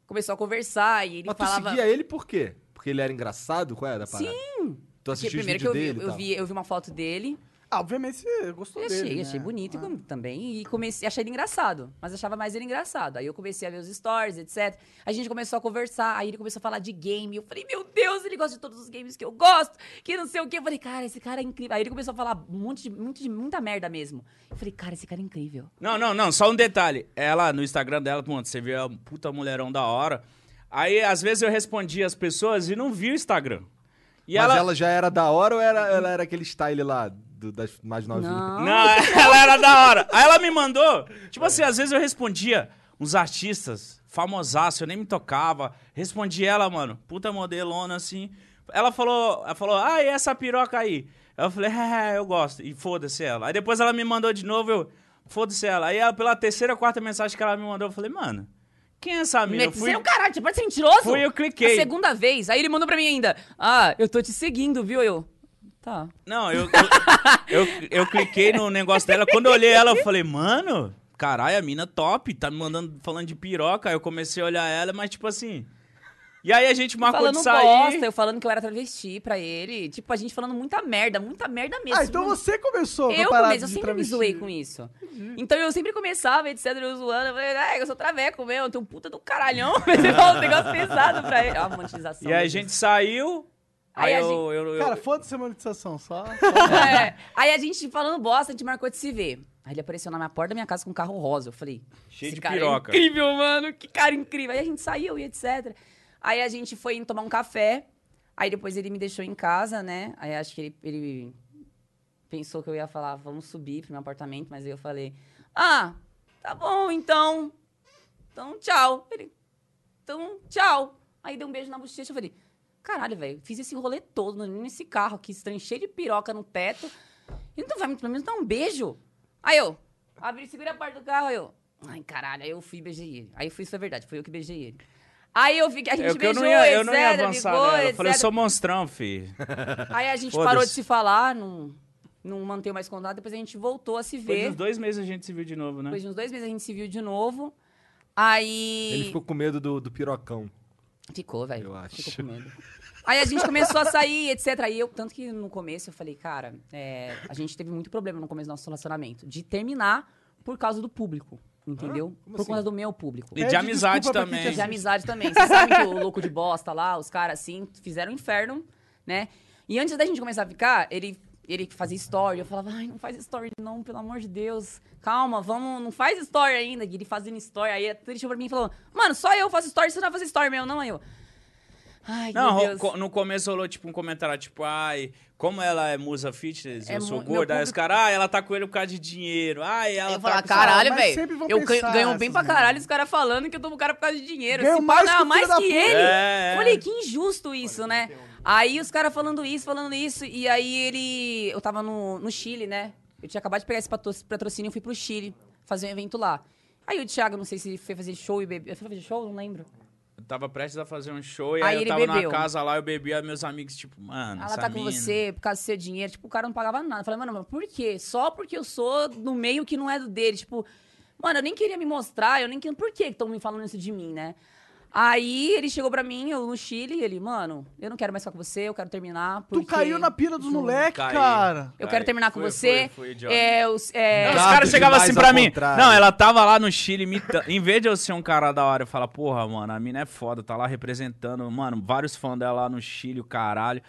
E: começou a conversar e ele
C: Mas tu
E: falava...
C: seguia ele por quê? Porque ele era engraçado? Qual era a parada? Sim! Tu
E: Porque
C: assistiu os vídeos
E: primeiro que eu vi,
C: dele e
E: eu,
C: tal?
E: vi, eu vi uma foto dele,
B: ah, obviamente você gostou
E: eu
B: dele,
E: achei,
B: né?
E: achei bonito e com- também. E comecei, achei ele engraçado, mas achava mais ele engraçado. Aí eu comecei a ver os stories, etc. A gente começou a conversar, aí ele começou a falar de game. Eu falei, meu Deus, ele gosta de todos os games que eu gosto, que não sei o quê. Eu falei, cara, esse cara é incrível. Aí ele começou a falar um monte de, muito de muita merda mesmo. Eu falei, cara, esse cara é incrível.
D: Não, não, não, só um detalhe. Ela, no Instagram dela, mano, você vê a puta mulherão da hora. Aí, às vezes, eu respondi as pessoas e não vi o Instagram. E
C: Mas
D: ela,
C: ela... já era da hora ou era, ela era aquele style lá do- das Marginal Vila.
E: Não.
D: Não, ela era da hora. Aí ela me mandou. Tipo assim, às vezes eu respondia uns artistas famosaço, eu nem me tocava. Respondi ela, mano, puta modelona assim. Ela falou, ela falou, ah, e essa piroca aí? Eu falei, é, eu gosto. E foda-se ela. Aí depois ela me mandou de novo, eu, foda-se ela. Aí ela, pela terceira ou quarta mensagem que ela me mandou, eu falei, mano, quem é essa mina? Eu
E: Você
D: fui-
E: é um caralho, você pode ser mentiroso?
D: Fui, eu cliquei.
E: A segunda vez. Aí ele mandou pra mim ainda. Ah, eu tô te seguindo, viu? Eu. Tá.
D: Não, eu, eu, eu, eu cliquei no negócio dela. Quando eu olhei ela, eu falei, mano, caralho, a mina top. Tá me mandando, falando de piroca. Aí eu comecei a olhar ela, mas tipo assim. E aí a gente marcou
E: falando
D: de
E: bosta,
D: sair.
E: eu falando que eu era travesti pra ele. Tipo, a gente falando muita merda, muita merda mesmo.
B: Ah, então
E: mano.
B: você começou com a
E: Eu
B: parada
E: começo, eu
B: de
E: sempre
B: travesti.
E: me zoei com isso.
D: Uhum.
E: Então eu sempre começava, etc, eu zoando. Eu falei, ah, eu sou traveco mesmo, eu tenho um puta do caralhão. Mas ele falou um negócio pesado pra ele. Ó, a monetização.
D: E aí a
E: meu
D: gente saiu. Aí,
E: Aí a
D: eu,
E: gente-
D: eu- eu-
B: Cara, foda-se a monetização, só. só-
E: Deus. É. Aí a gente falando bosta, a gente marcou de se ver. Aí ele apareceu na minha porta da minha casa com um carro rosa. Eu falei,
D: Cheio
E: esse
D: de
E: cara
D: piroca.
E: É incrível, mano. Que cara incrível. Aí a gente saiu e etc. Aí a gente foi indo tomar um café. Aí depois ele me deixou em casa, né? Aí acho que ele, ele pensou que eu ia falar, vamos subir pro meu apartamento. Mas aí eu falei, ah, tá bom, então. Então, tchau. Ele, então, tchau. Aí deu um beijo na bochecha. Eu falei, caralho, velho, fiz esse rolê todo nesse carro aqui, estranho, cheio de piroca no teto. E não vai muito, pelo menos dar um beijo. Aí eu, abri, segurei a porta do carro, aí eu, ai, caralho, aí eu fui e beijei ele. Aí eu fui, isso é verdade, foi eu que beijei ele. Aí eu vi que a gente
D: eu, É que eu
E: beijou,
D: não ia, eu não ia
E: etc,
D: avançar
E: ligou,
D: nela. Eu falei, eu
E: etc.
D: sou monstrão, fi.
E: Aí a gente
D: Foda-se.
E: parou de se falar, não, não manteve mais contato, depois a gente voltou a se
D: Depois
E: ver.
D: dos dois meses a gente se viu de novo, né?
E: Depois de uns dois meses a gente se viu de novo. Aí.
C: Ele ficou com medo do, do pirocão.
E: Ficou, velho.
C: Eu acho.
E: Ficou com medo. Aí a gente começou a sair, etc. Aí eu, tanto que no começo eu falei, cara, é, a gente teve muito problema no começo do nosso relacionamento de terminar por causa do público, entendeu?
C: Como
E: Por
C: assim?
E: conta do meu público.
D: E
B: Pede
D: de amizade
B: É, desculpa pra quem
D: também.
B: te
E: De amizade também. Vocês sabem que o louco de bosta lá, os caras assim, fizeram um inferno, né? E antes da gente começar a ficar, ele, ele fazia story. Eu falava, ai, não faz story não, pelo amor de Deus. Calma, vamos, não faz story ainda. E ele fazendo story. Aí ele chegou pra mim e falou, mano, só eu faço story, você não vai fazer story meu, não, aí eu. Ai,
D: Não,
E: meu Deus.
D: co- no começo rolou tipo um comentário, tipo, ai, como ela é musa fitness,
E: É
D: eu sou
E: mu- meu
D: gorda, aí os
E: público-
D: caras, ai, ela tá com ele por causa de dinheiro, ai, ela
E: Aí eu
D: tá
E: falava,
D: com-
E: caralho,
B: mas sempre
E: velho.
B: vão
E: Eu ganho,
B: pensar
E: ganho bem pra
B: essas
E: caralho os caras falando que eu tomo o cara por causa de dinheiro.
B: Ganho
E: Se
B: mais
E: mais
B: que o
E: não, mais
B: filho da
E: que
B: puta.
E: ele.
D: É, é.
E: Falei, que injusto isso, né? Aí os caras falando isso, falando isso. E aí ele. Eu tava no, no Chile, né? Eu tinha acabado de pegar esse patro- patrocínio e fui pro Chile fazer um evento lá. Aí o Thiago, não sei se foi fazer show e bebeu. Foi fazer show? Não lembro.
D: Eu tava prestes a fazer um show e
E: Aí
D: aí, eu
E: ele
D: tava
E: bebeu.
D: numa casa lá, eu bebi, aí meus amigos, tipo, mano,
E: Ela
D: essa
E: tá com
D: mina.
E: você por causa do seu dinheiro. Tipo, o cara não pagava nada. Eu falei, mano, mas por quê? Só porque eu sou no meio que não é do dele. Tipo, mano, eu nem queria me mostrar, eu nem queria. Por que estão me falando isso de mim, né? Aí ele chegou pra mim, eu no Chile, e ele, mano, eu não quero mais ficar com você, eu quero terminar.
B: Tu
E: porque-
B: caiu na pira dos moleques,
D: Caí.
B: cara.
E: Eu
D: Caí.
E: quero terminar com
D: Foi-
E: você.
D: foi- foi idiota.
E: É, os- é-
D: Não, os
C: Gato
D: caras chegavam
C: demais
D: assim
C: ao
D: pra mim.
C: contrário.
D: Não, ela tava lá no Chile, imita- em vez de eu ser um cara da hora e falar, porra, mano, a mina é foda, tá lá representando, mano, vários fãs dela lá no Chile, o caralho.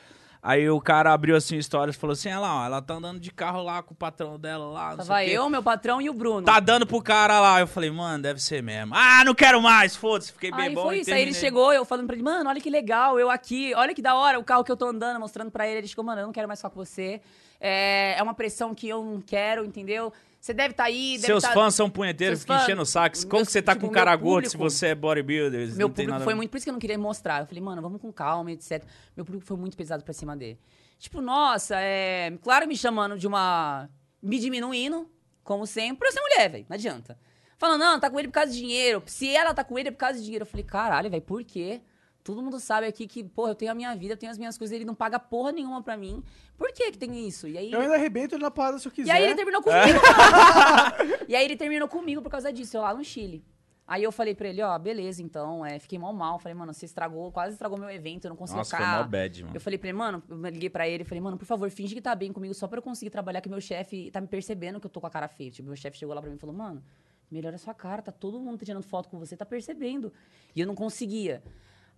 D: Aí o cara abriu assim histórias e falou assim: olha lá, ó, ela tá andando de carro lá com o patrão dela lá. Não
E: Tava
D: sei o quê.
E: eu, meu patrão e o Bruno.
D: Tá dando pro cara lá. Eu falei, mano, deve ser mesmo. Ah, não quero mais, foda-se. Fiquei bem
E: Aí
D: bom.
E: foi isso, aí ele
D: terminei.
E: chegou, eu falando pra ele, mano, olha que legal, eu aqui, olha que da hora o carro que eu tô andando, mostrando pra ele. Ele chegou, mano, eu não quero mais falar com você. É, é uma pressão que eu não quero, entendeu? Você deve tá aí, deve
D: Seus
E: tá...
D: fãs são punheteiros,
E: Seus
D: ficam
E: fãs-
D: enchendo o saco. Como
E: meus-
D: que você tá
E: tipo,
D: com cara
E: meu
D: gordo se
E: público-
D: você é bodybuilder?
E: Meu
D: não tem
E: público
D: nada...
E: foi muito. Por isso que eu não queria mostrar. Eu falei, mano, vamos com calma, etc. Meu público foi muito pesado pra cima dele. Tipo, nossa, é. Claro, me chamando de uma. Me diminuindo, como sempre, pra eu ser mulher, velho. Não adianta. Falando, não, tá com ele por causa de dinheiro. Se ela tá com ele é por causa de dinheiro. Eu falei, caralho, velho, por quê? Todo mundo sabe aqui que, porra, eu tenho a minha vida, eu tenho as minhas coisas, ele não paga porra nenhuma pra mim. Por que que tem isso? E aí.
B: Eu ainda arrebento ele na porrada se eu quiser.
E: E aí ele terminou
D: É.
E: comigo. mano. e aí ele terminou comigo por causa disso, eu lá no Chile. Aí eu falei pra ele, ó, beleza, então, é, fiquei mal mal. Falei, mano, você estragou, quase estragou meu evento, eu não consegui
D: Nossa, foi
E: ficar.
D: mó bad, mano.
E: Eu falei pra ele, mano, eu liguei pra ele, falei, mano, por favor, finge que tá bem comigo só pra eu conseguir trabalhar, que meu chefe tá me percebendo que eu tô com a cara feia. Tipo, meu chefe chegou lá pra mim e falou, mano, melhora a sua cara, tá todo mundo tirando foto com você, tá percebendo. E eu não conseguia.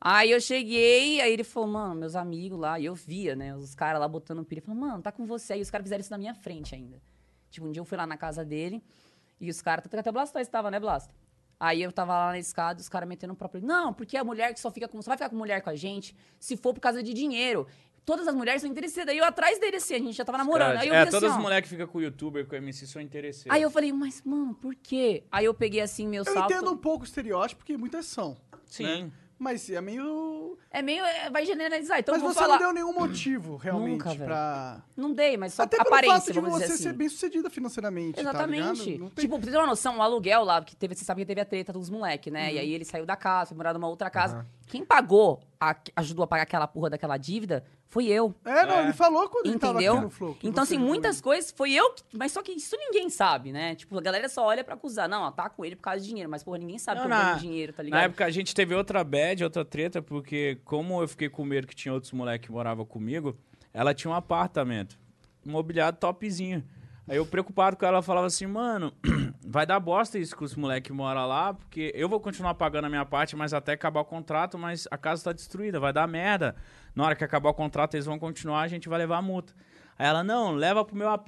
E: Aí eu cheguei, aí ele falou, mano, meus amigos lá, e eu via, né, os caras lá botando pilha, falou, mano, tá com você. Aí os caras fizeram isso na minha frente ainda. Tipo, um dia eu fui lá na casa dele, e os caras, até o Blastoise tava, né, Blasto? Aí eu tava lá na escada, um os caras metendo o próprio. Não, porque a mulher que só fica com. Só vai ficar com mulher com a gente se for por causa de dinheiro. Todas as mulheres são interesseiras. Aí eu atrás dele assim, a gente já tava namorando. Aí eu
D: é,
E: vi
D: todas
E: assim,
D: as
E: ó.
D: mulheres que ficam com o youtuber, com o MC, são interesseiras.
E: Aí eu falei, mas, mano, por quê? Aí eu peguei assim meu
B: Eu
E: salto.
B: entendo um pouco o estereótipo, porque muitas são.
D: Sim.
B: Mas é meio.
E: É meio. é, vai generalizar. Então
B: mas
E: eu vou
B: você
E: falar.
B: não deu nenhum motivo, realmente,
E: Nunca, velho.
B: pra.
E: Não dei, mas só
B: Até pelo fato
E: aparência,
B: de
E: vamos
B: você
E: dizer
B: ser
E: assim.
B: bem sucedida financeiramente. Tá
E: Exatamente.
B: ligado? Não tem-
E: Tipo, pra você ter uma noção, o aluguel lá, porque teve, você sabe que teve a treta dos moleques, né?
B: Uhum.
E: E aí ele saiu da casa, foi morar numa outra casa. Quem pagou, a- ajudou a pagar aquela porra daquela dívida, fui eu.
B: É, não,
D: É.
B: ele falou quando ele tava
E: Entendeu?
B: aqui no Flow. que
E: Então,
B: você
E: assim,
B: viu
E: muitas
B: ele.
E: coisas foi eu que. Mas só que isso ninguém sabe, né? Tipo, a galera só olha pra acusar. Não, ó, tá com ele por causa de dinheiro, mas, porra, ninguém sabe
D: Não,
E: que eu
D: na-
E: ganho dinheiro, tá ligado?
D: Na época a gente teve outra bad, outra treta, porque como eu fiquei com medo que tinha outros moleques que moravam comigo, ela tinha um apartamento, mobiliado topzinho. Aí eu preocupado com ela, falava assim, mano, vai dar bosta isso que os moleques moram lá, porque eu vou continuar pagando a minha parte, mas até acabar o contrato, mas a casa tá destruída, vai dar merda. Na hora que acabar o contrato, eles vão continuar, a gente vai levar a multa. Aí ela, não, leva pro meu AP.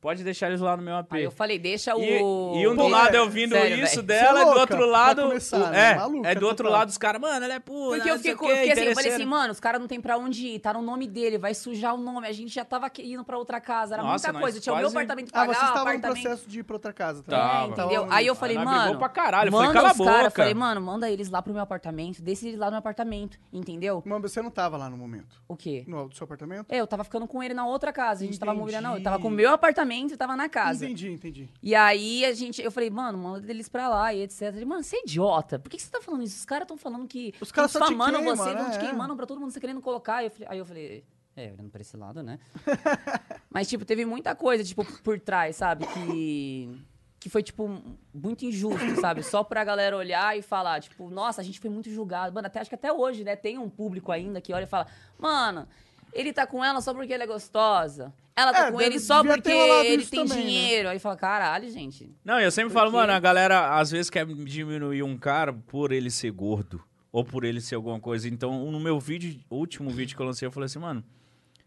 D: Pode deixar eles lá no meu AP.
E: Aí eu falei, deixa o.
D: E, e um do
E: Pô,
D: lado
B: é,
D: eu vindo
E: sério,
D: isso
E: véi.
D: dela,
B: Você é
D: do
B: louca,
D: outro lado.
B: pra começar,
D: o-
B: né?
D: é,
B: Maluca,
D: é do outro
B: total.
D: lado os caras, mano, ela é pura.
E: Porque eu
D: não sei
E: fiquei,
D: o
E: com-
D: quê,
E: porque assim, eu falei assim,
D: interesseira."
E: mano, os caras não tem pra onde ir, tá no nome dele, vai sujar o nome. A gente já tava aqui- indo pra outra casa, era
D: Nossa,
E: muita
D: nós
E: coisa. Eu Tinha o meu
D: quase-
E: apartamento pra
B: Ah,
E: pagar,
B: vocês estavam no
E: apartamento.
B: processo de ir pra outra casa, tá?
D: Tá,
E: É,
B: ligado?
D: Tava.
E: entendeu? Aí eu falei,
D: Ela brigou
E: mano.
D: é pra caralho, eu falei,
E: manda
D: "Cala
E: os
D: a boca."
E: eu falei, mano, manda eles lá pro meu apartamento, deixa eles lá no meu apartamento, entendeu?
B: Mas você não tava lá no momento.
E: O quê?
B: No do seu apartamento?
E: É, eu tava ficando com ele na outra casa, a gente tava
B: Entendi.
E: mobiliando, na outra, tava com o meu apartamento e tava na casa.
B: Entendi, entendi.
E: E aí a gente, eu falei, mano, manda eles pra lá e etc. Ele, mano, você é idiota. Por que, que você tá falando isso? Os caras tão falando que
B: Os caras
E: tão
B: só te
E: difamando
B: queimam,
E: você, tão
B: né?
E: te
B: É.
E: queimando pra todo mundo você querendo colocar. Eu falei- aí eu falei, é, olhando pra esse lado, né? Mas, tipo, teve muita coisa, tipo, por trás, sabe? Que. Que foi, tipo, muito injusto, sabe? Só pra galera olhar e falar, tipo, nossa, a gente foi muito julgado. Mano, até, acho que até hoje, né? Tem um público ainda que olha e fala, mano, ele tá com ela só porque ela é gostosa. Ela tá
B: É,
E: com
B: deve-
E: ele só
B: devia ter
E: porque
B: rolado
E: ele
B: isso
E: tem
B: também, né?
E: dinheiro. Aí fala, caralho, gente.
D: Não, eu sempre falo,
E: Porque-
D: mano, a galera às vezes quer diminuir um cara por ele ser gordo ou por ele ser alguma coisa. Então, no meu vídeo, último vídeo que eu lancei, eu falei assim, mano,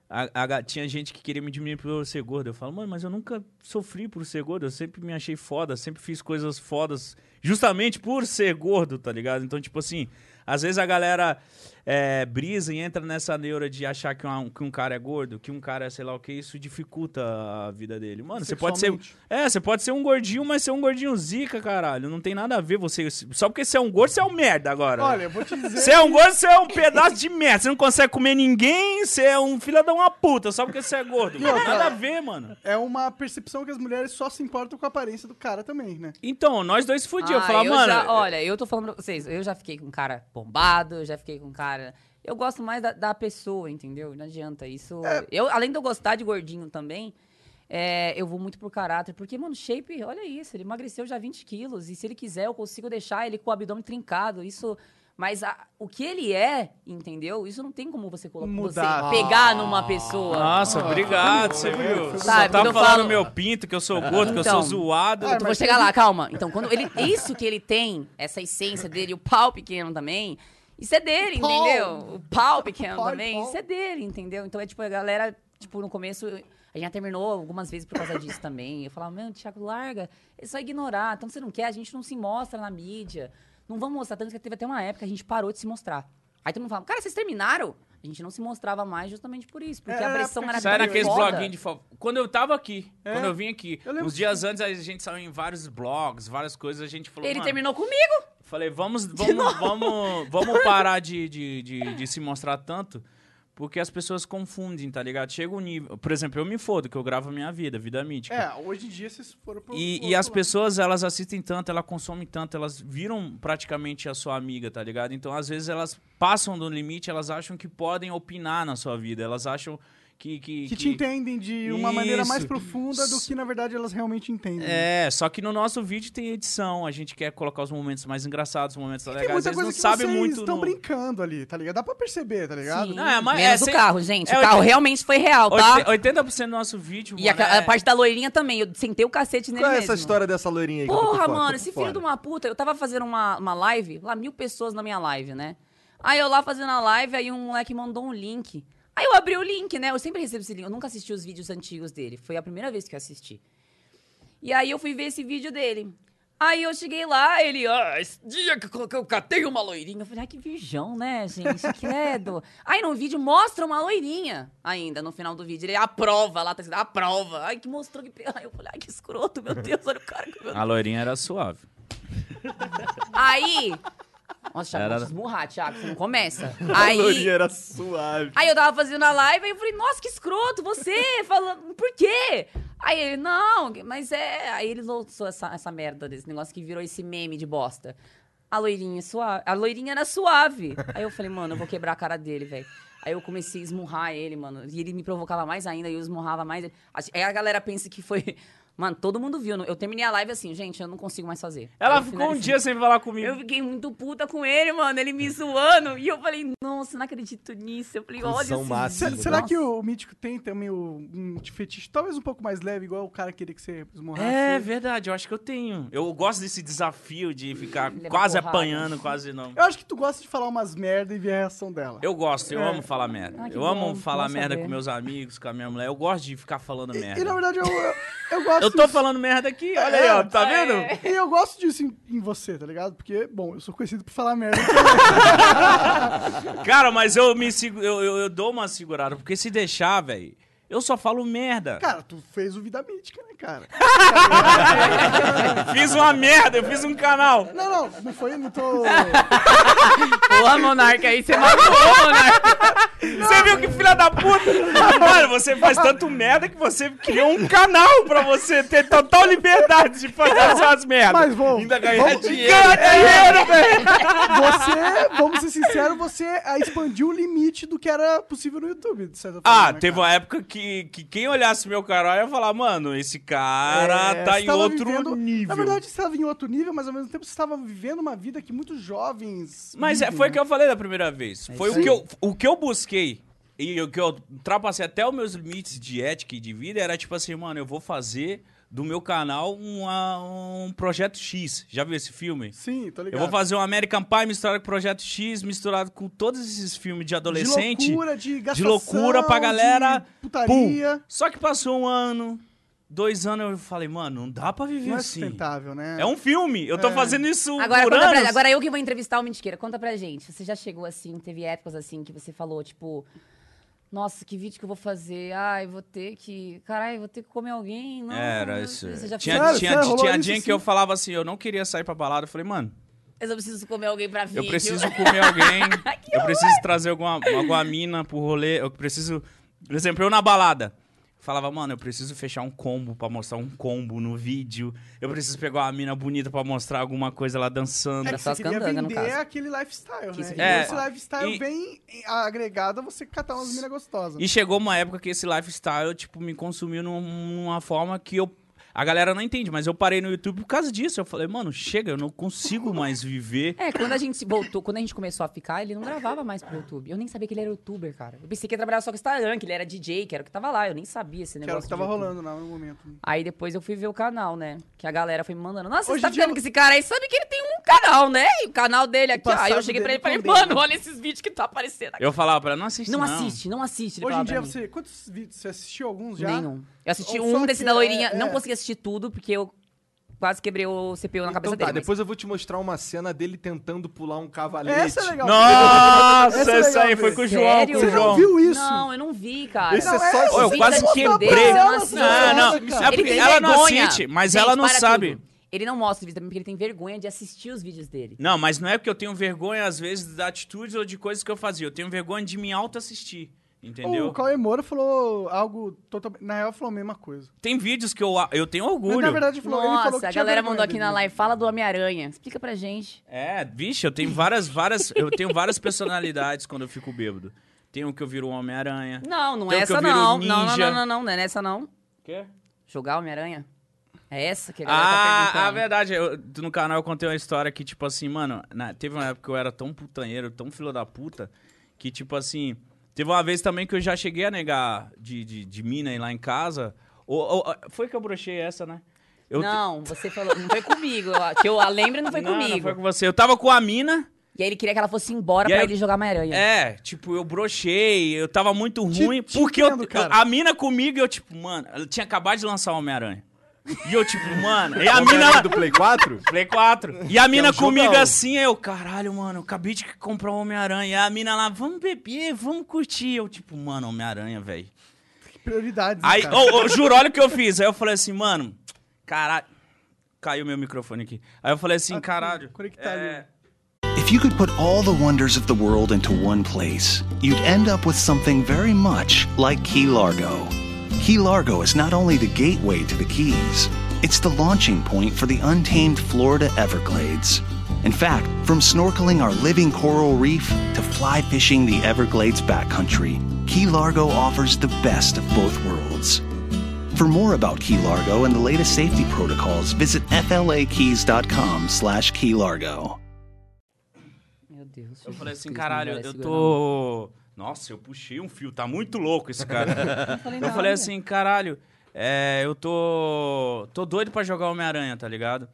D: a- a ga- tinha gente que queria me diminuir por eu ser gordo. Eu falo, mano, mas eu nunca sofri por ser gordo. Eu sempre me achei foda, sempre fiz coisas fodas justamente por ser gordo, tá ligado? Então, tipo assim, às vezes a galera é, brisa e entra nessa neura de achar que um, que um cara é gordo, que um cara é sei lá o que, isso dificulta a vida dele. Mano, você pode ser.
B: Sexualmente.
D: É, você pode ser um gordinho, mas ser um gordinho zica, caralho. Não tem nada a ver você. Só porque você é um gordo, você é um merda agora.
B: Olha, eu vou te dizer.
D: Você é um gordo, você é um pedaço de merda. Você não consegue comer ninguém, você é um filho da uma puta, só porque você é gordo.
B: E outra-
D: Nada a ver, mano.
B: É uma percepção que as mulheres só se importam com a aparência do cara também, né?
D: Então, nós dois fudimos. eu
E: Ah,
D: falava,
E: eu
D: mano.
E: já- olha, eu tô falando pra vocês, eu já fiquei com um cara bombado, eu já fiquei com um cara. Eu gosto mais da, da pessoa, entendeu? Não adianta isso. Eu, além de eu gostar de gordinho também, é, eu vou muito por caráter. Porque, mano, shape, olha isso, ele emagreceu já 20 quilos. E se ele quiser, eu consigo deixar ele com o abdômen trincado. Isso. Mas a- o que ele é, entendeu? Isso não tem como você colocar.
B: Mudar.
E: Você pegar numa pessoa.
D: Nossa, obrigado, você viu. Só
E: Sabe,
D: tá
E: quando
D: falando
E: eu falo-
D: meu pinto, que eu sou gordo, que eu sou
E: Então.
D: zoado.
E: Eu vou chegar lá, calma. Então, quando ele. Isso que ele tem, essa essência dele, o pau pequeno também. Isso é dele,
B: Pau.
E: entendeu? O pau pequeno
B: Pau e
E: também.
B: pau.
E: Isso é dele, entendeu? Então é tipo, a galera, tipo, no começo. A gente já terminou algumas vezes por causa disso também. Eu falava, meu, Thiago, larga. É só ignorar. Então, se você não quer, a gente não se mostra na mídia. Não vamos mostrar tanto que teve até uma época que a gente parou de se mostrar. Aí todo mundo falava, cara, vocês terminaram? A gente não se mostrava mais justamente por isso. Porque
B: É,
E: a
B: era a
E: pressão
B: época
E: era
B: que
E: tão
D: Sai naqueles
E: foda.
D: bloguinhos de fofoca. Quando eu tava aqui,
B: É.
D: quando eu vim aqui,
B: Eu lembro
D: uns dias antes a gente saiu em vários blogs, várias coisas, a gente falou.
E: Ele
D: mano,
E: terminou comigo.
D: Falei, vamos, vamos, vamos, vamos parar de, de, de, de se mostrar tanto, porque as pessoas confundem, tá ligado? Chega um nível. Por exemplo, eu me fodo, que eu gravo a minha vida, vida mítica.
B: É, hoje em dia vocês foram pro. pro
D: E, e
B: outro
D: as
B: lado.
D: pessoas, elas assistem tanto, elas consomem tanto, elas viram praticamente a sua amiga, tá ligado? Então, às vezes, elas passam do limite, elas acham que podem opinar na sua vida, elas acham que. Que,
B: Que te entendem de uma maneira mais
D: Isso.
B: profunda do que, na verdade, elas realmente entendem. né?
D: É, só que no nosso vídeo tem edição, a gente quer colocar os momentos mais engraçados, os momentos
B: Tem
D: legais. Às
B: muita
D: vezes
B: coisa
D: não
B: que
D: sabe
B: vocês
D: muito.
B: estão
D: no-
B: brincando ali, tá ligado? Dá pra perceber, tá ligado?
E: Sim,
D: Não, é mais-
E: menos
D: é
E: o
D: sem-
E: carro, gente.
D: é
E: o carro
D: oitenta-
E: realmente foi real, tá?
D: 80%, 80 do nosso vídeo,
E: E
D: mano,
E: a, a
D: é-
E: parte da loirinha também, eu sentei o cacete nele
C: Qual é
E: mesmo.
C: essa história dessa loirinha aí? que eu tô por
E: Porra,
C: fora? Tô
E: mano,
C: por
E: esse
C: fora.
E: filho de uma puta. Eu tava fazendo uma, uma live, lá mil pessoas na minha live, né? Aí eu lá fazendo a live, aí um moleque mandou um link. Aí eu abri o link, né? Eu sempre recebo esse link. Eu nunca assisti os vídeos antigos dele. Foi a primeira vez que eu assisti. E aí eu fui ver esse vídeo dele. Aí eu cheguei lá, ele, ah, esse dia que eu coloquei- eu catei uma loirinha. Eu falei, ai, que virgão, né, gente? Credo. Aí no vídeo mostra uma loirinha ainda, no final do vídeo. Ele aprova lá, tá escrito, aprova. Ai, que mostrou que. pre- Ai, eu falei, ai, que escroto, meu Deus, olha o cara que meu
D: A loirinha era suave.
E: Aí. Nossa, Thiago,
D: Era-
E: era... esmurrar, Thiago, você não começa.
F: A
E: Aí.
F: lourinha era suave.
E: Aí eu tava fazendo a live e eu falei, nossa, que escroto, você, falando, por quê? Aí ele, não, mas é. Aí ele lançou essa, essa merda desse negócio que virou esse meme de bosta. A loirinha suave. A loirinha era suave. Aí eu falei, mano, eu vou quebrar a cara dele, velho. Aí eu comecei a esmurrar ele, mano. E ele me provocava mais ainda, e eu esmurrava mais ele. Acho- Aí a galera pensa que foi. Mano, todo mundo viu. Eu terminei a live assim, gente, eu não consigo mais fazer. Aí
D: Ela
E: eu
D: ficou um
E: finalizei.
D: dia sem falar comigo.
E: Eu fiquei muito puta com ele, mano. Ele me zoando. E eu falei, nossa, não acredito nisso. Eu falei, olha
C: Pulsão
E: esse
C: máxima.
E: vídeo,
B: Será
E: nossa.
B: que o Mítico tem também o- um fetiche talvez um pouco mais leve, igual o cara queria que você esmorrasse?
D: É verdade, eu acho que eu tenho. Eu gosto desse desafio de ficar
E: Levar
D: quase
E: porrada.
D: apanhando, quase não.
B: Eu acho que tu gosta de falar umas merda e ver a reação dela.
D: Eu gosto, eu amo falar merda.
E: Ah, que
D: eu
E: bom,
D: amo
E: bom
D: falar merda
E: saber.
D: com meus amigos, com a minha mulher. Eu gosto de ficar falando merda.
B: E na verdade eu, eu, eu gosto
D: Eu tô
B: disso.
D: falando merda aqui, olha aí, ó, tá
E: É.
D: vendo?
B: E eu gosto disso em, em você, tá ligado? Porque, bom, eu sou conhecido por falar merda. então,
D: Cara, mas eu me segu- eu, eu, eu dou uma segurada, porque se deixar, velho, eu só falo merda.
B: cara, tu fez o Vida Mítica, né, cara?
D: Fiz uma merda, eu fiz um canal.
B: Não, não, não foi, não tô...
E: Porra, Monarca, aí você matou, Monarca.
D: Você viu que filha da puta? Mano, você faz tanto merda que você criou um canal pra você ter total liberdade de fazer as suas merdas.
B: Mas, bom,
F: Ainda ganhar dinheiro.
D: Ganha dinheiro, velho!
B: você, vamos ser sinceros, você ah, expandiu o limite do que era possível no YouTube, de certa forma.
D: Ah,
B: né,
D: teve
B: cara?
D: uma época que, que quem olhasse meu canal ia falar, mano, esse cara
B: É,
D: tá
B: você
D: em
B: tava
D: outro
B: vivendo-
D: nível.
B: Na verdade, você estava em outro nível, mas ao mesmo tempo você estava vivendo uma vida que muitos jovens.
D: Mas é,
B: vivem,
D: foi o
B: né?
D: que eu falei da primeira vez. foi o
B: É isso aí.
D: que, eu, o que eu busquei e o que eu ultrapassei até os meus limites de ética e de vida era tipo assim, mano, eu vou fazer do meu canal uma- um projeto X. Já viu esse filme?
B: Sim, tô
D: Eu
B: ligado.
D: vou fazer um American Pie misturado com Projeto X, misturado com todos esses filmes de
B: de
D: adolescente.
B: loucura, de gastação,
D: loucura pra galera,
B: De putaria.
D: Pum. Só que passou um ano, dois anos, eu falei, mano, não dá pra viver
B: Não é
D: assim.
B: sustentável, né?
D: É um filme, eu tô
B: É.
D: fazendo isso
E: Agora,
D: por
E: conta pra,
D: anos.
E: agora eu que vou entrevistar o Mentiqueira. Conta pra gente. Você já chegou assim, teve épocas assim que você falou, tipo... Nossa, que vídeo que eu vou fazer? Ai, vou ter que... Caralho, vou ter que comer alguém. Não,
D: Era
E: não,
D: isso. é.
E: Você já
D: Tinha,
E: fez?
B: Sério,
D: tinha,
B: sério, rolou
D: tinha
B: isso,
D: dia em que
B: sim?
D: eu falava assim, eu não queria sair pra balada. Eu falei, mano,
E: Eu só preciso comer alguém pra vídeo.
D: eu preciso comer alguém. eu preciso trazer alguma, alguma mina pro rolê. Eu preciso. Por exemplo, eu na balada. Falava, mano, eu preciso fechar um combo pra mostrar um combo no vídeo. Eu preciso pegar uma mina bonita pra mostrar alguma coisa lá dançando.
B: É que
E: Era só
B: você
E: as
B: queria
E: candangas, no
B: vender
E: caso.
B: aquele lifestyle,
E: Que isso
B: né?
D: é-
B: E esse lifestyle
D: E-
B: vem em- agregado a você catar umas minas gostosas.
D: E chegou uma época que esse lifestyle, tipo, me consumiu num- numa forma que eu. A galera não entende, mas eu parei no YouTube por causa disso. Eu falei, mano, chega, eu não consigo mais viver.
E: É, quando a gente voltou, quando a gente começou a ficar, ele não gravava mais pro YouTube. Eu nem sabia que ele era youtuber, cara. Eu pensei que ele trabalhava só com Instagram, que ele era DJ, que era o que tava lá. Eu nem sabia esse
B: Que era
E: negócio.
B: o que
E: de
B: tava
E: YouTube.
B: rolando lá no momento.
E: Aí depois eu fui ver o canal, né? Que a galera foi me mandando. Nossa,
B: Hoje
E: você tá
B: em dia
E: vendo
B: eu-
E: que esse cara aí sabe que ele tem um canal, né? E o canal dele aqui, ó. Aí eu
B: passado
E: cheguei pra ele
B: dele
E: e falei,
B: também,
E: mano, olha esses vídeos que tá aparecendo aqui.
D: Eu falava pra ela, não assiste.
E: Não,
D: Não,
E: assiste, não assiste. ele
B: Hoje em
E: falava
B: dia,
E: pra mim.
B: você. Quantos vídeos? Você assistiu alguns já?
E: Nenhum. Eu assisti
B: Ou só
E: um desse
B: que
E: da loirinha,
B: é- é.
E: não consegui assistir tudo, porque eu quase quebrei o CPU na cabeça
C: Então tá,
E: dele. mas-
C: depois eu vou te mostrar uma cena dele tentando pular um cavalete.
B: Essa é legal.
D: Nossa,
B: Essa
D: essa,
B: é legal
D: aí foi
B: mesmo.
D: com o João, com
E: Sério?
D: o
B: Você não
D: João.
B: viu isso?
E: Não, eu não vi, cara.
C: Esse é só
D: Ô, eu
E: Sim,
D: quase
B: tá
E: mas-
D: quebrei.
E: Deus, eu
B: Não,
E: assisto.
D: Não, não.
B: Ele
D: É
E: Ele
D: porque
E: tem
D: ela não
E: vergonha.
D: assiste, mas
E: Gente,
D: ela não
E: para
D: sabe.
E: tudo. Ele não mostra o vídeo também porque ele tem vergonha de assistir os vídeos dele.
D: Não, mas não é porque eu tenho vergonha, às vezes, da atitude ou de coisas que eu fazia. Eu tenho vergonha de me auto-assistir. Entendeu?
B: O Cauê Moura falou algo totalmente. Na real, falou a mesma coisa.
D: Tem vídeos que eu, a- eu tenho
B: Mas,
D: orgulho.
B: na verdade, falou, ele falou que
E: Nossa, a
B: tinha
E: galera
B: vergonha
E: mandou aqui
B: dele.
E: na live, fala do Homem-Aranha. Explica pra gente.
D: É, vixe, eu tenho várias, várias. eu tenho várias personalidades quando eu fico bêbado. Tem um que eu viro um Homem-Aranha.
E: Não, não
D: Tem
E: é
D: o Então, que
E: essa
D: eu viro
E: não. Não, não,
D: ninja.
E: não, não, não, não é nessa não.
D: Quê?
E: Jogar Homem-Aranha? É essa que a galera tá
D: Ah,
E: perguntando.
D: a verdade, eu- no canal eu contei uma história que, tipo assim, mano, na- teve uma época que eu era tão putanheiro, tão filho da puta, que, tipo assim, teve uma vez também que eu já cheguei a negar de, de, de mina aí lá em casa. Ou- ou- foi que eu brochei essa, né? Eu te-
E: Não, você falou, não foi comigo. eu- Que eu a lembro não foi
D: Não,
E: comigo.
D: Não foi com você. Eu tava com a mina,
E: E aí ele queria que ela fosse embora
D: E
E: pra
D: aí-
E: ele jogar Homem-Aranha.
D: é, tipo, eu brochei, eu tava muito
B: Te-
D: ruim,
B: te
D: porque eu-
B: entendo, cara.
D: a mina comigo, eu, tipo, mano, ela tinha acabado de lançar o Homem-Aranha. E eu, tipo, mano. E a
C: Homem-Aranha
D: mina.
C: do Play 4?
D: Play 4. E a mina
C: um
D: comigo
C: jogão.
D: assim, eu, caralho, mano, acabei de comprar o Homem-Aranha. E a mina lá, vamos beber, vamos curtir. Eu, tipo, mano, Homem-Aranha, velho.
B: Prioridades. né,
D: Aí,
B: cara?
D: eu, juro, olha o que eu fiz. Aí eu falei assim, mano, caralho. Caiu meu microfone aqui. Aí eu falei assim,
B: Ah,
D: caralho.
B: conectar
D: é,
B: ali.
G: If you could put all the wonders of the world into one place, you'd end up with something very much like Key Largo. Key Largo is not only the gateway to the Keys, it's the launching point for the untamed Florida Everglades. In fact, from snorkeling our living coral reef to fly fishing the Everglades backcountry, Key Largo offers the best of both worlds. For more about Key Largo and the latest safety protocols, visit flakeys.com slash key largo.
E: Meu Deus.
D: Eu falei assim,
E: Jesus Cristo,
D: caralho,
E: não vai
D: eu
E: segurar,
D: tô. Nossa, eu puxei um fio, tá muito louco esse cara. eu falei assim, caralho, é, eu tô. tô doido pra jogar Homem-Aranha, tá ligado?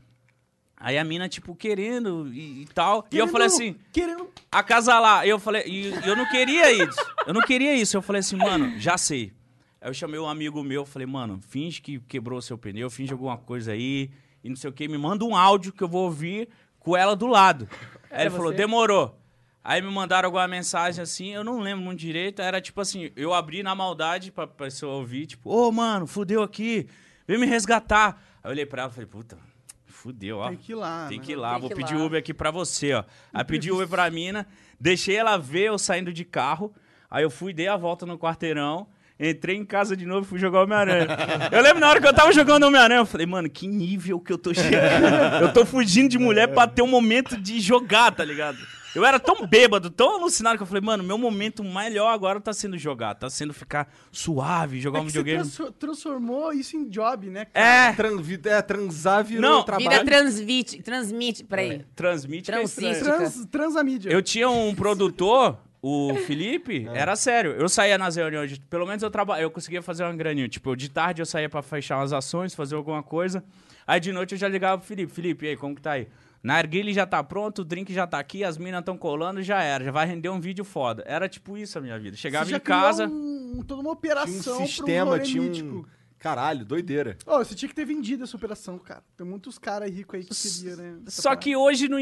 D: Aí a mina, tipo, querendo e, e tal. e eu
B: Querendo-
D: falei assim,
B: Querendo.
D: acasalar. E eu falei, e, e eu não queria isso. Eu não queria isso. Eu falei assim, mano, já sei. Aí eu chamei um amigo meu, falei, mano, finge que quebrou seu pneu, finge alguma coisa aí, e não sei o que, me manda um áudio que eu vou ouvir com ela do lado.
E: É
D: Aí ele falou, demorou. Aí me mandaram alguma mensagem assim, eu não lembro muito direito, era tipo assim, eu abri na maldade pra pra pessoa ouvir, tipo, ô mano, fudeu aqui, vem me resgatar. Aí eu olhei pra ela e falei, puta, fudeu, ó.
B: Tem que ir lá,
D: Tem
B: né?
D: que ir lá,
E: Tem
D: vou
E: que ir
D: pedir
E: lá.
D: Uber aqui pra você, ó. Aí pedi Uber pra mina, deixei ela ver eu saindo de carro. Aí eu fui, dei a volta no quarteirão, entrei em casa de novo e fui jogar Homem-Aranha. eu lembro na hora que eu tava jogando Homem-Aranha, eu falei, mano, que nível que eu tô chegando. eu tô fugindo de mulher pra ter um momento de jogar, tá ligado? Eu era tão bêbado, tão alucinado que eu falei, mano, meu momento melhor agora tá sendo jogar, tá sendo ficar suave, jogar
B: É
D: um
B: que você
D: videogame.
B: transfor- transformou isso em job, né, cara?
D: É,
C: Tran- vi- é, transar virou
D: Não,
C: trabalho.
E: Vida transmite, transmite, peraí.
D: transmite. que é estranho.
E: Transiste.
B: Trans, transamídia.
D: Eu tinha um produtor, o Felipe, era sério. Eu saía nas reuniões, de- pelo menos eu trabalhava, eu conseguia fazer uma graninha. Tipo, eu de tarde eu saía pra fechar umas ações, fazer alguma coisa. Aí de noite eu já ligava pro Felipe. Felipe, e aí, como que tá aí? Narguile já tá pronto, o drink já tá aqui, as minas tão colando, já era. Já vai render um vídeo foda. Era tipo isso a minha vida. Chegava
B: Você já
D: em casa.
B: criou Um, toda uma
C: Tinha um
B: operação pra
C: sistema,
B: um
C: tinha um...
B: neuronítico.
C: Caralho, doideira.
B: Ó, você tinha que ter vendido essa operação, cara. Tem muitos caras ricos aí que queria, né? essa
D: Só
B: parada.
D: que hoje no,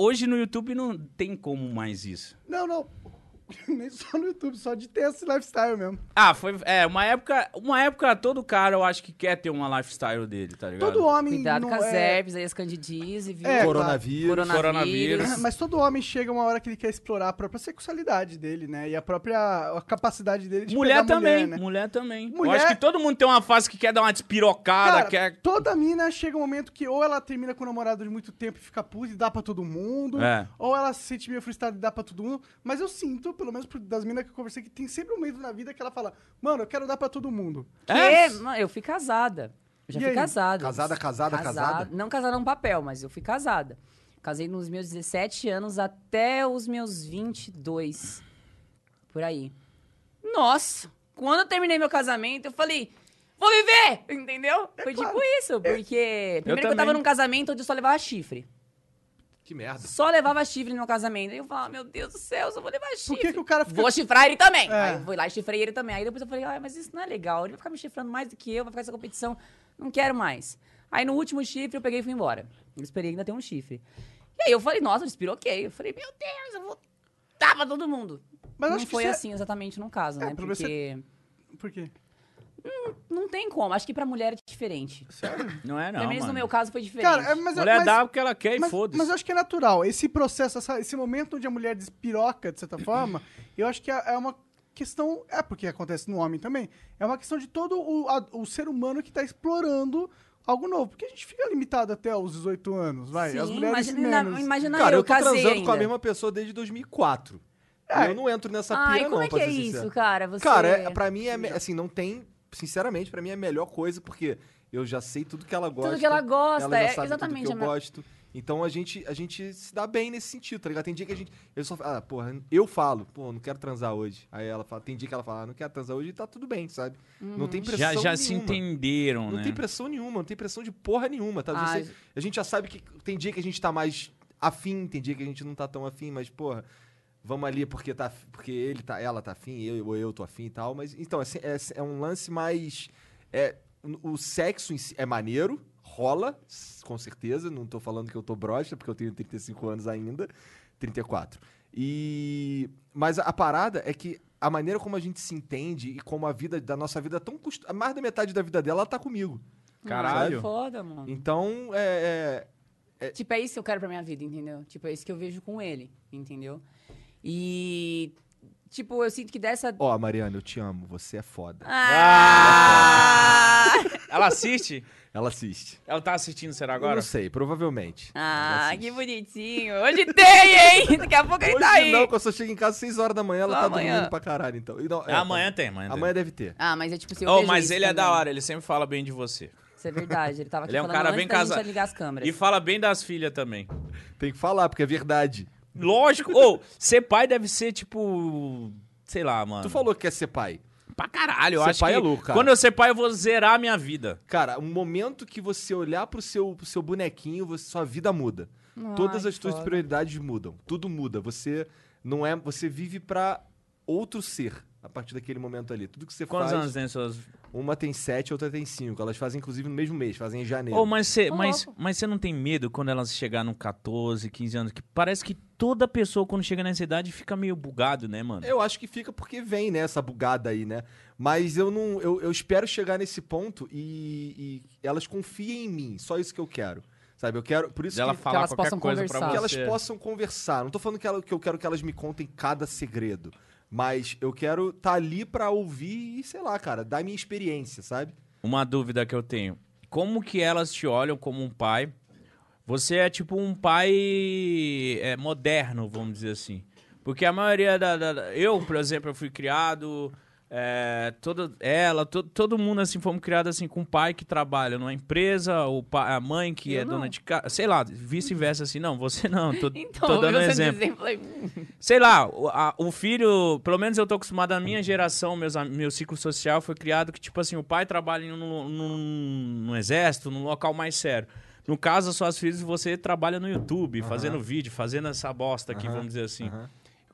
D: hoje no YouTube não tem como mais isso.
B: Não, não. Nem só no YouTube, só de ter esse lifestyle mesmo.
D: Ah, foi. É, uma época. Uma época todo cara eu acho que quer ter uma lifestyle dele, tá ligado?
B: Todo homem.
E: Cuidado
B: não
E: com as
B: é...
E: herpes, aí as candidíase, viu?
B: É,
C: Coronavírus.
E: Coronavírus.
D: Coronavírus.
B: Mas todo homem chega uma hora que ele quer explorar a própria sexualidade dele, né? E a própria a capacidade dele de
D: Mulher
B: pegar
D: também, mulher,
B: mulher, né?
D: também. Eu
B: Mulher-
D: acho que todo mundo tem uma fase que quer dar uma despirocada,
B: Cara,
D: quer.
B: toda mina chega um momento que ou ela termina com o namorado de muito tempo e fica puta e dá pra todo mundo,
D: É.
B: ou ela se sente meio frustrada e dá pra todo mundo. Mas eu sinto, pelo menos por- das minas que eu conversei, que tem sempre um momento na vida que ela fala, mano, eu quero dar pra todo mundo.
E: Que?
D: É.
E: Mano, eu fui casada. Eu já
B: E
E: fui
B: aí?
E: casada.
C: Casada, casada, casada?
E: Não casada no papel, mas eu fui casada. Casei nos meus 17 anos até os meus 22. Por aí. Nossa! Quando eu terminei meu casamento, eu falei, vou viver! Entendeu? Foi tipo isso, porque... Primeiro que eu tava
D: também.
E: num casamento onde eu só levava chifre.
C: Que merda.
E: Só levava chifre no meu casamento. Aí eu falava, meu Deus do céu, eu só vou levar chifre.
B: Por que, que o cara fica.
E: Vou chifrar ele também.
B: É.
E: Aí eu fui lá e chifrei ele também. Aí depois eu falei, ah, mas isso não é legal. Ele vai ficar me chifrando mais do que eu, vai ficar essa competição. Não quero mais. Aí no último chifre eu peguei e fui embora. Eu esperei ainda ter um chifre. E aí eu falei, nossa, despiroquei. Eu falei, meu Deus, eu vou dar pra todo mundo.
B: Mas
E: não
B: acho que
E: foi
B: você-
E: assim exatamente no caso,
B: É,
E: né?
B: pra
E: Porque
B: você- Por quê?
E: não tem como. Acho que pra mulher é diferente.
D: Não é, não.
E: Pelo menos
D: mano.
E: no meu caso foi diferente.
B: Cara, é, mas,
D: Mulher
B: mas,
D: dá o que ela quer e
B: mas, mas
D: foda-se.
B: eu acho que é natural. Esse processo, essa- esse momento onde a mulher despiroca, de certa forma, eu acho que é, é uma questão. É porque acontece no homem também. É uma questão de todo o, a- o ser humano que tá explorando algo novo. Porque a gente fica limitado até os 18 anos, vai.
E: Sim,
B: As mulheres
E: imagina,
B: menos.
E: imagina
C: Cara,
E: eu,
C: eu tô
E: casei
C: transando
E: ainda.
C: com a mesma pessoa desde 2004.
B: É.
C: Eu não entro nessa pira,
E: Ai,
C: não,
E: como é que
C: pra
E: é
C: ser
E: isso,
C: sincero.
E: cara? Você...
C: Cara, é, pra mim é. me- Assim, não tem. Sinceramente, pra mim é a melhor coisa, porque eu já sei tudo que ela gosta.
E: que ela gosta,
C: ela já
E: é
C: sabe
E: exatamente
C: Tudo
E: a
C: que
E: me-
C: eu gosto. Então a gente, a gente se dá bem nesse sentido, tá ligado? Tem dia que a gente. Eu só. Ah, porra, eu falo, pô, não quero transar hoje. Aí ela fala, tem dia que ela fala, ah, não quero transar hoje e tá tudo bem, sabe?
E: Uhum.
C: Não tem pressão.
D: já já
C: nenhuma.
D: se entenderam,
C: Não
D: né?
C: tem pressão nenhuma, não tem pressão de porra nenhuma, tá?
E: Ah,
C: Você- a gente já sabe que tem dia que a gente tá mais afim, tem dia que a gente não tá tão afim, mas, porra, vamos ali porque tá af- porque ele tá, ela tá afim, eu ou eu tô afim e tal, mas então é, se- é se- é um lance mais é, n- o sexo em si é maneiro, rola, s- com certeza. Não tô falando que eu tô broxa, porque eu tenho 35 anos ainda. 34. E. Mas a- a parada é que a maneira como a gente se entende e como a vida da nossa vida é tão custo... mais da metade da vida dela ela tá comigo.
D: Caralho.
E: Ai, Hum, é foda, mano.
C: Então, é,
E: Tipo, é isso que eu quero pra minha vida, entendeu? Tipo, é isso que eu vejo com ele, entendeu? E. Tipo, eu sinto que dessa.
C: é- Ó, Mariana, eu te amo, você é foda.
E: Ah!
D: Ela assiste?
C: Ela assiste.
D: Ela tá assistindo, será
C: Eu
D: agora?
C: não sei, provavelmente. Ela
E: Ah,
C: assiste.
E: que bonitinho. Hoje tem, hein? Daqui a pouco ele
C: Hoje
E: tá aí.
C: não, que eu só chego em casa às 6 horas da manhã, ela
E: Só
C: tá
E: amanhã.
C: dormindo pra caralho, então. E não, é,
D: amanhã tem, amanhã.
C: tá-
D: tem.
C: Amanhã deve ter.
E: Ah, mas é tipo assim, eu
D: Oh,
E: vejo
D: mas
E: isso
D: ele é
E: também.
D: da hora, ele sempre fala bem de você.
E: Isso é verdade, ele tava aqui
D: Ele é um
E: falando
D: cara
E: antes
D: bem
E: da gente
D: casado.
E: ligar as câmeras.
D: E fala bem das filhas também.
C: Tem que falar, porque é verdade.
D: Lógico. Ou, ser pai deve ser tipo. Sei lá, mano.
C: Tu falou que quer ser pai.
D: pra caralho. Eu
C: Ser
D: acho
C: pai
D: que
C: é louco, cara.
D: quando eu ser pai, eu vou zerar a minha vida.
C: Cara, o momento que você olhar pro seu, pro seu bonequinho, você- sua vida muda. Todas
E: Ai,
C: as suas
E: foda.
C: prioridades mudam. Tudo muda. Você não é. Você vive pra outro ser a partir daquele momento ali. Tudo que você
D: Quantos
C: faz.
D: anos tem suas.
C: Uma tem sete, outra tem cinco. Elas fazem, inclusive, no mesmo mês, fazem em janeiro.
D: Ô, mas você
E: Ô,
D: mas,
E: louco.
D: mas você não tem medo quando elas chegar no 14, 15 anos? Que parece que toda pessoa, quando chega nessa idade, fica meio bugado, né, mano?
C: Eu acho que fica porque vem, né, essa bugada aí, né? Mas eu não. Eu, eu espero chegar nesse ponto e, e elas confiem em mim. Só isso que eu quero. Sabe? Eu quero. Por isso
D: Dela
C: que,
D: falar
E: elas
D: qualquer
E: possam
D: coisa pra
E: conversar.
D: você.
C: que elas possam conversar. Não tô falando que, ela- que eu quero que elas me contem cada segredo. Mas eu quero estar ali pra ouvir e, sei lá, cara, dar minha experiência, sabe?
D: Uma dúvida que eu tenho. Como que elas te olham como um pai? Você é tipo um pai é, moderno, vamos dizer assim. Porque a maioria da, da- da- Eu, por exemplo, eu fui criado. É, toda ela, to- todo mundo assim, fomos criados assim, com um pai que trabalha numa empresa, o pa- a mãe que
E: Eu
D: é
E: não.
D: dona de casa, sei lá, vice-versa assim, não, você não, tô,
E: Então,
D: tô dando um
E: você
D: exemplo.
E: exemplo aí.
D: Sei lá, o, a- o filho, pelo menos eu tô acostumado, a minha geração, meus, am- meu ciclo social foi criado que, tipo assim, o pai trabalha no, no, no exército, num local mais sério. No caso, as suas filhas, você trabalha no YouTube, fazendo vídeo, fazendo essa bosta aqui, vamos dizer assim.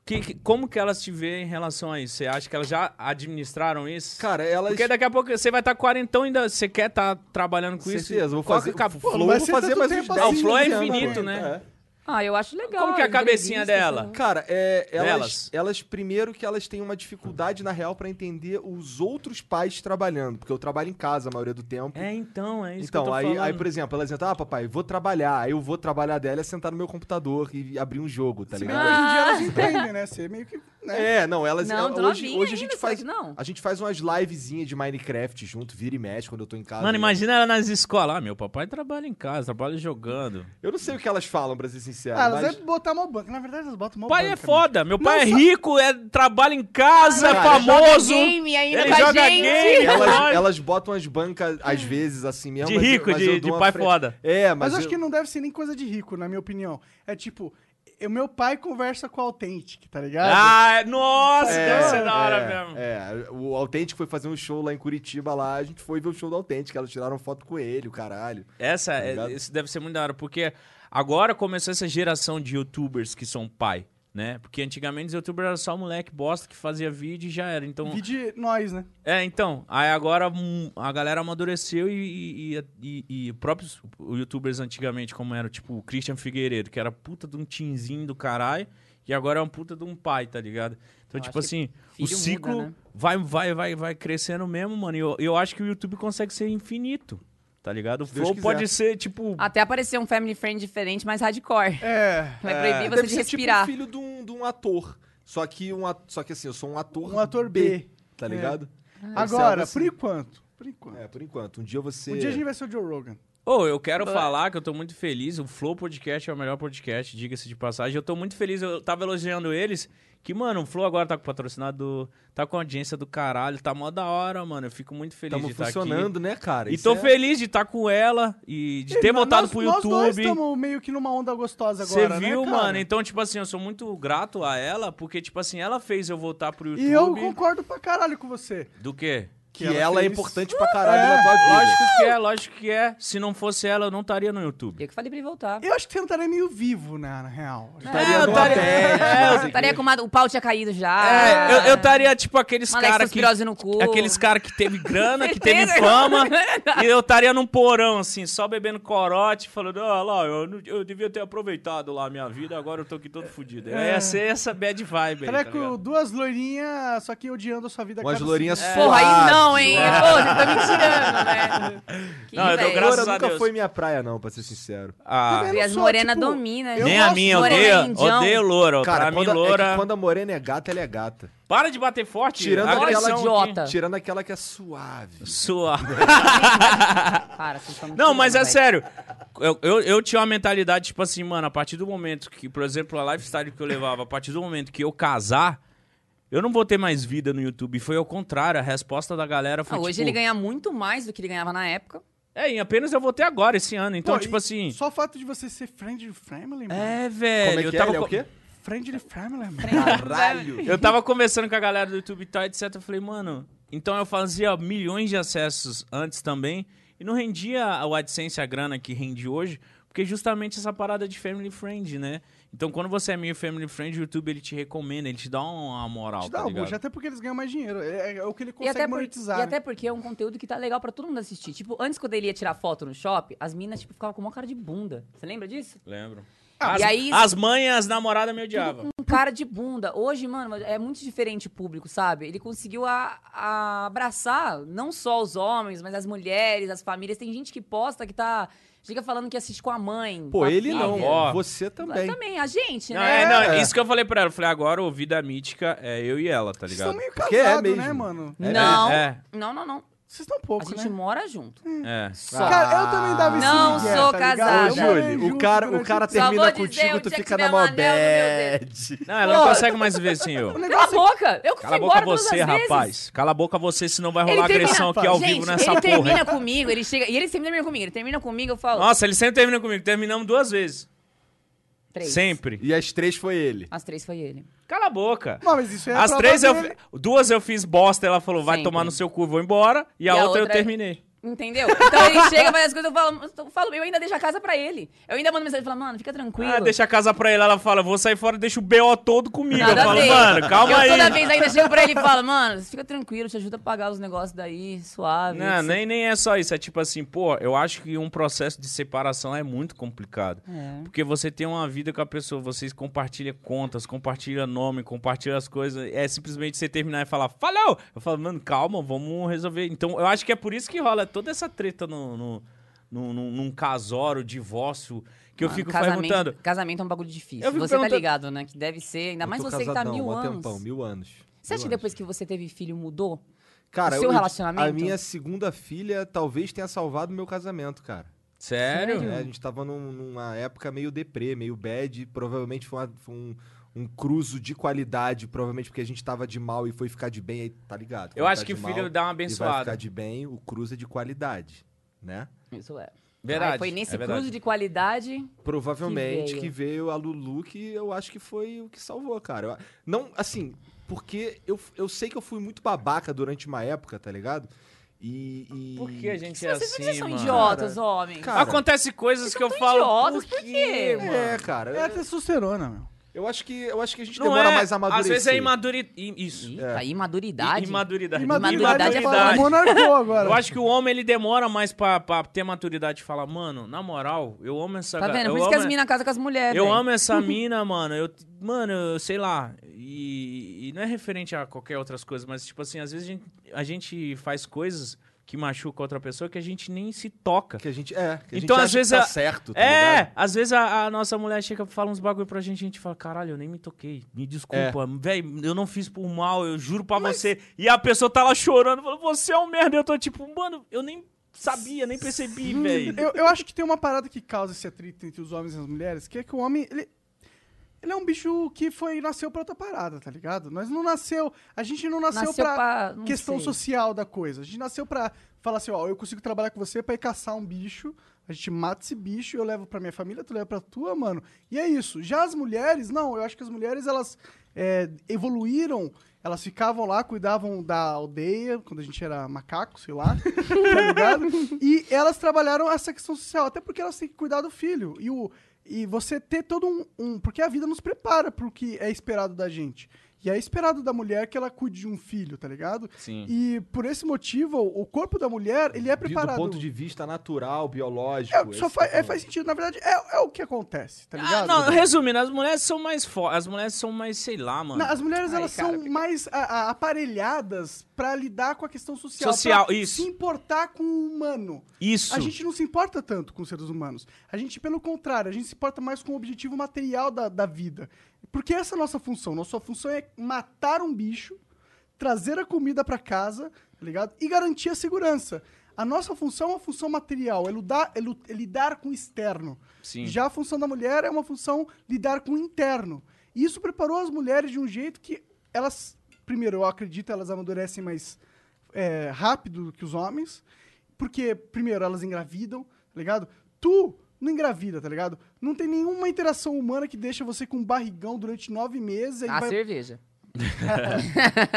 D: Que- que- como que elas te veem em relação a isso? Você acha que elas já administraram isso?
C: Cara, elas.
D: Porque daqui a pouco você vai estar quarentão e ainda você quer estar trabalhando com isso.
C: certeza, vou
D: Qual
C: fazer.
D: que acaba-
C: Flow,
B: não vai
C: vou
B: ser
C: fazer
B: tanto
C: mais uns
B: tempo
C: 10,
B: assim,
D: Ah, o flow é
C: 15 anos,
D: infinito,
C: quarenta,
D: né?
C: é.
E: Ah, eu acho legal.
D: Como que é a
E: entrevista, né?"
D: cabecinha dela?
E: sei lá.
C: Cara, é, elas,
D: Delas.
C: elas, primeiro que elas têm uma dificuldade, na real, pra entender os outros pais trabalhando. Porque eu trabalho em casa a maioria do tempo.
D: É, então, é isso que eu
C: então,
D: tô
C: aí,
D: falando.
C: aí, por exemplo, elas entram, ah, papai, vou trabalhar. Aí eu vou trabalhar dela é sentar no meu computador e abrir um jogo, tá
B: Se bem que
C: ligado?
B: hoje em dia
E: Ah.
B: elas entendem, né? Você meio que. Né?
C: É, não, elas.
E: Não,
C: é,
E: tô
C: hoje,
E: novinha
C: hoje a
E: ainda,
C: gente
E: será
C: faz.
E: que não?
D: Ah.
C: A gente faz umas livezinhas de Minecraft junto, vira e mexe quando eu tô em casa.
D: Mano, imagina ela nas escolas. Ah, meu papai trabalha em casa, trabalha jogando.
C: Eu não sei o que elas falam, pra ser sincero.
B: Ah, elas
C: mas...
B: devem botar mal banco. Na verdade, elas botam mal banco. né?
D: pai é foda, meu pai é
B: Nossa.
D: rico, é, trabalha em casa, é
C: Cara,
D: famoso.
E: Joga game ainda
D: Ele
E: com a
D: joga
E: gente.
D: game. é
C: Elas, elas botam as bancas, às vezes, assim mesmo.
D: De
C: mas eu-
D: rico,
C: mas eu
D: de,
C: dou
D: de
C: uma
D: pai
C: fre-
D: foda.
C: É,
B: Mas,
C: mas.
B: acho
C: eu-
B: que não deve ser nem coisa de rico, na minha opinião. É tipo, o meu pai conversa com a Authentic, tá ligado?
D: Ah, nossa, deve ser da hora
C: é,
D: mesmo.
C: é. o Autêntico foi fazer um show lá em Curitiba, lá a gente foi ver o show do Autêntico, elas tiraram foto com ele, o caralho.
D: Essa, é-
C: Tá ligado?
D: isso deve ser muito da hora, porque agora começou essa geração de youtubers que são pai, né? Porque antigamente os youtubers eram só moleque bosta que fazia vídeo e já era. Então,
B: Vi de nós, né?
D: É, então, aí agora hum, a galera amadureceu e, e, e- e próprios youtubers antigamente, como era tipo o Christian Figueiredo, que era puta de um tinzinho do caralho, e agora é um puta de um pai, tá ligado? Então,
E: Eu
D: tipo
E: acho que
D: assim, o
E: filho muda,
D: ciclo
E: né?
D: vai, vai, vai, vai crescendo mesmo, mano. E eu, eu acho que o YouTube consegue ser infinito, tá ligado? O
C: Deus
D: flow
C: quiser.
D: pode ser, tipo,
E: Até aparecer um family friend diferente, mais hardcore.
B: É.
E: Vai proibir você
C: Deve
E: de
C: ser tipo
E: respirar.
C: um filho de um, de um ator. Só que um at- só que assim, eu sou um ator
B: Um ator B. É.
C: tá ligado?
E: Ah,
B: Agora,
C: Marcelo,
B: por enquanto. Por enquanto.
C: É, por enquanto. Um dia você
B: Um dia a gente vai ser o Joe Rogan.
D: Ô, eu quero falar que eu tô muito feliz. O Flow Podcast é o melhor podcast, diga-se de passagem. Eu tô muito feliz, eu tava elogiando eles. Que, mano, o Flow agora tá com patrocinador, tá com audiência do caralho, tá mó da hora, mano. Eu fico muito feliz
C: Estamos
D: de estar
C: funcionando, né, cara?
D: aqui. E
C: Isso
D: tô
C: é-
D: feliz de estar com ela e de ter
B: Nós-
D: voltado
B: nós-
D: pro
B: Nós dois
D: YouTube.
B: estamos meio que numa onda gostosa
D: Você
B: agora, né,
D: viu,
B: cara?
D: mano? Então, tipo assim, eu sou muito grato a ela, porque, tipo assim, ela fez eu voltar pro YouTube.
B: E eu concordo pra caralho com você.
D: Do quê?
C: que,
B: Que ela
C: ela é
B: fez.
C: importante pra caralho na tua vida.
D: Lógico que é, lógico que é. Se não fosse ela, eu não estaria no YouTube.
E: Eu que falei pra ele voltar.
B: Eu acho que você não estaria meio vivo, né, na real.
D: tá
C: Estaria numa bad, não sei o
E: Ah, Estaria
C: quê.
E: com uma- o pau tinha caído já.
B: Ah.
D: É, eu- eu estaria tipo aqueles
E: Uma
B: é
E: Alexa
D: caras que.
E: Spirose no cu.
D: Aqueles caras que teve grana, que teve
E: Certeza.
D: fama, e eu estaria num porão, assim, só bebendo corote, falando, ó, lá, eu, não- eu devia ter aproveitado lá a minha vida, agora eu tô aqui todo fudido. É. Ia ser essa bad vibe aí,
B: Estaria
D: tá
B: com
D: ligado?
B: duas loirinhas, só que odiando a sua vida. a
C: Umas
B: cada
C: loirinhas
B: segundo.
E: Porra, aí
C: suaves,
E: não, hein? Pô, você tá me tirando, né? Que
D: Não, eu dou
E: inveja.
D: graças
C: Agora
D: a
C: nunca
D: Deus.
C: foi minha praia, não, pra ser sincero.
D: Ah,
B: Eu
E: E
B: não
E: as
B: sou,
E: morenas
B: tipo,
E: dominam.
B: eu
D: nem
B: gosto
D: a
B: de
D: minha,
E: morena é
D: odeia,
E: indião.
D: odeia loura.
C: Cara,
D: pra mim,
C: quando, a- é que
D: loura...
C: quando a morena é gata, ela é gata.
D: Para de bater forte.
C: Tirando
D: a
C: aquela
D: agressão
E: idiota.
D: aqui.
E: Tá.
C: Tirando aquela que é suave.
D: Sua.
E: Para, vocês estão me
D: Não, mas é
E: tirando,
D: sério. Eu, eu, eu tinha uma mentalidade, tipo assim, mano, a partir do momento que, por exemplo, a lifestyle que eu levava, a partir do momento que eu casar, eu não vou ter mais vida no YouTube. Foi ao contrário, a resposta da galera foi.
E: velho. Ah, hoje
D: tipo,
E: ele ganha muito mais do que ele ganhava na época.
D: É, em apenas eu vou ter agora, esse ano. Então,
B: Pô,
D: tipo
B: e
D: assim.
B: Só o fato de você ser friend de family, mano.
D: É, velho.
C: Como é que
D: eu
C: é?
D: tava
C: Ele é
D: co-
C: o quê?
B: Friend de family, mano.
C: Caralho.
D: Eu tava conversando com a galera do YouTube e tal, etc. Eu falei, mano, então eu fazia milhões de acessos antes também e não rendia a AdSense a grana que rende hoje, porque justamente essa parada de family friend, né? Então quando você é meio family friend, o YouTube ele te recomenda, ele te dá uma moral,
B: Te dá
D: tá
B: um bucho,
D: ligado?
B: até porque eles ganham mais dinheiro. É, é o que ele
E: E
B: consegue
E: até, por-
B: monetizar.
E: e
B: né?
E: até porque é um conteúdo que tá legal pra todo mundo assistir. Tipo, antes quando ele ia tirar foto no shopping, as minas tipo, ficavam com uma cara de bunda. Você lembra disso?
D: Lembro.
E: Ah,
D: As,
E: e aí-
D: as mães, as namoradas me odiavam.
E: Um cara de bunda. Hoje, mano, é muito diferente o público, sabe? Ele conseguiu a- a abraçar não só os homens, mas as mulheres, as famílias. Tem gente que posta que tá. Fica falando que assiste com a mãe. com
C: Pô,
E: a
C: ele
E: filha.
C: não.
D: Avó.
C: Você
E: Mas
C: também.
E: também, a gente,
D: Não,
E: né?
D: é, não,
C: É.
D: isso que eu falei pra ela. Eu falei, agora o Vida Mítica é eu e ela, tá
B: Vocês estão
D: ligado?
B: meio
C: Porque é
B: casados,
C: mesmo.
B: né, mano?
C: É,
E: não,
D: é.
E: não, não, não.
B: Vocês estão
E: A
B: pouco, né?
E: gente mora junto.
D: É.
E: Só.
B: Cara, eu também dava esse
E: Não
B: migué,
E: sou
B: tá
E: casada.
B: ligado?
C: Ô,
B: Eu morei
C: Júlio, o
B: junto
C: cara, o
B: durante-
C: cara
E: Só vou
C: termina
E: dizer,
C: contigo,
E: o
C: tu
E: dia que
C: fica
E: tiver
C: na mó
E: um anel no meu
C: bad.
D: Não, ela não consegue mais viver sem eu.
B: O
E: Cala a
B: negócio é
E: boca! Eu
D: Cala a
E: fui
D: boca
E: embora todas
D: você,
E: as vezes.
D: rapaz. Cala a boca você, senão vai
E: Ele
D: rolar
E: termina-
D: agressão aqui ao
E: Gente,
D: vivo nessa
E: ele
D: porra.
E: termina
D: hein?
E: comigo, ele chega... E ele sempre termina comigo, ele termina comigo, eu falo...
D: Nossa, ele sempre termina comigo. Terminamos duas vezes.
E: três.
D: Sempre.
C: E as três foi ele.
E: As três foi ele.
D: Cala a boca.
B: Não, mas isso é
D: As
B: a
D: três eu.
B: prova dele.
D: Duas eu fiz bosta, ela falou, vai
E: Sempre.
D: tomar no seu cu, vou embora. E a,
E: E a
D: outra, eu
E: outra é-
D: terminei.
E: Entendeu? Então ele chega, faz as coisas, eu falo, eu falo, eu ainda deixo a casa pra ele. Eu ainda mando mensagem e falo, mano, fica tranquilo.
D: Ah, deixa a casa pra ele. Ela fala, vou sair fora, deixa o BO todo comigo.
E: Nada
D: eu falo,
E: a ver.
D: mano, calma
E: eu
D: aí.
E: toda vez ainda chego pra ele e falo, mano, fica tranquilo, te ajuda a pagar os negócios daí, suave.
D: Não,
E: etc.
D: nem, nem é só isso. É tipo assim, pô, eu acho que um processo de separação é muito complicado.
E: É.
D: Porque você tem uma vida com a pessoa, vocês compartilham contas, compartilham nome, compartilham as coisas. É simplesmente você terminar e falar, falou! Eu falo, mano, calma, vamos resolver. Então, eu acho que é por isso que rola toda essa treta no, no, no- no- num casório, divórcio, que eu
E: Mano,
D: fico
E: casamento,
D: perguntando.
E: Casamento é um bagulho
D: Eu
E: difícil.
D: fico
E: Você tá
D: perguntando-
E: ligado, né? Que deve ser, ainda
C: Eu
E: mais
C: tô
E: você que tá
C: casadão,
E: mil
C: mó
E: anos.
C: Tempão, mil anos.
E: Você acha que depois que você teve filho mudou?
C: Cara,
E: o seu
C: eu-
E: relacionamento?
C: A minha segunda filha talvez tenha salvado meu casamento, cara.
D: Sério?
C: É, a gente tava num- numa época meio deprê, meio bad. Provavelmente foi, uma- foi um, um cruzo de qualidade. Provavelmente porque a gente tava de mal e foi ficar de bem, aí tá ligado?
D: Eu
C: Quando
D: acho
C: tá
D: que o
C: de
D: filho
C: mal
D: dá uma
C: e vai ficar
D: abençoada.
C: de bem, o cruzo é de qualidade, né?
E: Isso é.
D: Verdade.
E: Aí foi nesse
D: é verdade.
E: cruzo de qualidade.
C: Provavelmente que
E: Que
C: veio.
E: veio.
C: a Lulu que eu acho que foi o que salvou, cara. Eu- não, assim, porque eu, eu sei que eu fui muito babaca durante uma época, tá ligado? E. e-
D: Por que a gente é
E: Vocês,
D: assim,
E: vocês são
D: mano?
E: idiotas, homens.
C: Cara,
D: Acontece coisas
E: Vocês
D: que eu
E: são
D: falo.
E: idiotas,
D: por
E: por
D: quê?
E: quê?
D: mano?
C: É, cara.
B: É a testosterona, meu.
C: Eu acho que eu acho que a gente demora mais a amadurecer.
D: Às vezes é imaduri... É. i- Isso.
E: Ih, A imaturidade.
D: Imaturidade.
E: Imaturidade é
B: fala-
E: verdade.
B: monarcou agora.
D: Eu acho que o homem ele demora mais pra, pra ter maturidade de falar, mano, na moral, eu amo essa
E: Tá
D: ga-
E: vendo?
D: Eu
E: Por isso
D: amo,
E: que as minas casam com as mulheres.
D: Eu
E: velho.
D: amo essa mina, mano. Eu, mano, eu sei lá. E, e não é referente a qualquer outras coisas, mas tipo assim, às vezes a gente, a gente faz coisas que machuca outra pessoa que a gente nem se toca.
C: que a gente é. Que a gente
D: Então,
C: acha
D: às vezes,
C: que tá
D: a-
C: certo, tá
D: é,
C: ligado?
D: às vezes a, a nossa mulher chega e fala uns bagulho pra gente, a gente fala, caralho, eu nem me toquei, me desculpa,
B: É.
D: véi, eu não fiz por mal, eu juro pra você. E a pessoa tá lá chorando, falando, você é um merda, eu tô tipo, mano, eu nem sabia, nem percebi, véi.
B: Hum, Eu, eu acho que tem uma parada que causa esse atrito entre os homens e as mulheres, que é que o homem, ele, ele é um bicho que foi nasceu pra outra parada, tá ligado? Nós não nasceu, a gente não nasceu,
E: Nasceu
B: pra,
E: pra- não
B: questão
E: sei.
B: social da coisa. A gente nasceu pra falar assim, ó, eu consigo trabalhar com você pra ir caçar um bicho, a gente mata esse bicho, eu levo pra minha família, tu leva pra tua, mano. E é isso. Já as mulheres, não, eu acho que as mulheres, elas é, evoluíram, elas ficavam lá, cuidavam da aldeia, quando a gente era macaco, sei lá, tá ligado? E elas trabalharam essa questão social, até porque elas têm que cuidar do filho. E, o, e você ter todo um, um- Porque a vida nos prepara pro que é esperado da gente. E é esperado da mulher que ela cuide de um filho, tá ligado?
C: Sim.
B: E por esse motivo, o corpo da mulher, ele é preparado.
C: Do ponto de vista natural, biológico.
B: É,
C: esse
B: só
C: que
B: fa-
C: tá
B: é,
C: falando.
B: faz sentido. Na verdade, é, é o que acontece, tá
D: Ah,
B: ligado?
D: não, resumindo, as mulheres são mais fortes. As mulheres são mais, sei lá, mano.
B: Na- as mulheres,
E: Ai,
B: elas
E: cara,
B: são mais a- a- aparelhadas pra lidar com a questão social.
D: Social,
B: pra Se
D: isso.
B: importar com o humano.
D: Isso.
B: A gente não se importa tanto com seres humanos. A gente, pelo contrário, a gente se importa mais com o objetivo material da, da vida. Porque essa é a nossa função. Nossa função é matar um bicho, trazer a comida pra casa, tá ligado? E garantir a segurança. A nossa função é uma função material, é, ludar- é lu- é lidar com o externo.
D: Sim.
B: Já a função da mulher é uma função lidar com o interno. E isso preparou as mulheres de um jeito que elas, primeiro, eu acredito, elas amadurecem mais é, rápido do que os homens. Porque, primeiro, elas engravidam, tá ligado? Tu não engravida, tá ligado? Não tem nenhuma interação humana que deixa você com um barrigão durante nove meses. e
H: A
E: Ah,
B: vai-
H: cerveja.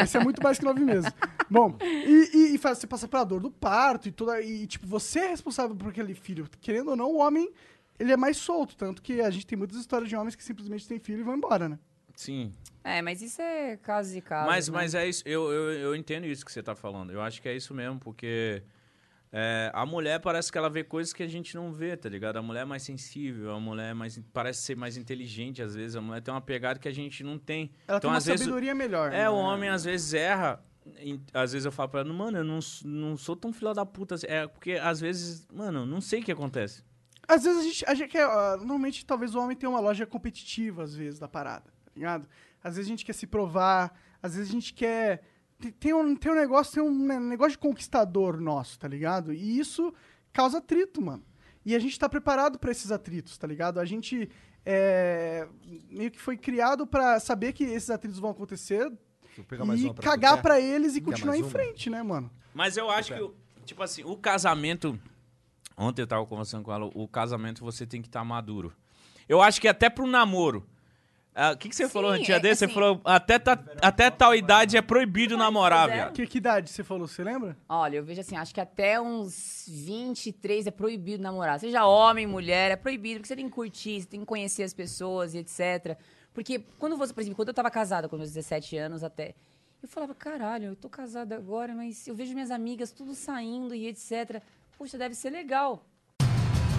B: Isso é muito mais que nove meses. Bom, e, e- e faz- você passa pela dor do parto e toda. E, tipo, você é responsável por aquele filho. Querendo ou não, o homem, ele é mais solto. Tanto que a gente tem muitas histórias de homens que simplesmente têm filho e vão embora, né?
D: Sim.
E: É, mas isso é caso de caso.
D: Mas,
E: né?
D: mas é isso, eu, eu, eu entendo isso que você tá falando. Eu acho que é isso mesmo, porque é, a mulher parece que ela vê coisas que a gente não vê, tá ligado? A mulher é mais sensível, a mulher é mais, parece ser mais inteligente às vezes, a mulher tem uma pegada que a gente não tem.
B: Ela
D: então,
B: tem uma
D: às vezes,
B: sabedoria melhor. né?
D: É, o homem às vezes erra. e Às vezes eu falo pra ela, mano, eu não, s- não sou tão filho da puta. assim." É porque às vezes, mano, eu não sei o que acontece.
B: Às vezes a gente, a gente quer. ah, normalmente, talvez o homem tenha uma loja competitiva, às vezes, da parada, tá ligado? Às vezes a gente quer se provar, às vezes a gente quer. Tem, tem um, tem um negócio, tem um ne- negócio de conquistador nosso, tá ligado? E isso causa atrito, mano. E a gente tá preparado pra esses atritos, tá ligado? A gente é, meio que foi criado pra saber que esses atritos vão acontecer
C: Deixa eu pegar mais
B: e
C: uma tu,
B: cagar
C: quer?
B: pra eles e
C: Quer
B: continuar
C: mais
B: em
C: uma?
B: frente, né, mano?
D: Mas eu acho que, o- tipo assim, o casamento. Ontem eu tava conversando com ela, o casamento você tem que estar maduro. Eu acho que até pro namoro. Ah, O que, que você
E: Sim,
D: falou um dia
E: é-
D: desse?
E: assim-
D: você falou até, ta- até tal idade é proibido namorar,
E: fizeram.
D: viado.
B: Que, que idade você falou, você lembra?
H: Olha, eu vejo assim, acho que até uns
E: 23 é proibido namorar. Seja homem, mulher, é proibido, porque você tem que curtir, você tem que conhecer as pessoas e etc. Porque quando você, por exemplo, quando eu tava casada com meus 17 anos até, eu falava, caralho, eu tô casada agora, mas eu vejo minhas amigas tudo saindo e etc. Puxa, deve ser legal.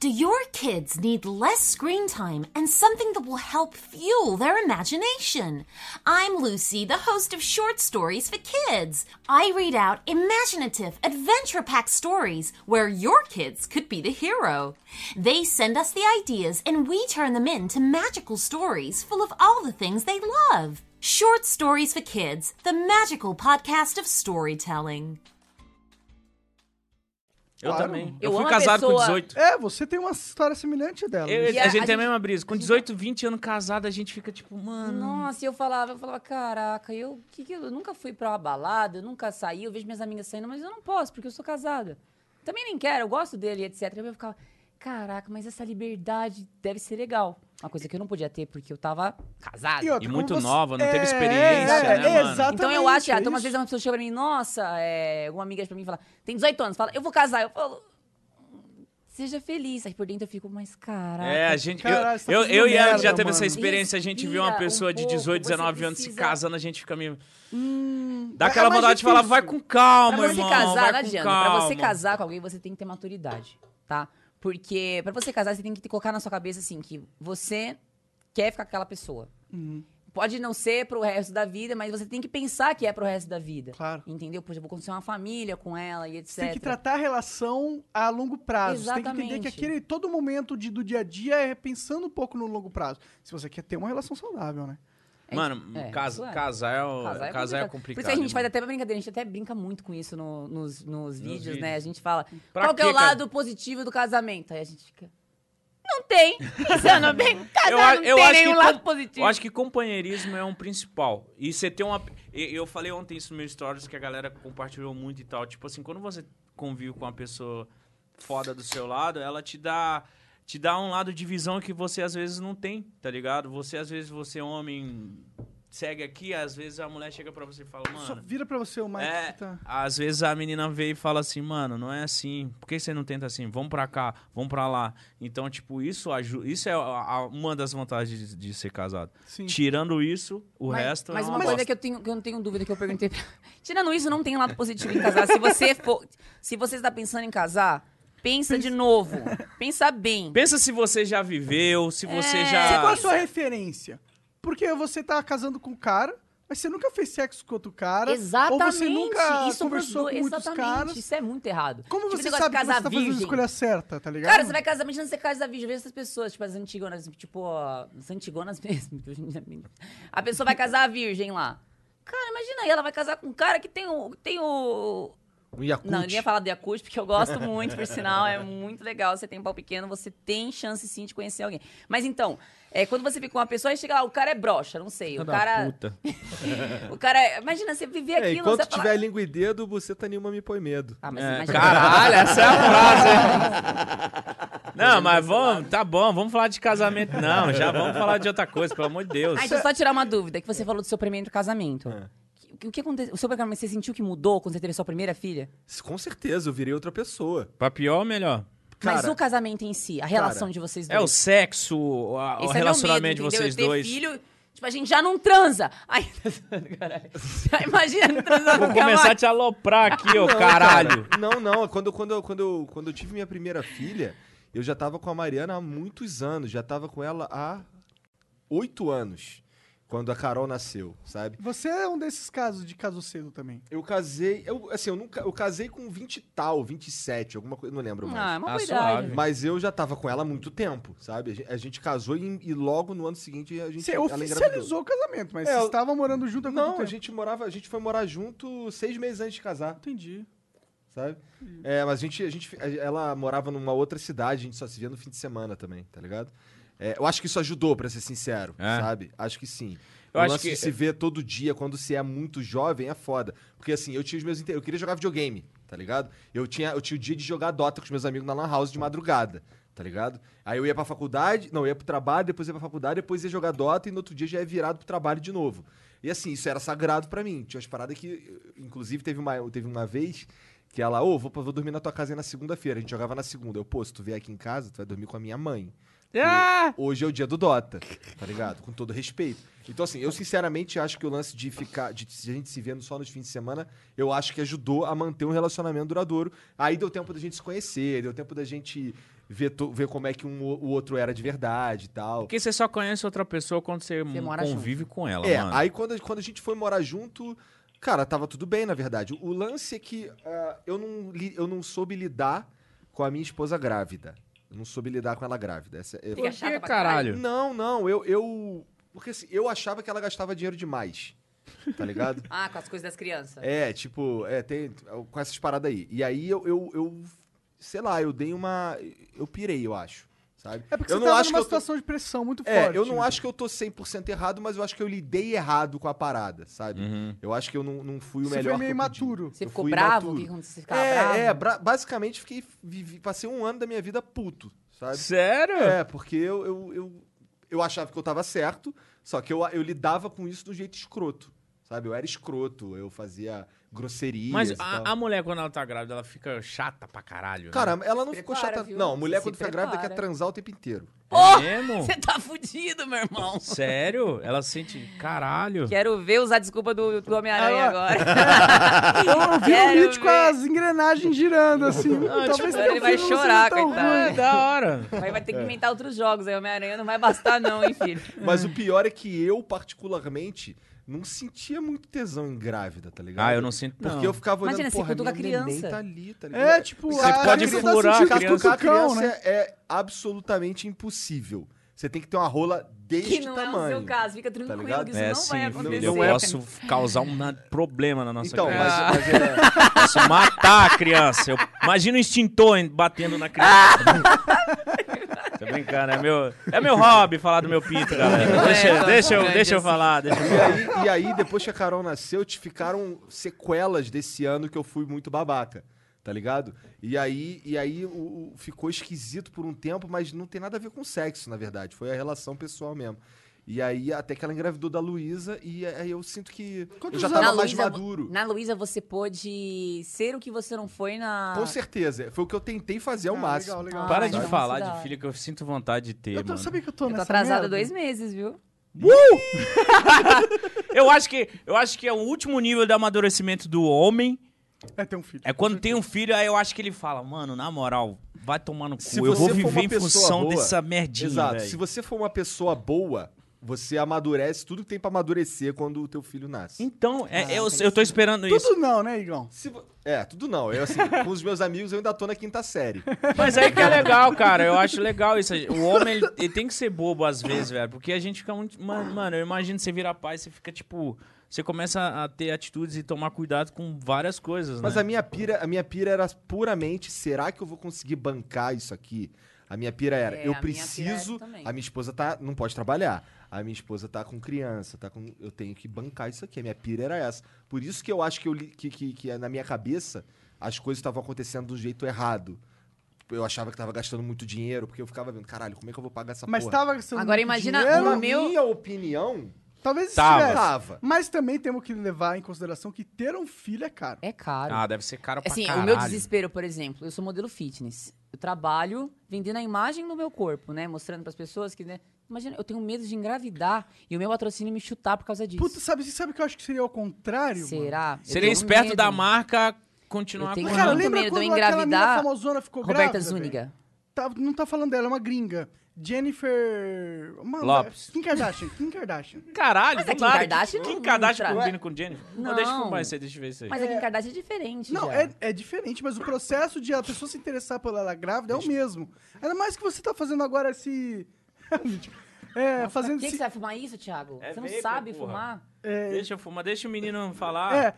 I: Do your kids need less screen time and something that will help fuel their imagination? I'm Lucy, the host of Short Stories for Kids. I read out imaginative, adventure packed stories where your kids could be the hero. They send us the ideas and we turn them into magical stories full of all the things they love. Short Stories for Kids, the magical podcast of storytelling.
D: Eu
B: Claro.
D: também.
E: Eu
D: Eu, fui
E: amo a
D: casado com
E: pessoa-
D: 18.
B: É, você tem uma história semelhante dela.
D: Eu-
B: né?
E: E
D: a,
E: a-
D: gente
E: a
D: tem a
E: gente-
D: mesma brisa. Com 18, 20 anos casado, a gente fica tipo, mano.
E: Nossa, e eu falava, eu falava, caraca, eu, que que eu, eu nunca fui pra uma balada, eu nunca saí, eu vejo minhas amigas saindo, mas eu não posso, porque eu sou casada. Também nem quero, eu gosto dele, etc. Eu ficava, caraca, mas essa liberdade deve ser legal. Uma coisa que eu não podia ter, porque eu tava casada.
B: outra,
D: E
B: como
D: muito
B: você-
D: nova, não teve
B: É,
D: experiência,
B: é,
D: né, mano?
B: Exatamente.
E: Então eu acho,
B: é
E: ah, então às
B: isso.
E: vezes uma pessoa chega pra eh, mim, nossa, é, uma amiga pra mim fala, tem 18 anos, fala, eu vou casar. Eu falo, Seja feliz. Aí por dentro eu fico, mas caraca.
D: É, a gente. eu-
E: Caralho, você tá
D: eu
E: fazendo
D: eu e ela
E: merda,
D: já teve
E: mano.
D: essa experiência, a gente viu uma
E: Respira
D: pessoa
E: um
D: de
E: pouco,
D: 18,
E: você
D: 19 anos se
E: precisa-
D: casando, a gente fica meio.
E: Hum,
D: Dá
E: é
D: aquela
E: mais
D: vontade de falar,
E: difícil.
D: vai com calma,
E: pra você
D: irmão.
E: casar,
D: vai
E: não
D: com
E: adianta.
D: Calma.
E: Pra você casar com alguém, você tem que ter maturidade, tá? Porque pra você casar, você tem que te colocar na sua cabeça assim que você quer ficar com aquela pessoa. Pode não ser pro resto da vida, mas você tem que pensar que é pro resto da vida.
B: Claro.
E: Entendeu? Poxa, eu vou construir uma família com ela e etc.
B: Você tem que tratar a relação a longo prazo. Você tem que entender que
E: Exatamente.
B: aquele, todo momento de- do dia a dia é pensando um pouco no longo prazo. Se você quer ter uma relação saudável, né?
D: Mano,
E: É,
D: casa,
E: isso é.
D: casar é, o-
E: Casar é
D: casar é
E: complicado. Por
D: complicado.
E: isso a gente
D: irmão.
E: faz até pra brincadeira, a gente até brinca muito com isso no- nos, nos vídeos, né? A
D: vídeos.
E: gente fala,
D: Pra
E: qual que é o
D: quê, cara?
E: lado positivo do casamento? Aí a gente fica, não tem. Pensando bem, casar
D: eu, a-
E: não
D: eu
E: tem
D: acho que
E: nenhum
D: com-
E: lado positivo.
D: Eu acho que companheirismo é um principal. E você tem uma. e- Eu falei ontem isso no meu stories que a galera compartilhou muito e tal. Tipo assim, quando você convive com uma pessoa foda do seu lado, ela te dá. Te dá um lado de visão que você às vezes não tem, tá ligado? Você, às vezes, você é um homem, segue aqui, às vezes a mulher chega pra você e fala, mano.
B: Só vira pra você o Mike.
D: É,
B: que tá-
D: Às vezes a menina veio e fala assim, mano, não é assim. Por que você não tenta assim? Vamos pra cá, vamos pra lá. Então, tipo, isso ajuda. Isso é a- a- uma das vantagens de, de ser casado.
B: Sim.
D: Tirando isso, o
E: Mas-
D: resto
E: mas
D: é
E: uma,
D: uma,
E: coisa
D: bosta.
E: que eu, tenho, que eu não tenho dúvida que eu perguntei pra... Tirando isso, não tem um lado positivo em casar. Se você for, se você está pensando em casar, pensa de novo. Pensa bem.
D: Pensa se você já viveu, se você
E: É.
D: já.
B: Você qual é a sua referência? Porque você tá casando com um cara, mas você nunca fez sexo com outro cara. Ou você nunca
E: isso pros
B: conversou
E: dois,
B: com muitos
E: exatamente.
B: caras.
E: Isso é muito errado.
B: Como
E: Tipo,
B: você
E: negócio
B: sabe
E: de
B: que você tá
E: casar
B: fazendo a
E: virgem.
B: escolha certa, tá ligado?
E: Cara, você vai casar, imagina você casa virgem. Eu vejo essas pessoas, tipo, as antigonas, tipo, ó, as antigonas mesmo. que hoje em dia é menina. A pessoa vai casar virgem lá. Cara, imagina aí, ela vai casar com um cara que tem o. Tem o...
C: Um Yakult.
E: Não, eu não ia falar do Yakult, porque eu gosto muito, por sinal, é muito legal. Você tem um pau pequeno, você tem chance sim de conhecer alguém. Mas então, é, quando você fica com uma pessoa e chega lá, o cara é broxa, não sei. O
D: Filha da
E: cara.
D: puta.
E: O cara. é- Imagina, você viver
C: É,
E: aquilo.
C: enquanto
E: você
C: tiver
E: fala,
C: língua e dedo, você tá nenhuma me põe medo.
E: Ah, mas
D: É, caralho, essa é a frase, hein? Não, mas vamos, tá bom, vamos falar de casamento. Não, já vamos falar de outra coisa, pelo amor de Deus.
E: Ah, deixa eu só tirar uma dúvida, que você falou do seu primeiro casamento.
D: É.
E: Que- O que aconteceu? O seu casamento, você sentiu que mudou quando você teve sua primeira filha?
C: Com certeza, eu virei outra pessoa.
D: Pra pior ou melhor?
E: Mas
C: Cara,
E: o casamento em si, a relação de vocês dois.
D: É o sexo, a- o
E: Esse é meu
D: relacionamento
E: medo,
D: de
E: entendeu?
D: vocês
E: eu ter
D: dois.
E: filho, tipo, a gente já não transa. Ai, caralho. Já imagina não transar
D: Vou
E: nunca
D: começar a
E: mais.
D: te aloprar aqui,
E: Ah,
D: ô
C: Não,
D: caralho.
C: cara. Não, não. Quando, quando, eu- quando, eu, quando eu tive minha primeira filha, eu já tava com a Mariana há muitos anos. Já tava com ela há oito anos. Quando a Carol nasceu, sabe?
B: Você é um desses casos de caso cedo também.
C: Eu casei. Eu, assim, eu nunca. Eu casei com 20 e tal, 27, alguma coisa. Não lembro mais.
E: Ah, é uma
D: Ah,
E: boa
D: suave.
E: idade.
C: Mas eu já tava com ela há muito tempo, sabe? A gen- A gente casou e, e logo no ano seguinte a gente.
B: Você
C: ela engravidou.
B: oficializou o casamento, mas
C: É,
B: vocês
C: eu-
B: estavam morando junto há quanto
C: Não,
B: tempo?
C: a gente morava, a gente foi morar junto seis meses antes de casar,
B: Entendi. Hum.
C: sabe? É, mas a gente, a gente, a- ela morava numa outra cidade, a gente só se via no fim de semana também, tá ligado? É, eu acho que isso ajudou, pra ser sincero,
D: É.
C: sabe? Acho que sim.
D: Eu
C: o
D: acho
C: lance
D: que-
C: de se ver todo dia quando se é muito jovem é foda. Porque assim, eu tinha os meus. inte- Eu queria jogar videogame, tá ligado? Eu tinha, eu tinha o dia de jogar Dota com os meus amigos na Lan House de madrugada, tá ligado? Aí eu ia pra faculdade, não, eu ia pro trabalho, depois ia pra faculdade, depois ia jogar Dota e no outro dia já ia virado pro trabalho de novo. E assim, isso era sagrado pra mim. Tinha umas paradas que. Inclusive, teve uma, teve uma vez que ela, ô, vou, vou dormir na tua casa aí na segunda-feira. A gente jogava na segunda. Eu, pô, se tu vier aqui em casa, tu vai dormir com a minha mãe.
D: Ah!
C: Hoje é o dia do Dota, tá ligado? Com todo respeito. Então, assim, eu sinceramente acho que o lance de ficar, de a gente se vendo só nos fins de semana, eu acho que ajudou a manter um relacionamento duradouro. Aí deu tempo da gente se conhecer, deu tempo da gente ver, to- ver como é que um o o outro era de verdade e tal.
D: Porque você só conhece outra pessoa quando você,
E: mora
D: convive com ela,
C: É,
D: mano.
C: aí quando, a- quando a gente foi morar junto, cara, tava tudo bem, na verdade. O lance é que ah, eu, não li- eu não soube lidar com a minha esposa grávida. Eu não soube lidar com ela grávida. Essa, é-
E: Fica chata pra
D: caralho?
C: Não, não, eu. eu porque assim, eu achava que ela gastava dinheiro demais. Tá ligado?
E: Ah, com as coisas das crianças.
C: É, tipo, é, tem. Com essas paradas aí. E aí eu, eu, eu- Sei lá, eu dei uma. Eu pirei, eu acho. Sabe?
B: É porque
C: eu
B: você tava
C: que
B: numa
C: eu tô-
B: situação de pressão muito
C: é,
B: forte.
C: eu não
B: né?
C: acho que eu tô 100% errado, mas eu acho que eu lidei errado com a parada, sabe?
D: Uhum.
C: Eu acho que eu não, não fui o
B: Você
C: melhor.
B: foi meio
C: que eu podia.
B: imaturo.
E: Você
C: Eu
E: ficou
C: fui
E: bravo? O
C: imaturo.
E: que aconteceu? Você ficava tá bravo?
C: É, é bra- basicamente fiquei, vivi- passei um ano da minha vida puto, sabe?
D: Sério?
C: É, porque eu, eu, eu, eu achava que eu tava certo, só que eu, eu lidava com isso de um jeito escroto, sabe? Eu era escroto, eu fazia grosserias.
D: Mas
C: e tal.
D: a, a mulher, quando ela tá grávida, ela fica chata pra caralho. né?
C: Cara, ela não ficou
E: Prepara,
C: chata.
E: viu?
C: Não, a mulher
E: Se
C: quando fica grávida
E: prepara.
C: quer transar o tempo inteiro.
E: Pô,
D: é mesmo?
E: você tá fudido, meu irmão.
D: Sério? Ela sente. Caralho.
E: Quero ver usar a desculpa do, do Homem-Aranha
B: Ah, ó.
E: agora.
B: Eu vi o
E: Quero
B: vídeo com
E: ver.
B: as engrenagens girando, assim.
D: Ah, tipo,
B: Talvez
E: agora ele vai chorar, coitado.
D: É da hora.
E: Aí vai ter que inventar outros jogos, aí Homem-Aranha não vai bastar não, hein, filho.
C: Mas o pior é que eu, particularmente, não sentia muito tesão em grávida, tá ligado?
D: Ah, eu não sinto, não.
C: Porque eu ficava olhando,
E: Imagina, você
C: porra,
E: cutuca
C: minha
E: a
C: neném
E: criança.
C: tá ali, tá ligado?
B: É, tipo,
C: Você
B: a
D: pode
B: criança
D: furar a
B: sentiu
D: criança.
B: cutucão,
C: Cutucar a criança
B: né?
C: é absolutamente impossível. Você tem que ter uma rola deste
E: Que não
C: tamanho. Tá
E: é o seu caso, fica tranquilo
C: ligado?
E: que isso
D: É,
E: não vai
D: sim,
E: acontecer.
D: filho, eu posso causar um na- problema na nossa é.
C: Então, mas,
D: criança.
C: mas era-
D: Posso matar a criança. Eu- imagina o extintor en- batendo na criança. Tô brincando, é meu, é meu hobby falar do meu pinto, galera.
E: Não é
D: Deixa,
E: tão
D: deixa eu,
E: grande
D: deixa eu
E: assim.
D: falar, deixa eu
C: E aí, e aí, depois que a Carol nasceu, te ficaram sequelas desse ano que eu fui muito babaca, tá ligado? E aí, e aí o, o- ficou esquisito por um tempo, mas não tem nada a ver com sexo, na verdade. Foi a relação pessoal mesmo. E aí, até que ela engravidou da Luísa, e aí eu sinto que eu
B: Quantos
C: já
B: anos? é
C: tava
E: Na
C: mais
E: Luísa-
C: maduro.
E: Na Luísa você pôde ser o que você não foi na...
C: Com certeza. Foi o que eu tentei fazer ao
B: Ah,
C: máximo.
B: Legal, legal.
E: Ah,
D: Para
E: então
D: de
E: isso
D: falar
E: dá.
D: de filho que eu sinto vontade de ter,
B: Eu tô,
D: mano.
B: sabia que eu tô
E: Eu tô
B: nessa
E: atrasada
B: merda?
E: dois meses, viu?
D: Eu acho que eu acho que é o último nível de amadurecimento do homem
B: É, tem um filho.
D: é quando tem um filho, aí eu acho que ele fala: "Mano, na moral, vai tomar no cu.
C: Se
D: eu vou
C: você for
D: viver
C: uma
D: em
C: pessoa
D: função
C: boa-
D: dessa merdinha,
C: Exato.
D: velho."
C: Se você for uma pessoa boa, você amadurece tudo que tem pra amadurecer quando o teu filho nasce.
D: Então, é, eu, eu tô esperando isso.
B: Tudo não, né, Igão?
C: Se vo- É, tudo não. Eu, assim, com os meus amigos, eu ainda tô na quinta série.
D: Mas aí que é legal, cara. Eu acho legal isso. O homem, ele, ele tem que ser bobo às vezes, velho. Porque a gente fica muito. Mano, mano, eu imagino você virar pai, você fica tipo. Você começa a ter atitudes e tomar cuidado com várias coisas,
C: Mas
D: né?
C: a minha pira, a minha pira era puramente, será que eu vou conseguir bancar isso aqui? A minha pira era,
E: É,
C: eu
E: a minha pira era
C: preciso,
E: também.
C: a minha esposa tá, não pode trabalhar. A minha esposa tá com criança, tá com, eu tenho que bancar isso aqui. A minha pira era essa. Por isso que eu acho que eu li- que, que, que na minha cabeça as coisas estavam acontecendo do jeito errado. Eu achava que tava gastando muito dinheiro, porque eu ficava vendo, caralho, como é que eu vou pagar essa
B: Mas tá
C: porra?
B: tava gastando
H: Agora
B: muito
H: imagina
B: dinheiro,
H: uma-
C: Na
H: meu-
C: minha opinião,
B: Talvez
D: Tava.
B: estivesse.
C: tava.
B: Mas também temos que levar em consideração que ter um filho é caro.
H: É caro.
D: Ah, deve ser caro pra
H: Assim,
D: caralho.
H: o meu desespero, por exemplo, eu sou modelo fitness. Eu trabalho vendendo a imagem do meu corpo, né? Mostrando pras pessoas que, né? Imagina, eu tenho medo de engravidar e o meu patrocínio me chutar por causa disso.
B: Puta, sabe, você sabe que eu acho que seria ao contrário? mano?
H: Será? Eu
D: Seria
H: tenho
D: esperto
H: medo.
D: da marca continuar
H: Eu
D: com
H: tenho
B: Mas,
D: ela.
B: Cara,
H: muito
B: lembra
H: medo de eu
B: quando aquela menina
H: engravidar
B: famosona ficou
H: Roberta
B: grávida? velho?
H: Zúñiga.
B: Tá- não tá falando dela, é uma gringa. Jennifer. Uma,
D: Lopes.
B: Kim Kardashian. Kim Kardashian.
D: Caralho,
H: Mas
D: do
H: a Kim
D: nada.
H: Kardashian
D: Kim
H: não-
D: Kardashian
H: não tra-
D: combina com Jennifer? Não.
H: Não.
D: deixa eu filmar isso aí, deixa eu ver isso aí.
H: Mas a Kim Kardashian é diferente.
B: Não,
H: já.
B: é, é diferente, mas o processo de a pessoa se interessar pela ela grávida é o mesmo. Ainda mais que você tá fazendo agora esse. é,
H: Por
B: fazendo
H: que, que
B: esse.
H: você vai fumar isso, Thiago?
D: É
H: você não
D: vapor,
H: sabe
D: porra.
H: fumar?
B: é,
D: Deixa eu fumar, deixa o menino falar.
H: tá-
B: É,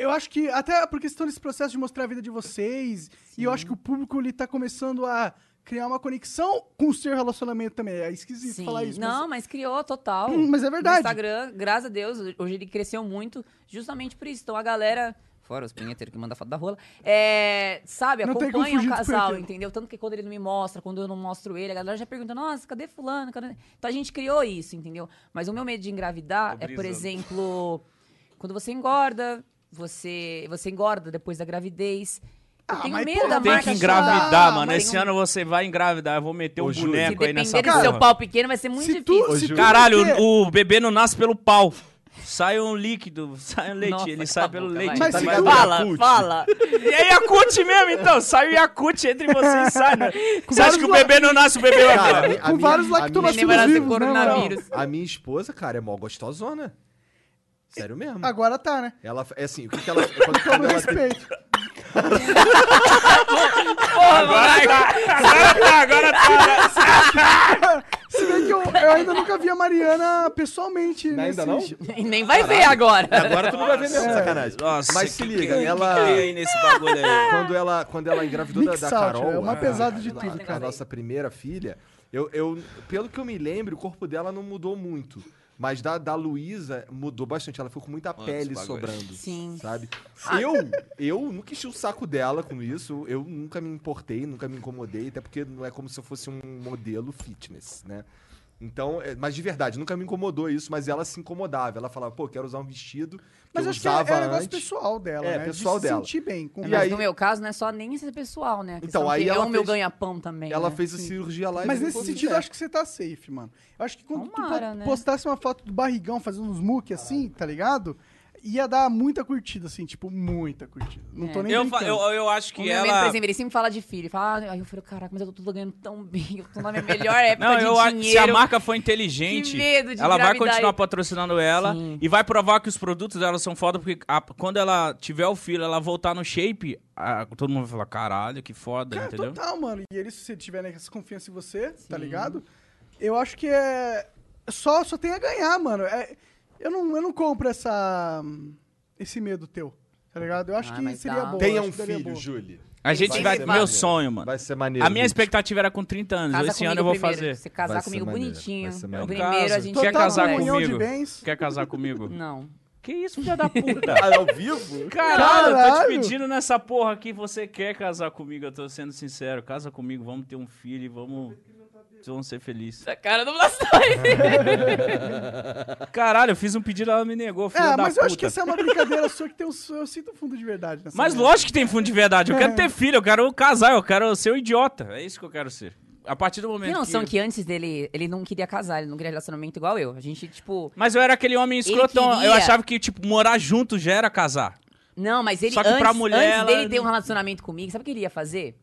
B: é, eu acho que até por questão desse processo de mostrar a vida de vocês, e eu acho que o público ele tá começando a criar uma conexão com o seu relacionamento também. É esquisito falar isso.
H: Não,
B: mas...
H: mas criou total.
B: Hum, mas é verdade.
H: O Instagram, graças a Deus, hoje ele cresceu muito justamente por isso. Então a galera. Fora os punheteiros que manda foto da rola. É, sabe,
B: Não tem como
H: acompanha o
B: fugir do
H: casal,
B: punheteiro.
H: entendeu? Tanto que quando ele não me mostra, quando eu não mostro ele, a galera já pergunta, nossa, cadê fulano? Cadê-" Então a gente criou isso, entendeu? Mas o meu medo de engravidar
D: Tô
H: é, por
D: brisando.
H: exemplo, quando você engorda, você, você engorda depois da gravidez. Eu
B: Ah,
H: tenho
B: mas,
H: medo
B: pô,
H: da
D: Tem
H: marca é
D: que
H: chutar.
D: engravidar, mano.
H: Tem
D: Esse
H: um-
D: ano você vai engravidar. Eu vou meter um
C: Ô, Júlio.
H: Se
B: né,
D: boneco aí nessa
H: depender do
D: porra.
H: seu pau pequeno, vai ser muito
B: Se tu,
H: difícil.
B: se tu
D: Caralho,
B: meter-
D: o bebê não nasce pelo pau. Sai um líquido, sai um leite,
H: Nossa,
D: ele
H: cala
D: sai
H: a
D: pelo
H: boca,
D: leite.
H: vai.
B: Mas
D: ele
B: se-
C: Fala,
D: vai-
H: Fala,
C: Yakut.
H: fala.
D: E é Yakut mesmo, então. Sai o Yakut entre vocês e sai. né? Você acha
B: vários
D: que o bebê não nasce, o bebê vai
C: Cara,
D: falar.
C: a mi- a
B: Com vários
C: minha- a minha-
B: lactobacilos
H: Neném vai nascer
B: vivos,
H: com
C: um
B: né, mano?
H: coronavírus.
C: A minha esposa, cara, é mó gostosona. Sério mesmo.
B: Agora tá, né?
C: Ela, é assim, o que, que ela... Quando,
B: Eu
C: quando ela
B: respeito.
D: Agora tá, agora tá, agora tá.
B: Se bem É que eu, eu ainda nunca vi a Mariana pessoalmente.
C: Não, ainda não?
B: nesse-
H: E nem vai ver agora.
C: Agora tu não vai ver mesmo, sacanagem.
D: É. Nossa,
C: Mas se
D: que-
C: liga,
D: que-
C: ela-
D: que tem aí nesse bagulho aí?
C: Quando ela, quando ela engravidou da,
B: Mix
C: da
B: out,
C: Carol...
B: é o mais
C: a-
B: pesado de
C: a-
B: tudo,
C: A
B: cara.
C: nossa primeira filha, eu, eu... Pelo que eu me lembro, o corpo dela não mudou muito. Mas da, da Luísa mudou bastante. Ela ficou com muita
F: Mano,
C: pele
F: esse bagulho.
C: sobrando.
H: Sim.
C: Sabe? Eu, eu nunca enchi o saco dela com isso. Eu nunca me importei, nunca me incomodei. Até porque não é como se eu fosse um modelo fitness, né? Então, é- mas de verdade, nunca me incomodou isso, mas ela se incomodava. Ela falava, pô, quero usar um vestido que
B: Mas
C: eu
B: acho que é, é
C: usava
B: um negócio
C: antes.
B: pessoal dela,
C: É,
B: né?
C: pessoal
B: de se
C: dela.
B: sentir bem. Com...
C: E
E: mas
C: aí-
E: no meu caso, não é só nem ser pessoal, né? A
C: Então,
E: questão
C: aí
E: que
C: ela
E: é o meu
C: fez-
E: ganha-pão também.
C: Ela
E: né?
C: fez a cirurgia lá e
B: Mas
C: não
B: nesse
C: ficou
B: sentido, eu
C: mulher.
B: acho que você tá safe, mano. Eu acho que quando
E: Tomara,
B: tu po-
E: né?
B: postasse uma foto do barrigão fazendo uns muque assim, tá ligado? Ia dar muita curtida, assim, tipo, muita curtida. Não tô
E: É.
B: nem
D: Eu, fa-
B: brincando.
D: eu, eu acho
E: O
D: que
E: meu ela...
D: ela.
E: por exemplo, ele sempre fala de filho. Ele Fala, ah, aí eu falei, caraca, mas eu tô, tô ganhando tão bem, eu tô na minha melhor época
D: Não,
E: de
D: eu acho que se
E: dinheiro.
D: a marca for inteligente,
E: Que medo de
D: ela vai
E: engravidar
D: continuar
E: e-
D: patrocinando ela
E: Sim.
D: e vai provar que os produtos dela são foda, porque a- quando ela tiver o filho, ela voltar no shape, a- todo mundo vai falar, caralho, que foda,
B: Cara,
D: entendeu?
B: total, mano. E ele, se ele tiver né, essa confiança em você, tá ligado? Eu acho que é. Só, só tem a ganhar, mano. É- Eu, não, eu não compro essa. esse medo teu, tá ligado? Eu acho
E: Ah,
B: que
E: mas
B: seria
E: dá.
B: bom.
C: Tenha
B: eu acho
C: um
B: que daria
C: filho,
B: boa.
C: Julie.
D: A gente
E: Vai
D: vai.
E: ser
D: Meu
E: maneiro.
D: sonho, mano.
C: Vai ser maneiro.
D: A minha
C: Lute.
D: expectativa era com 30 anos.
E: Casa
D: Esse ano eu
E: comigo
D: vou
E: primeiro,
D: fazer.
E: Se você casar
C: Vai ser
E: comigo
C: maneiro,
E: bonitinho.
C: vai ser maneiro.
E: Primeiro
D: Caso.
E: a gente
D: Quer
B: Total
D: casar
B: comunhão de
D: comigo?
B: bens.
D: Quer casar comigo?
E: Não.
D: Que isso, filha da puta?
C: Ah, ao vivo?
D: Caralho, eu tô te
B: Caralho!
D: pedindo nessa porra aqui, você quer casar comigo, eu tô sendo sincero. Casa comigo, vamos ter um filho e vamos. Vamos ser felizes.
E: Essa cara do Blastoise.
D: Caralho, eu fiz um pedido, ela me negou, filho
B: É,
D: da
B: mas
D: puta.
B: eu acho que é assim essa é uma brincadeira sua que tem um, eu sinto o fundo de verdade. Nessa
D: Mas
B: merda.
D: lógico que tem fundo de verdade. Eu
B: É.
D: quero ter filho, eu quero casar, eu quero ser um idiota. É isso que eu quero ser. A partir do momento
E: Tem noção que antes dele, ele não queria casar, ele não queria relacionamento igual eu. A gente, tipo...
D: Mas eu era aquele homem escrotão.
E: queria-
D: Eu achava que, tipo, morar junto já era casar.
E: Não, mas ele
D: Só que
E: antes,
D: pra mulher,
E: antes dele
D: ela-
E: ter um relacionamento comigo, sabe o que ele ia fazer?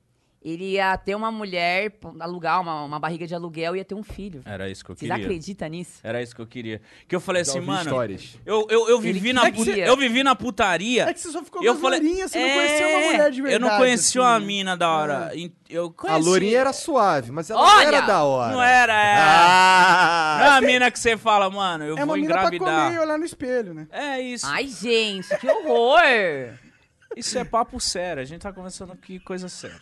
E: Ele ia ter uma mulher, pô, alugar uma, uma barriga de aluguel e ia ter um filho.
D: Era isso que É, eu
E: Vocês
D: queria.
E: acreditam nisso?
D: Era isso que eu queria. Que eu falei
C: Já
D: assim,
C: ouvi
D: mano.
C: histórias.
D: Eu, eu, eu, vivi
E: Ele
D: na,
E: queria.
D: puta- eu vivi na putaria.
B: É que você só ficou
D: eu
B: com as
D: falei,
B: lourinhas, você
D: "É,
B: não conheceu uma mulher de verdade.
D: Eu não conheci uma
B: assim.
D: mina da hora. E Eu conheci,
C: A lourinha era suave, mas ela
E: Olha!
C: não era da hora.
D: é assim. Não era, é. Não
C: Ah!
D: é uma mina que você fala, mano, eu
B: É uma
D: vou
B: mina pra
D: engravidar.
B: comer e olhar no espelho, né?
D: É isso.
E: Ai, gente, que horror!
D: Isso é papo sério. A gente tá conversando que coisa séria.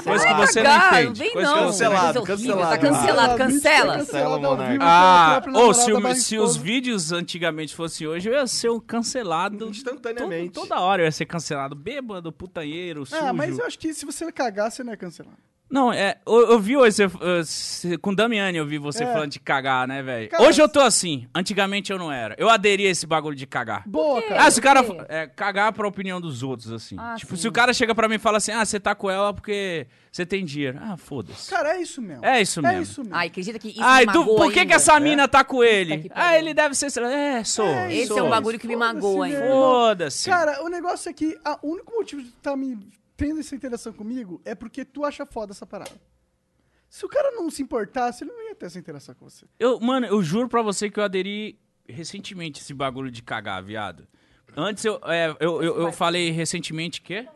D: Coisa que você não
E: Cara,
D: entende.
E: Ah, vem
D: coisa
E: não.
D: que você é não
C: Cancelado,
E: Coisa horrível,
C: cancelado.
E: Tá cancelado, cancela.
F: Cancela,
B: Cancelado ao
F: monarca.
B: vivo pela
D: Ah,
B: própria
D: ou
B: namorada
D: se, o-
B: barra
D: se
B: esposa.
D: os vídeos antigamente fossem hoje, eu ia ser um cancelado.
C: Instantaneamente.
D: Todo- toda hora eu ia ser cancelado. Bêbado, putanheiro, sujo.
B: Ah, mas eu acho que se você cagar, você não é cancelado.
D: Não, é. Eu, eu vi hoje. você- eh, se- com Damiani eu vi você
B: É.
D: falando de cagar, né, velho?
B: Cara,
D: Hoje eu tô assim. Antigamente eu não era. Eu aderi a esse bagulho de cagar.
B: Boa, cara.
D: Ah, se o cara.
E: Por quê?
D: É, cagar pra opinião dos outros, assim.
E: Ah,
D: tipo,
E: sim.
D: se o cara chega pra mim e fala assim: ah, você tá com ela porque você tem dinheiro. Ah, foda-se.
B: Cara, é isso mesmo.
D: É isso
B: É
D: mesmo.
B: isso mesmo.
E: Ai, acredita que isso
D: Ai,
E: me
D: tu,
E: magoa
D: por que,
E: ainda?
D: que essa mina tá com ele?
E: que pariu.
D: Ah, ele deve ser. É, sou.
E: Esse
D: sou.
E: é um bagulho que me
B: Foda-se,
E: magoa, hein?
B: meu irmão.
D: Foda-se.
B: Cara, o negócio é que a- o único motivo de tu tá me tendo essa interação comigo é porque tu acha foda essa parada. Se o cara não se importasse, ele não ia ter essa interação com você.
D: Eu, mano, eu juro pra você que eu aderi recentemente esse bagulho de cagar, viado. Antes eu, é, eu, eu, eu falei recentemente que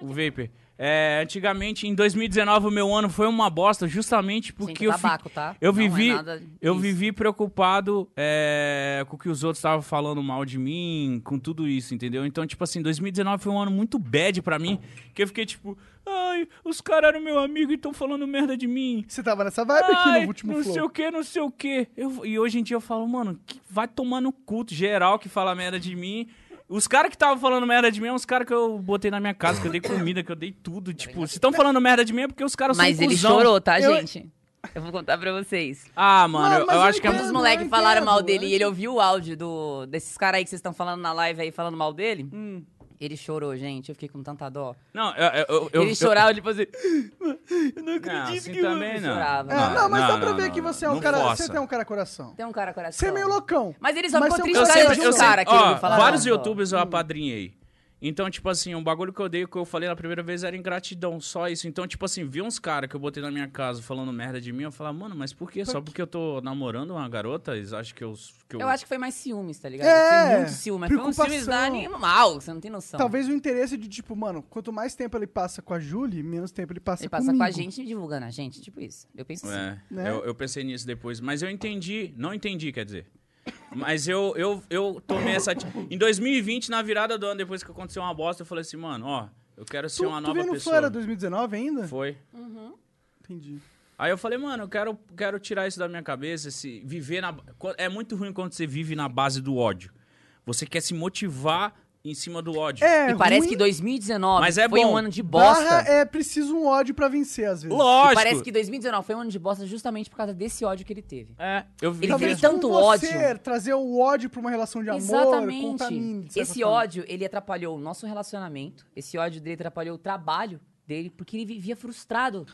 D: o vapor. É, antigamente, em 2019, o meu ano foi uma bosta, justamente porque
E: Gente,
D: eu, fi-
E: tabaco, tá?
D: eu
E: Não é
D: vivi,
E: nada
D: eu
E: disso.
D: vivi preocupado é, com o que os outros estavam falando mal de mim, com tudo isso, entendeu? Então, tipo assim, 2019 foi um ano muito bad pra mim, que eu fiquei tipo, ai, os caras eram meu amigo e estão falando merda de mim.
B: Você tava nessa vibe aqui
D: Ai,
B: no último
D: não
B: flow.
D: sei o que, não sei o que. E hoje em dia eu falo, mano, que vai tomar no culto geral que fala merda de mim. Os caras que estavam falando merda de mim é uns caras que eu botei na minha casa, que eu dei comida, que eu dei tudo. Tipo, se estão falando merda de mim é porque os caras
E: Tá Mas
D: são
E: ele
D: cuzão.
E: chorou, tá,
B: Eu-
E: gente? Eu vou contar pra vocês.
D: Ah, mano,
B: Mano,
D: eu,
B: mas
D: eu
B: eu
D: acho que é
E: Quando os
B: entendo.
D: um...
E: moleques
B: eu
E: falaram mal
B: entendo,
E: dele
B: eu
E: e ele ouviu o áudio do, desses caras aí que vocês estão falando na live aí, falando mal dele, ele chorou, gente. Eu fiquei com tanta dó.
D: Não, eu... eu, eu- eu-
E: ele chorava, ele fazia...
D: eu não acredito
E: assim
D: que eu-
E: também não. Chorava.
B: É, não, mas dá pra ver que você é um
D: não
B: cara.
D: força.
B: Você tem um cara coração.
E: Tem um cara coração.
B: Você é meio loucão.
E: Mas ele só
B: Mas
E: ficou
B: tem um
E: triste
D: eu
E: por
B: cara
E: causa
D: sempre,
E: de
D: eu
E: um
D: sempre,
E: cara que
D: ó,
E: ele ouviu falar.
D: vários
E: não, só.
D: youtubers eu apadrinhei. Então, tipo assim, um bagulho que eu odeio, que eu falei na primeira vez, era ingratidão, só isso. Então, tipo assim, vi uns caras que eu botei na minha casa falando merda de mim, eu falava, mano, mas por quê? Só porque eu tô namorando uma garota? Eles acham que eu... Que eu...
E: Eu acho que foi mais ciúmes, tá ligado?
B: É,
E: Foi muito ciúmes. Mas foi um ciúmes
B: preocupação.
E: da animal, você não tem noção.
B: Talvez o interesse de, tipo, mano, quanto mais tempo ele passa com a Julie, menos tempo ele passa
E: Ele passa
B: comigo.
E: com a gente e divulgando a gente, tipo isso. Eu penso assim.
D: É,
B: Né?
D: eu, eu pensei nisso depois, mas eu entendi, não entendi, quer dizer. Mas eu, eu, eu tomei essa... ati- Em 2020, na virada do ano, depois que aconteceu uma bosta, eu falei assim, mano, ó, eu quero ser
B: Tu,
D: uma
B: tu
D: nova
B: veio no
D: pessoa.
B: Flora 2019 ainda?
D: Foi.
B: Entendi.
D: Aí eu falei, mano, eu quero, quero tirar isso da minha cabeça. Esse, viver na. É muito ruim quando você vive na base do ódio. Você quer se motivar em- em cima do ódio.
B: É
E: E parece
B: ruim.
E: que 2019
D: Mas é
E: foi
D: bom.
E: um ano de bosta.
B: Barra é preciso um ódio pra vencer, às vezes.
E: E
D: Lógico.
E: parece que 2019 foi um ano de bosta justamente por causa desse ódio que ele teve.
D: É, eu vi.
E: Ele
D: mesmo.
E: fez tanto ódio.
B: trazer o ódio pra uma relação de amor, contamine, de
E: Exatamente.
B: certa
E: Esse
B: forma.
E: ódio, ele atrapalhou o nosso relacionamento. Esse ódio dele atrapalhou o trabalho dele, porque ele vivia frustrado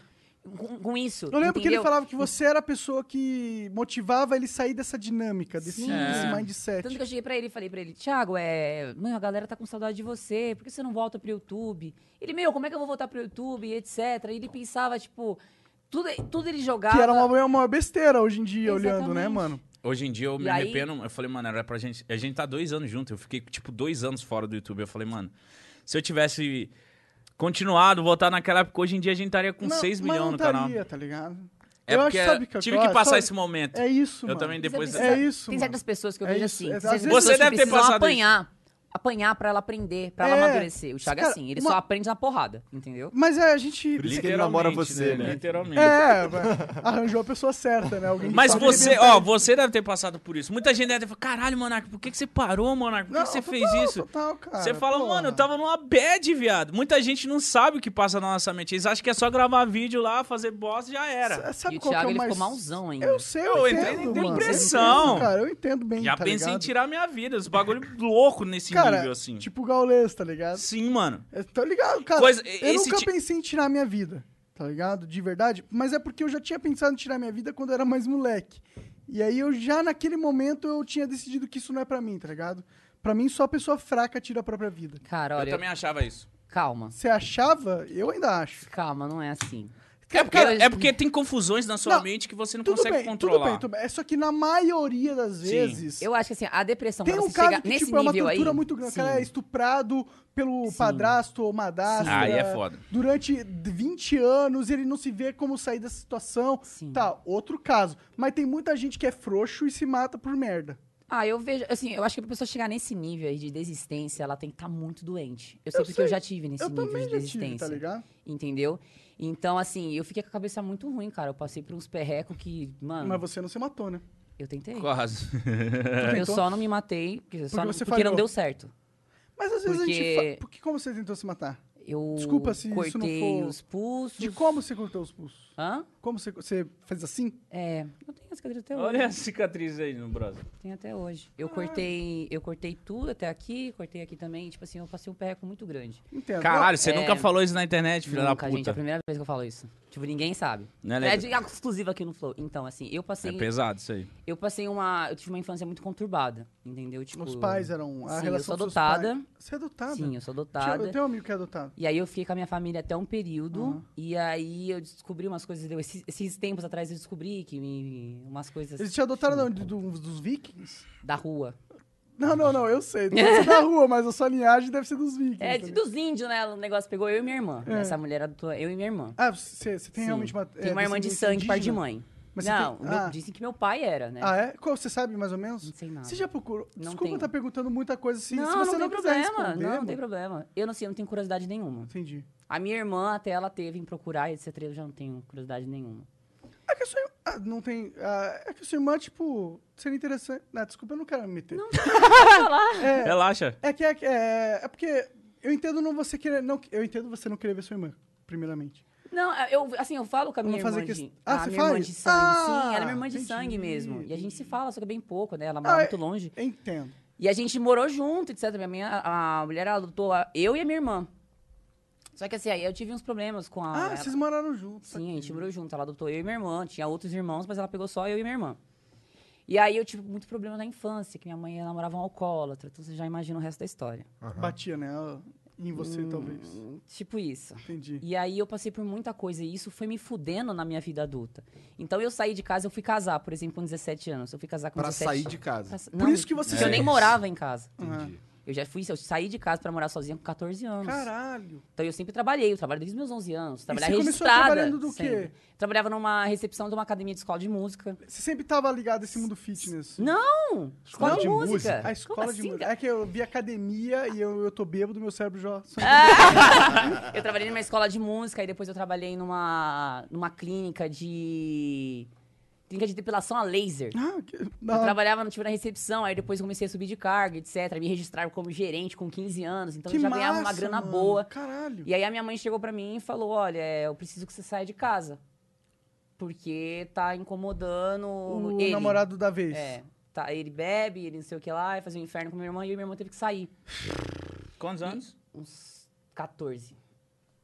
E: com, com isso.
B: Eu lembro que ele
E: entendeu?
B: falava que você era a pessoa que motivava ele sair dessa dinâmica, desse,
E: Sim.
B: desse
D: É.
B: mindset.
E: Tanto que eu cheguei pra ele e falei pra ele, Thiago, é... Mano, a galera tá com saudade de você, por que você não volta pro YouTube? Ele, meu, como é que eu vou voltar pro YouTube, e etc. E ele pensava, tipo... Tudo, tudo ele jogava...
B: Que era uma, uma besteira hoje em dia, olhando,
E: Exatamente.
B: né, mano?
D: Hoje em dia eu
E: E
D: me
E: aí-
D: arrependo. Eu falei, mano, era pra gente. A gente tá dois anos junto. Eu fiquei, tipo, dois anos fora do YouTube. Eu falei, mano, se eu tivesse continuado, voltar naquela época, hoje em dia a gente estaria com
B: Não,
D: 6
B: mas
D: milhões
B: não
D: no canal.
B: estaria, tá ligado?
D: É
B: Eu acho,
D: porque
B: sabe o que eu
D: tive
B: acho?
D: que passar
B: Sabe-
D: esse momento.
B: É isso,
D: Eu
B: mano.
D: também depois.
E: Mas
B: É isso,
E: Tem
B: mano.
E: certas pessoas que eu
B: É
E: vejo
B: isso,
E: assim.
B: é-
E: que
B: às
E: certas
B: vezes
E: pessoas
D: você
E: que
D: deve ter
E: precisam
D: passado
E: apanhar. Apanhar pra ela aprender, pra
B: É.
E: ela amadurecer. O Thiago é
B: Cara,
E: assim, ele
B: uma-
E: só aprende na porrada, entendeu?
B: Mas é, a gente...
C: Por isso que ele namora
D: Literalmente,
C: você, né?
D: Literalmente.
B: É, arranjou a pessoa certa, né? Alguém que
D: Mas
B: sabe
D: você,
B: arrebentar.
D: ó, você deve ter passado por isso. Muita gente deve ter falado, caralho, Monark, por que, que você parou, Monark? Por que, que você
B: Não,
D: fez
B: total,
D: isso?
B: total, tá, cara,
D: Você fala,
B: porra.
D: mano, eu tava numa bad, viado. Muita gente não sabe o que passa na nossa mente. Eles acham que é só gravar vídeo lá, fazer boss e já era.
B: S- Sabe
E: E o
B: qual que
E: Thiago,
B: é o
E: ele
B: mais...
E: ficou malzão ainda.
B: Eu sei, eu,
D: Eu
B: entendo,
D: entrei
B: mano.
D: em
B: Eu entendo,
D: depressão.
B: cara, eu entendo bem,
D: já
B: tá
D: pensei em
B: ligado?
D: tirar minha vida. Os bagulho louco nesse
B: Cara,
D: nível, assim.
B: tipo o Gaules, tá ligado?
D: Sim, mano.
B: Eu Tô ligado, cara.
D: Coisa-
B: eu
D: esse
B: nunca
D: ti-
B: pensei em tirar minha vida, tá ligado? De verdade. Mas é porque eu já tinha pensado em tirar minha vida quando eu era mais moleque. E aí eu já naquele momento eu tinha decidido que isso não é pra mim, tá ligado? Pra mim só a pessoa fraca tira a própria vida.
E: Cara,
D: Eu
E: olha,
D: também achava isso.
E: calma.
B: Você achava? Eu ainda acho.
E: Calma, não é assim.
D: É porque,
E: eu-
D: é porque tem confusões na sua
B: Não,
D: mente que você não
B: Tudo
D: consegue
B: bem, tudo
D: controlar.
B: bem, tudo bem. É só que na maioria das
D: Sim.
B: vezes.
E: Eu acho que assim, a depressão,
B: Tem
E: pra
B: um
E: você
B: caso
E: chegar
B: que,
E: nesse
B: tipo, é uma
E: nível
B: tortura
E: aí...
B: muito grande. O
E: sim.
B: cara é estuprado pelo
E: Sim.
B: padrasto ou madrastra.
D: Aí é foda.
B: Durante 20 anos, ele não se vê como sair dessa situação.
E: Sim.
B: Tá, outro caso. Mas tem muita gente que é frouxo e se mata por merda.
E: Ah, eu vejo, assim, eu acho que pra pessoa chegar nesse nível aí de desistência, ela tem que estar muito doente. Eu sei
B: Eu
E: porque
B: sei.
E: eu já tive nesse
B: eu
E: nível
B: também
E: de
B: já tive, tá
E: desistência.
B: ligado?
E: entendeu? Então, assim, eu fiquei com a cabeça muito ruim, cara. Eu passei por uns perrecos que, mano,
B: Mas você não se matou, né?
E: eu tentei.
D: Quase.
E: Eu
B: tentou?
E: só não me matei, porque, eu só
B: Porque
E: não-
B: você
E: porque não
B: falhou.
E: deu certo.
B: Mas às vezes a gente...
E: Porque-
B: Fa... Por que como você tentou se matar?
E: Eu
B: Desculpa se isso não
E: cortei
B: for-
E: os pulsos.
B: De como você cortou os pulsos?
E: Hã?
B: Como você... Você fez assim?
E: É, eu tenho as cadeiras até hoje.
D: Olha a cicatriz aí no braço.
E: Tem até hoje. Eu cortei, eu cortei tudo até aqui, cortei aqui também. Tipo assim, eu passei um perreco muito grande.
B: Entendo.
D: Caralho, você
E: É.
D: nunca falou isso na internet, filha da
E: Nunca,
D: puta.
E: gente, é a primeira vez que eu falo isso. Tipo, ninguém sabe.
D: Não é
E: é
D: legal.
E: de exclusiva aqui no Flow. Então, assim, eu
D: É
E: passei.
D: pesado isso aí.
E: eu passei uma. Eu tive uma infância muito conturbada. Entendeu? Tipo.
B: Os pais eram... A
E: Sim,
B: relação
E: eu sou
B: dos seus
E: adotada.
B: pais. Você é adotada?
E: Sim, eu sou
B: Tinha-
E: adotada.
B: Eu tenho um amigo que é adotado.
E: E aí eu fiquei com a minha família até um período.
B: Uhum.
E: E aí eu descobri umas coisas. entendeu? Esses, esses tempos atrás eu descobri que me, umas coisas
B: Eles te adotaram não, de- do- dos vikings?
E: da rua.
B: Não, não, não, eu sei. Deve ser da rua, mas a sua linhagem deve ser dos vikings.
E: É,
B: tá
E: de-
B: ligado?
E: dos índios, né? O negócio pegou eu e minha irmã.
B: É.
E: Essa mulher adotou eu e minha irmã.
B: Ah, você você tem
E: Sim.
B: realmente uma.
E: Tem
B: é,
E: uma irmã de
B: descendência
E: sangue, par de
B: indígena?
E: mãe.
B: Mas você
E: não,
B: tem-
E: meu-
B: ah.
E: dizem que meu pai era, né?
B: Ah, é? Qual, você sabe mais ou menos?
E: Não sei nada.
B: Você já procurou?
E: Não
B: Desculpa
E: tenho.
B: estar perguntando muita coisa assim.
E: não,
B: se
E: não
B: você
E: tem
B: não, quiser
E: problema.
B: responder,
E: Não, não tem
B: mano.
E: problema. Eu não sei, eu não tenho curiosidade nenhuma.
B: Entendi.
E: A minha irmã, até ela teve em procurar, etc. Eu já não tenho curiosidade nenhuma.
B: É que a sua irmã. Ah, não tem. ah, é que a sua irmã, tipo, seria interessante. Não, desculpa, eu não quero me meter. Não,
D: Relaxa.
B: É que é, que- é, é porque eu entendo não você querer. Não, eu entendo você não querer ver sua irmã, primeiramente.
E: Não, eu, assim, eu falo com
B: Pra
E: a
B: não
E: minha irmã
B: fazer
E: de...
B: que- Ah,
E: a
B: você
E: minha irmã
B: faz?
E: de sangue,
B: Ah,
E: sim. Ela é minha irmã de
B: entendi,
E: sangue mesmo. E a gente se fala, só que é bem pouco, né? Ela
B: Ah,
E: mora
B: é-
E: muito longe.
B: Entendo.
E: E a gente morou junto, etc. Minha, minha- a mulher adotou a- eu e a minha irmã. Só que assim, aí eu tive uns problemas com a...
B: Ah,
E: ela-
B: vocês moraram juntos.
E: Sim, a
B: aqui.
E: gente morou junto. Ela adotou eu e minha irmã. Tinha outros irmãos, mas ela pegou só eu e minha irmã. E aí eu tive muito problema na infância, que minha mãe ela namorava um alcoólatra. Então você já imagina o resto da história.
B: Batia nela. Em você, talvez.
E: Tipo isso.
B: Entendi.
E: Hum, E aí eu passei por muita coisa e isso foi me fudendo na minha vida adulta. Então eu saí de casa, eu fui casar, por exemplo, com 17 anos. Eu fui casar com
C: Pra
E: 17
C: sair de casa.
E: Pra sa- Não,
B: isso que você é.
E: porque eu
B: fez.
E: nem morava em casa.
C: Entendi.
E: Eu já fui, eu saí de casa pra morar sozinha com 14 anos.
B: Caralho.
E: Então eu sempre trabalhei, eu trabalho desde os meus 11 anos, trabalhava
B: você começou
E: registrada.
B: trabalhando do quê?
E: sempre. Trabalhava numa recepção de uma academia de escola de música.
B: Você sempre tava ligado a esse mundo fitness?
E: Não! Escola
C: de
E: de, música.
C: música.
B: A escola
E: Como
B: de
E: assim,
B: música.
E: cara?
B: É que eu vi academia e eu, eu tô bêbado, meu cérebro já.
E: Ah! Eu trabalhei numa escola de música e depois eu trabalhei numa, numa clínica de. Clínica de depilação a laser.
B: Ah, que...
E: Eu trabalhava no, tipo, na recepção, aí depois comecei a subir de carga, etc. Me registraram como gerente com 15 anos, então
B: Que
E: eu já ganhava uma
B: massa,
E: grana
B: mano.
E: boa.
B: Caralho.
E: E aí a minha mãe chegou pra mim e falou: Olha, é, eu preciso que você saia de casa. Porque tá incomodando
B: O
E: ele.
B: namorado da vez.
E: É. Tá, ele bebe, ele não sei o que lá, e fazia um inferno com minha irmã, e minha irmã teve que sair.
D: Quantos anos?
E: Uns 14.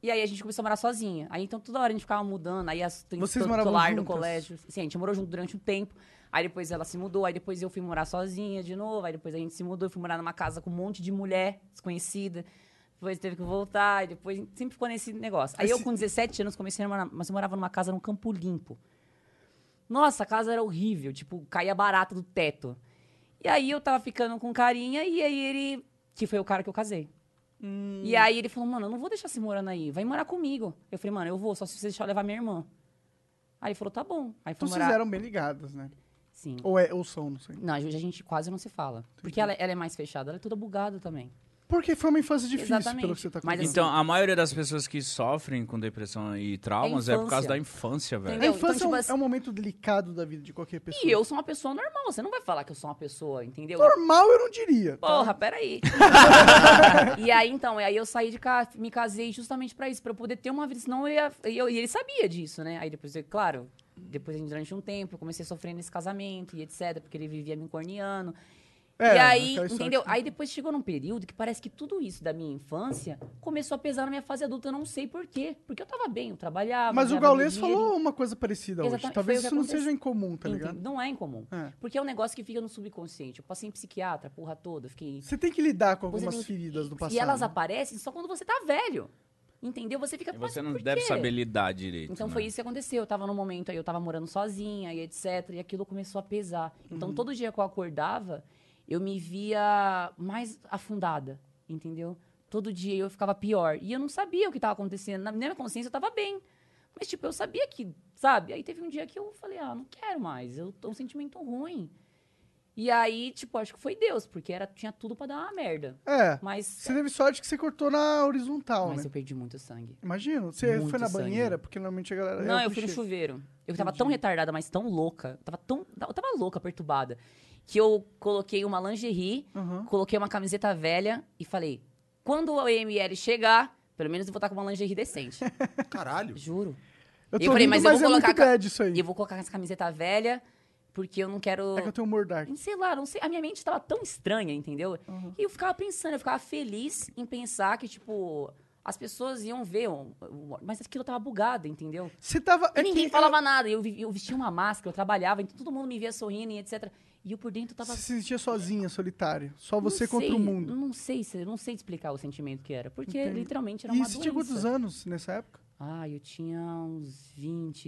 E: E aí a gente começou a morar sozinha. Aí então toda hora a gente ficava mudando. Aí as tem
B: Vocês
E: to-
B: moravam
E: solar no
B: juntas?
E: colégio. Sim, a gente morou junto durante um tempo. Aí depois ela se mudou, aí depois eu fui morar sozinha de novo, aí depois a gente se mudou, eu fui morar numa casa com um monte de mulher desconhecida. Depois teve que voltar, e depois sempre ficou nesse negócio. Aí eu
B: Esse-
E: com 17 anos comecei a morar, mas eu morava numa casa num campo limpo. Nossa, a casa era horrível, tipo, caía barata do teto. E aí eu tava ficando com um carinha e aí ele, que foi o cara que eu casei.
B: Hum.
E: E aí ele falou, mano, eu não vou deixar você morando aí, vai morar comigo. Eu falei, mano, eu vou, só se você deixar eu levar minha irmã. Aí ele falou, tá bom. Aí foi
B: Então
E: morar...
B: vocês eram bem ligadas, né?
E: Sim.
B: Ou, é, ou são, não sei.
E: Não, hoje a gente quase não se fala. Porque ela, ela é mais fechada, ela é toda bugada também.
B: Porque foi uma infância difícil, pelo que
E: Exatamente.
B: você tá
E: Mas
B: contando.
E: assim-
D: Então, a maioria das pessoas que sofrem com depressão e traumas é, por causa
E: infância.
D: da infância, velho.
B: a
E: Entendeu? Então,
B: infância é um-
E: tipo
B: é, um,
E: assim-
B: momento delicado da vida de qualquer pessoa.
E: E eu sou uma pessoa normal, você não vai falar que eu sou uma pessoa, entendeu?
B: Normal eu não diria. tá?
E: Porra, peraí. e aí, então, aí eu saí de casa, me casei justamente pra isso, pra eu poder ter uma vida, senão eu ia... E, eu- e ele sabia disso, né? Aí depois, eu- claro, depois durante um tempo, eu comecei a sofrer nesse casamento e etc, porque ele vivia me corneando.
B: É,
E: e aí,
B: aquela história
E: entendeu?
B: que-
E: Aí depois chegou num período que parece que tudo isso da minha infância começou a pesar na minha fase adulta, eu não sei por quê. Porque eu tava bem, eu trabalhava.
B: Mas o
E: ganhava meu
B: Gaules
E: dinheirinho.
B: falou uma coisa parecida hoje.
E: Exatamente,
B: Talvez
E: foi o que
B: isso não
E: aconteceu.
B: seja incomum, tá
E: Entende?
B: ligado?
E: Não é incomum.
B: É.
E: Porque é um negócio que fica no subconsciente. Eu passei em psiquiatra a porra toda, fiquei
B: Você tem que lidar com
E: Você
B: algumas
E: tem- um tipo
B: feridas do passado.
E: E elas
B: né?
E: aparecem só quando você tá velho. Entendeu? Você fica
D: E
E: "Mas
D: você não
E: por
D: deve
E: quê?"
D: saber lidar direito.
E: Então
D: né?
E: foi isso que aconteceu. Eu tava num momento aí, eu tava morando sozinha e etc. E aquilo começou a pesar. Então
B: Uhum.
E: todo dia que eu acordava, eu me via mais afundada. Entendeu? Todo dia eu ficava pior. E eu não sabia o que tava acontecendo. Na minha consciência eu tava bem. Mas, tipo, eu sabia que, sabe? Aí teve um dia que eu falei, ah, não quero mais. Eu tô um sentimento ruim. E aí, tipo, acho que foi Deus, porque era, tinha tudo pra dar uma merda.
B: É.
E: Mas
B: Você teve sorte que você cortou na horizontal,
E: mas
B: né?
E: eu perdi muito sangue.
B: Imagino. Você
E: Muito
B: foi na
E: sangue. né?
B: banheira, porque normalmente a galera.
E: Não,
B: é o
E: eu
B: que
E: fui no
B: chega.
E: chuveiro. Eu tava tão retardada, mas tão louca. eu Tava tão. Eu tava louca, perturbada. Que eu coloquei uma lingerie,
B: Aham.
E: coloquei uma camiseta velha e falei: quando o ML chegar, pelo menos eu vou estar com uma lingerie decente.
C: Caralho.
E: Juro.
B: Eu tô
E: eu falei,
B: rindo,
E: mas
B: mas,
E: eu vou
B: é muito
E: colocar a ca-
B: bad isso aí.
E: E eu vou colocar essa camiseta velha, porque eu não quero.
B: É que eu tenho um Murdark.
E: Sei lá, não sei. A minha mente tava tão estranha, entendeu?
B: Uhum.
E: E eu ficava pensando, eu ficava feliz em pensar que, tipo, as pessoas iam ver. um- um- Mas aquilo tava bugado, entendeu?
B: Você tava.
E: E
B: é
E: ninguém
B: que-
E: falava nada. Eu, vi- eu vestia uma máscara, eu trabalhava, então todo mundo me via sorrindo e etc. E eu por dentro
B: Você
E: tava.
B: se sentia sozinha, solitária. Só
E: não
B: você contra
E: sei,
B: o mundo.
E: Não sei, se- não sei explicar o sentimento que era. Porque
B: Entendi.
E: literalmente era
B: E
E: uma
B: você
E: doença.
B: tinha quantos anos nessa época?
E: Ah, eu tinha uns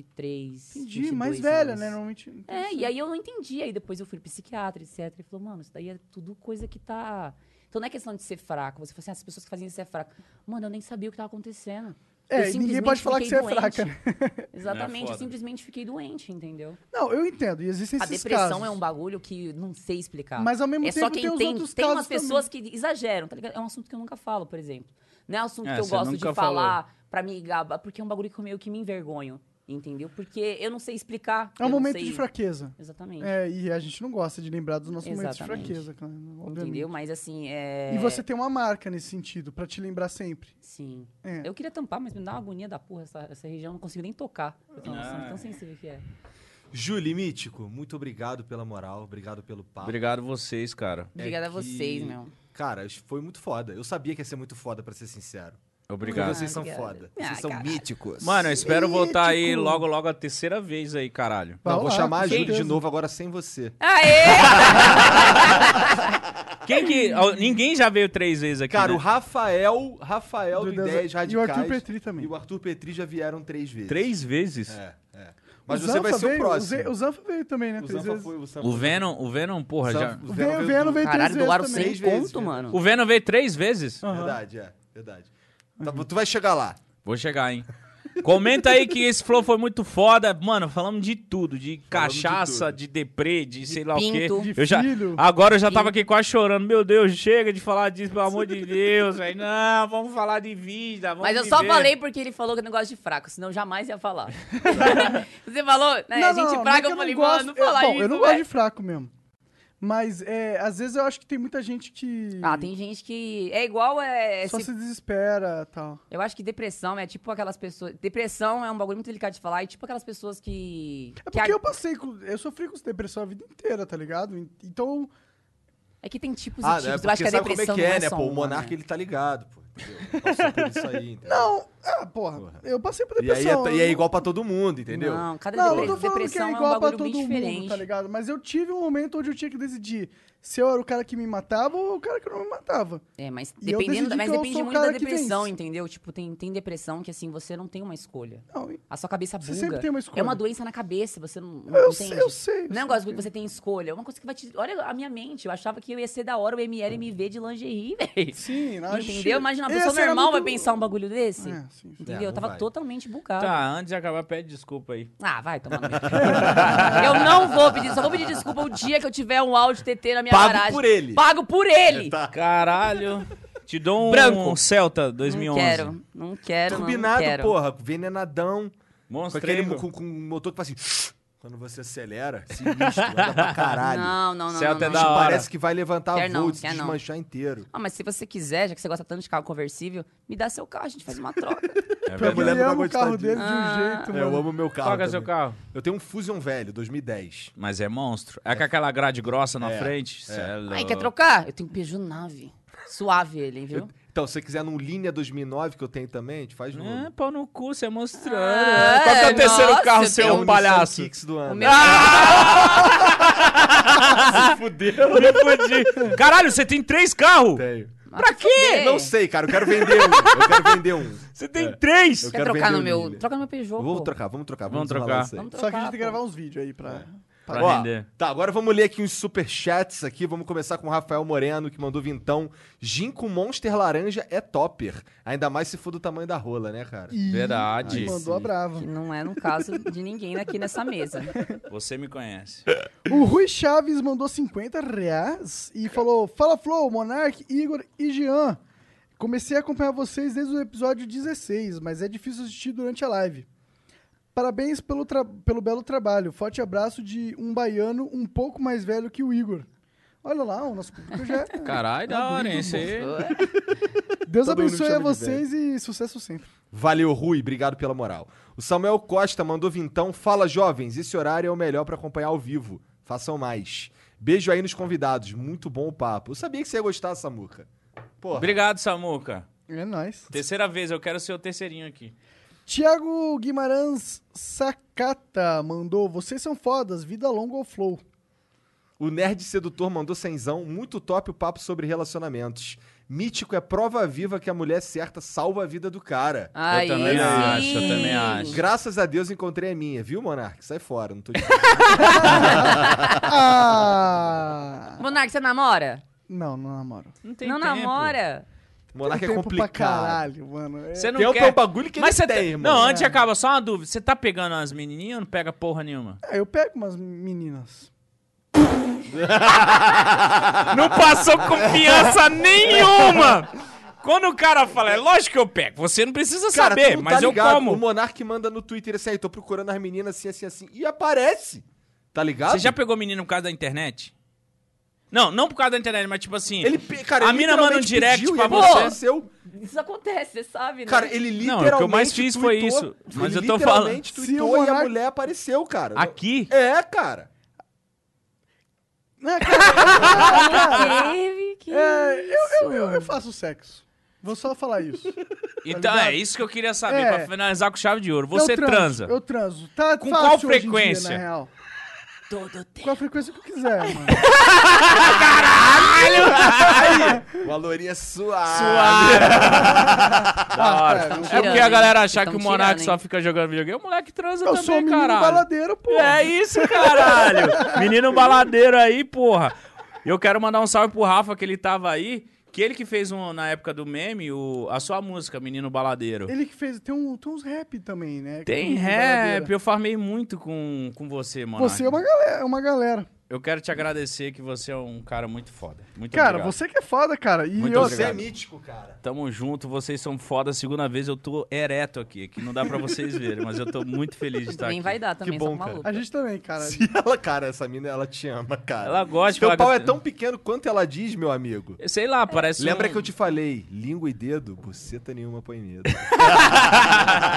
E: 23.
B: Entendi, mais
E: 22
B: velha,
E: anos.
B: né? Normalmente.
E: É, e aí eu não entendi. Aí depois eu fui pro psiquiatra, etc. E falou, mano, isso daí é tudo coisa que tá. Então não é questão de ser fraco. Você fala assim, "Ah, as pessoas que fazem isso é fraco. Mano, eu nem sabia o que tava acontecendo.
B: É,
E: Eu
B: e ninguém
E: simplesmente
B: pode falar que
E: fiquei
B: você é fraca,
E: doente. Exatamente, eu
D: foda.
E: simplesmente fiquei doente, entendeu?
B: Não, eu entendo. E existem
E: A
B: esses
E: depressão
B: casos.
E: é um bagulho que não sei explicar.
B: Mas, ao mesmo
E: é
B: tempo,
E: só quem
B: tem os
E: tem,
B: outros
E: tem umas
B: casos
E: pessoas que exageram, tá ligado? É um assunto que eu nunca falo, por exemplo. Não é um assunto
D: É,
E: que eu
D: você
E: gosto de
D: nunca
E: falar pra me gabar, porque é um bagulho que eu meio que me envergonho, entendeu? Porque eu não sei explicar.
B: É um
E: eu não
B: momento
E: sei-
B: de fraqueza.
E: Exatamente.
B: É, e a gente não gosta de lembrar dos nossos momentos
E: Exatamente.
B: de fraqueza, claro, obviamente.
E: entendeu? Mas assim, é.
B: E você tem uma marca nesse sentido, pra te lembrar sempre.
E: Sim.
B: É.
E: Eu queria tampar, mas me dá uma agonia da porra essa, essa região, eu não consigo nem tocar. pra ter uma noção de tão sensível que é.
C: Julie Mítico, muito obrigado pela moral, obrigado pelo papo.
D: Obrigado vocês, cara.
E: Obrigada
C: É
E: a
C: que-
E: vocês, meu.
C: Cara, foi muito foda. Eu sabia que ia ser muito foda, pra ser sincero.
D: Obrigado.
C: Vocês são
E: obrigada.
C: foda.
E: Ah,
C: Vocês são
E: caralho.
C: míticos.
D: Mano, eu espero voltar aí
B: Mítico.
D: logo, logo a terceira vez aí, caralho.
C: Não,
B: Vai
C: vou
B: lá,
C: chamar
B: com
C: a Júlia de
B: certeza.
C: novo agora sem você.
E: Aê!
D: Quem que. ó, Ninguém já veio três vezes aqui.
C: Cara,
D: né?
C: o Rafael, Rafael do,
B: Do Ideias-
C: Ideias
B: e o
C: Radicais.
B: Arthur Petri também.
C: E o Arthur Petri já vieram três vezes.
D: Três vezes?
C: É, é. Mas
B: O
C: você vai
B: Zanfa
C: ser o
B: veio,
C: próximo.
B: Ze- O Zanfa veio também, né?
C: O
B: três
C: Zanfa
B: vezes.
C: foi, o Zanfa
D: O
C: foi.
D: Venom, o Venom,
C: O
D: porra, já.
C: Zanfa-
B: O Venom veio,
C: duas-
B: veio três
E: Caralho,
B: vezes
E: doaram
B: também.
C: Três
E: 100
C: vezes,
E: conto,
C: velho.
E: mano.
D: O Venom veio três vezes?
B: Aham. Uhum.
C: Verdade, é, verdade. Tá bom, tu vai chegar lá.
D: Vou chegar, hein? Comenta aí que esse flow foi muito foda. Mano, falamos de tudo. De cachaça, de, deprê, de, sei lá
E: pinto.
D: o quê.
E: De
D: eu já,
B: filho.
D: agora eu já tava aqui quase chorando. Meu Deus, chega de falar disso, pelo amor de Deus. Aí, não, vamos falar de vida. vamos
E: Mas eu só
D: viver.
E: falei porque ele falou que eu não gosto de fraco, senão eu jamais ia falar. Você falou, né? a gente
B: não é
E: fraca,
B: que
E: eu falei,
B: gosto-
E: mano,
B: eu-
E: fala
B: bom,
E: isso. é."
B: eu não
E: velho.
B: gosto de fraco mesmo. Mas, é, às vezes, eu acho que tem muita gente que
E: Ah, tem gente que é igual é,
B: só
E: se-
B: se desespera e tal.
E: Eu acho que depressão é tipo aquelas pessoas. Depressão é um bagulho muito delicado de falar, é tipo aquelas pessoas que.
B: É
E: que a-
B: porque eu passei com... Eu sofri com depressão a vida inteira, tá ligado? Então,
E: é que tem tipos
C: Ah, né?
E: e tipos.
C: Porque
E: eu acho que a
C: sabe como é
E: depressão
C: que
E: não
C: é, né?
E: só
C: Pô, o
E: uma,
C: Monark,
E: né?
C: ele tá ligado, pô. entendeu? Passou por isso aí, entendeu?
B: Não, ah, porra, eu passei por
C: E aí, é,
B: depressão.
C: e é igual pra todo mundo, entendeu?
E: Não, cada
B: Não, eu
E: depre-
B: não tô falando que é
E: depressão é um
B: igual pra
E: bagulho
B: todo
E: muito
B: mundo,
E: diferente.
B: tá ligado? Mas eu tive um momento onde eu tinha que decidir se eu era o cara que me matava ou o cara que não me matava.
E: É, mas
B: E eu
E: dependendo,
B: decidi
E: mas
B: que eu
E: depende
B: sou o
E: muito da
B: cara que
E: depressão,
B: vence.
E: entendeu? Tipo, tem, tem depressão que assim, você não tem uma escolha.
B: Não, eu
E: A sua cabeça buga.
B: Você sempre tem uma escolha.
E: É uma doença na cabeça, você não, não
B: sei,
E: entende.
B: eu sei. eu
E: Não é um
B: sei.
E: negócio que você tem escolha. É uma coisa que vai te. Olha a minha mente. Eu achava que eu ia ser da hora o ML me ver de lingerie, velho.
B: Sim, não, achei-
E: Entendeu? Imagina, uma pessoa
B: Essa Ah, era
E: normal vai
B: muito-
E: pensar um bagulho desse.
B: É, sim, sim.
E: Entendeu?
C: É,
E: eu
C: não
E: tava
C: vai.
E: totalmente bugado.
D: Tá, antes de acabar, pede desculpa aí.
E: Ah, vai tomar no cu. Eu não vou pedir, só vou pedir desculpa o dia que eu tiver um áudio TT na minha
C: Pago
E: garagem.
C: por ele. É, tá.
E: Pago por ele.
D: Caralho. Te dou um
E: Branco.
D: Celta
E: Não
D: 2011.
E: quero, não quero, não
C: Turbinado,
E: quero.
C: porra, venenadão. Com
D: Monstrengo.
C: aquele mo- com, com um motor que faz assim. Quando você acelera, sinistro, anda pra caralho.
E: Não, não, não.
D: Celta
E: não,
D: é
E: não.
D: da hora.
C: Parece que vai levantar
E: Quer
C: a
E: não,
C: voo, se
E: quer não.
C: desmanchar inteiro.
E: Ah, mas se você quiser, já que você gosta tanto de carro conversível, me dá seu carro, a gente faz uma troca.
D: É
C: Pra
D: verdade.
C: mulher-
B: Ele
C: não
B: ama o
C: gosta
B: carro
C: disso.
B: dele de um
E: Ah,
B: jeito,
C: É, eu
B: mano.
C: amo meu carro.
D: Qual que é seu
C: também.
D: carro?
C: Eu tenho um Fusion velho, 2010.
D: Mas é monstro. É com aquela grade grossa na frente. Cê é
E: Aí,
D: louco.
E: quer trocar? Eu tenho Peugeot nave. Suave ele, hein, viu?
C: Então, se você quiser num Linha 2009 que eu tenho também, a gente faz no.
D: É, pau no cu, você é monstrando.
E: Ah,
D: Qual que é o terceiro
E: nossa,
D: carro
E: eu
D: seu,
E: tenho
D: um palhaço?
C: Kicks do ano.
E: O meu
D: Ah, Fudeu, me fudi. Tipo Caralho, você tem três carros?
C: Tenho.
E: Ah, Pra quê?
C: Não sei, cara, eu quero vender um. Eu quero vender um.
D: Você tem
C: É.
D: três?
C: Eu
E: Quer
C: quero
E: trocar
C: vender
E: no
C: um
E: meu.
C: Lilian.
E: Troca no meu Peugeot.
C: Vamos
E: pô.
C: trocar, vamos trocar.
D: Vamos
C: Vamos, desenrolar
D: trocar.
C: isso aí.
E: Vamos
B: Só que a gente
E: trocar,
B: tem que
E: pô.
B: gravar uns vídeos aí pra...
D: Pra
C: Ó,
D: vender.
C: Tá, agora vamos ler aqui uns superchats aqui. Vamos começar com o Rafael Moreno, que mandou vintão. Gin com Monster Laranja é topper. Ainda mais se for do tamanho da rola, né, cara?
D: Verdade.
C: Aí sim.
B: Mandou a brava.
E: Que não é no caso de ninguém aqui nessa mesa.
D: Você me conhece.
B: O Rui Chaves mandou 50 reais e falou: Fala Flow, Monark, Igor e Jean. Comecei a acompanhar vocês desde o episódio 16, mas é difícil assistir durante a live. Parabéns pelo, tra- pelo belo trabalho. Forte abraço de um baiano um pouco mais velho que o Igor. Olha lá, o nosso público já. é-
D: Caralho,
E: Tá
D: da hora, hein? Você...
B: Deus
C: Todo mundo me
B: abençoe a
C: chama de
B: vocês e sucesso sempre.
C: Valeu, Rui. Obrigado pela moral. O Samuel Costa mandou vintão. Fala, jovens. Esse horário é o melhor pra acompanhar ao vivo. Façam mais. Beijo aí nos convidados. Muito bom o papo. Eu sabia que você ia gostar, Samuca. Porra.
D: Obrigado, Samuca.
B: É nóis.
D: Terceira vez, eu quero ser o terceirinho aqui.
B: Tiago Guimarães Sakata mandou: Vocês são fodas, vida longa ao flow.
C: O Nerd Sedutor mandou cenzão. Muito top o papo sobre relacionamentos. Mítico é prova viva que a mulher certa salva a vida do cara.
B: Ah,
E: Aí
D: também
E: sim.
D: acho, eu também acho.
C: Graças a Deus encontrei a minha, viu, Monark? Sai fora, não tô de...
B: Ah!
E: Monark, você namora?
B: Não, não namoro.
D: Não tem
E: não
D: tempo.
E: namora?
C: Monark
B: Tem
C: é
B: tempo
C: complicado.
B: Pra caralho, mano. É-
D: Você não
C: Tempo é um
D: quer...
C: bagulho que
D: Mas
C: ele
D: você
C: tem,
D: tá...
C: irmão. É.
D: Não, antes de acabar, só uma dúvida. Você tá pegando as menininhas ou não pega porra nenhuma?
B: Ah, eu pego umas meninas.
D: Não passou confiança nenhuma! Quando o cara fala, é lógico que eu pego, você não precisa
C: Cara,
D: saber,
C: tu não tá
D: mas eu
C: ligado. O
D: como.
C: Monark manda no Twitter assim, aí, tô procurando as meninas assim, assim, assim, e aparece. Tá ligado?
D: Você já pegou menino por causa da internet? Não, não por causa da internet, mas tipo assim.
C: ele, pe- cara,
D: a
C: ele
D: mina manda um
C: literalmente
D: direct
C: pediu e é
D: pra
C: ele
D: você.
C: apareceu.
E: Isso acontece, você sabe, né?
C: Cara, ele literalmente
D: o que eu mais fiz foi
C: tweetou.
D: isso. Mas
C: Ele
D: eu tô falando-
C: literalmente
B: Se o
C: tweetou e a
B: Monark-
C: mulher apareceu, cara.
D: Aqui?
C: É, cara.
B: Ah, cara,
E: Teve que.
B: é, eu, eu, eu, eu
E: isso.
B: faço sexo. Vou só falar isso.
D: Então
B: ligado?
D: é isso que eu queria saber,
B: É.
D: pra finalizar com chave de ouro. Você
B: Eu transo,
D: transa.
B: Eu transo. Tá
D: Com
B: fácil
D: qual
B: hoje em dia,
D: frequência?
B: na real.
E: Todo tempo.
B: Com a frequência que eu quiser, mano.
C: Valoria suave.
D: Ah, Da hora.
B: cara, eu
D: É porque a
E: Tirando,
D: galera
E: hein?
D: achar que o
E: Tão
D: Monark
E: tirando,
D: só
E: hein?
D: fica jogando videogame, o moleque transa
B: Eu
D: também,
B: sou um menino
D: caralho.
B: baladeiro, pô.
D: É isso, caralho! Menino baladeiro aí, porra. Eu quero mandar um salve pro Rafa, que ele tava aí. Que ele que fez um, na época do meme o- a sua música, Menino Baladeiro.
B: Ele que fez. Tem, um, tem uns rap também, né?
D: Tem
B: Com
D: rap,
B: baladeira.
D: eu farmei muito com, com você, mano.
B: Você é uma galera. É uma galera.
D: Eu quero te agradecer que você é um cara muito foda. Muito
B: cara,
D: obrigado.
B: você que é foda, cara. E
D: Muito
B: eu-
D: obrigado.
C: é mítico, cara.
D: Tamo junto, vocês são foda. Segunda vez eu tô ereto aqui, que não dá pra vocês verem, mas eu tô muito feliz de estar
H: Também
D: aqui.
H: vai dar também,
C: bom,
H: só com
C: cara.
H: maluco.
B: A gente também, cara.
C: Se ela, cara, essa mina, ela te ama, cara.
D: Ela gosta de
C: Teu
D: falar
C: pau
D: que-
C: é tão pequeno quanto ela diz, meu amigo.
D: Sei lá, parece um-
C: Lembra que eu te falei, língua e dedo, buceta nenhuma põe medo.
D: tá-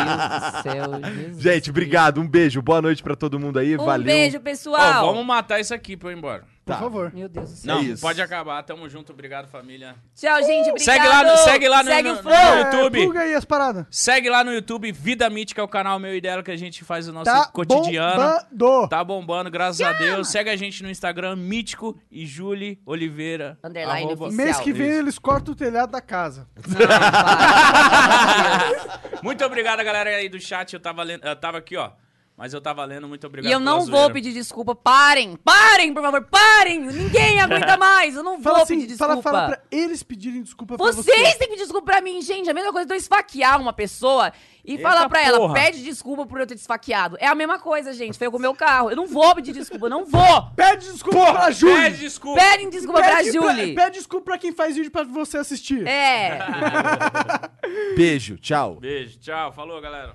H: Meu Deus do céu, Jesus.
C: Gente, obrigado, um beijo, boa noite pra todo mundo aí,
E: Um
C: valeu.
E: beijo,
D: Ó,
E: pessoal.
D: vamos matar isso aqui pra eu ir embora.
B: Por
C: Tá.
B: favor.
H: Meu Deus
B: É
H: do céu.
D: Não,
C: isso.
D: pode acabar. Tamo junto, obrigado, família.
E: Tchau, gente. Obrigado.
D: Segue lá, segue lá no,
E: Segue
D: no-
E: o
D: no
E: Flow.
D: YouTube.
B: É, pluga aí as paradas.
D: Segue lá no YouTube, Vida Mítica, é o canal meu e dela que a gente faz o nosso
B: Tá
D: Tipo assim, cotidiano.
B: bombando.
D: Tá bombando, graças a Deus. Segue a gente no Instagram, Mítico e Julie Oliveira.
H: Underline
D: arroba.
H: oficial.
B: Mês que vem
C: Isso.
B: eles cortam o telhado da casa.
D: Muito obrigado, galera aí do chat. Eu tava, lendo, eu tava aqui, ó. Mas eu tava lendo, muito obrigado.
E: E eu
D: pela
E: não
D: zoeira.
E: vou pedir desculpa. Parem. Parem, por favor. Parem. Ninguém aguenta mais. Eu não vou
B: Fala
E: pedir
B: assim, fala,
E: desculpa.
B: fala pra eles pedirem desculpa pra você.
E: Vocês têm que pedir desculpa pra mim, gente. É a mesma coisa de eu esfaquear uma pessoa e falar pra ela,
D: porra.
E: pede desculpa por eu ter te esfaqueado. É a mesma coisa, gente. Foi com o meu carro. Eu não vou pedir desculpa, eu não vou.
B: Pede desculpa pra Júlia.
D: Pede desculpa.
E: Pedem desculpa pra Julie.
B: pede desculpa pra quem faz vídeo pra você assistir.
E: É.
C: Beijo, tchau.
D: Beijo, tchau. Falou, galera.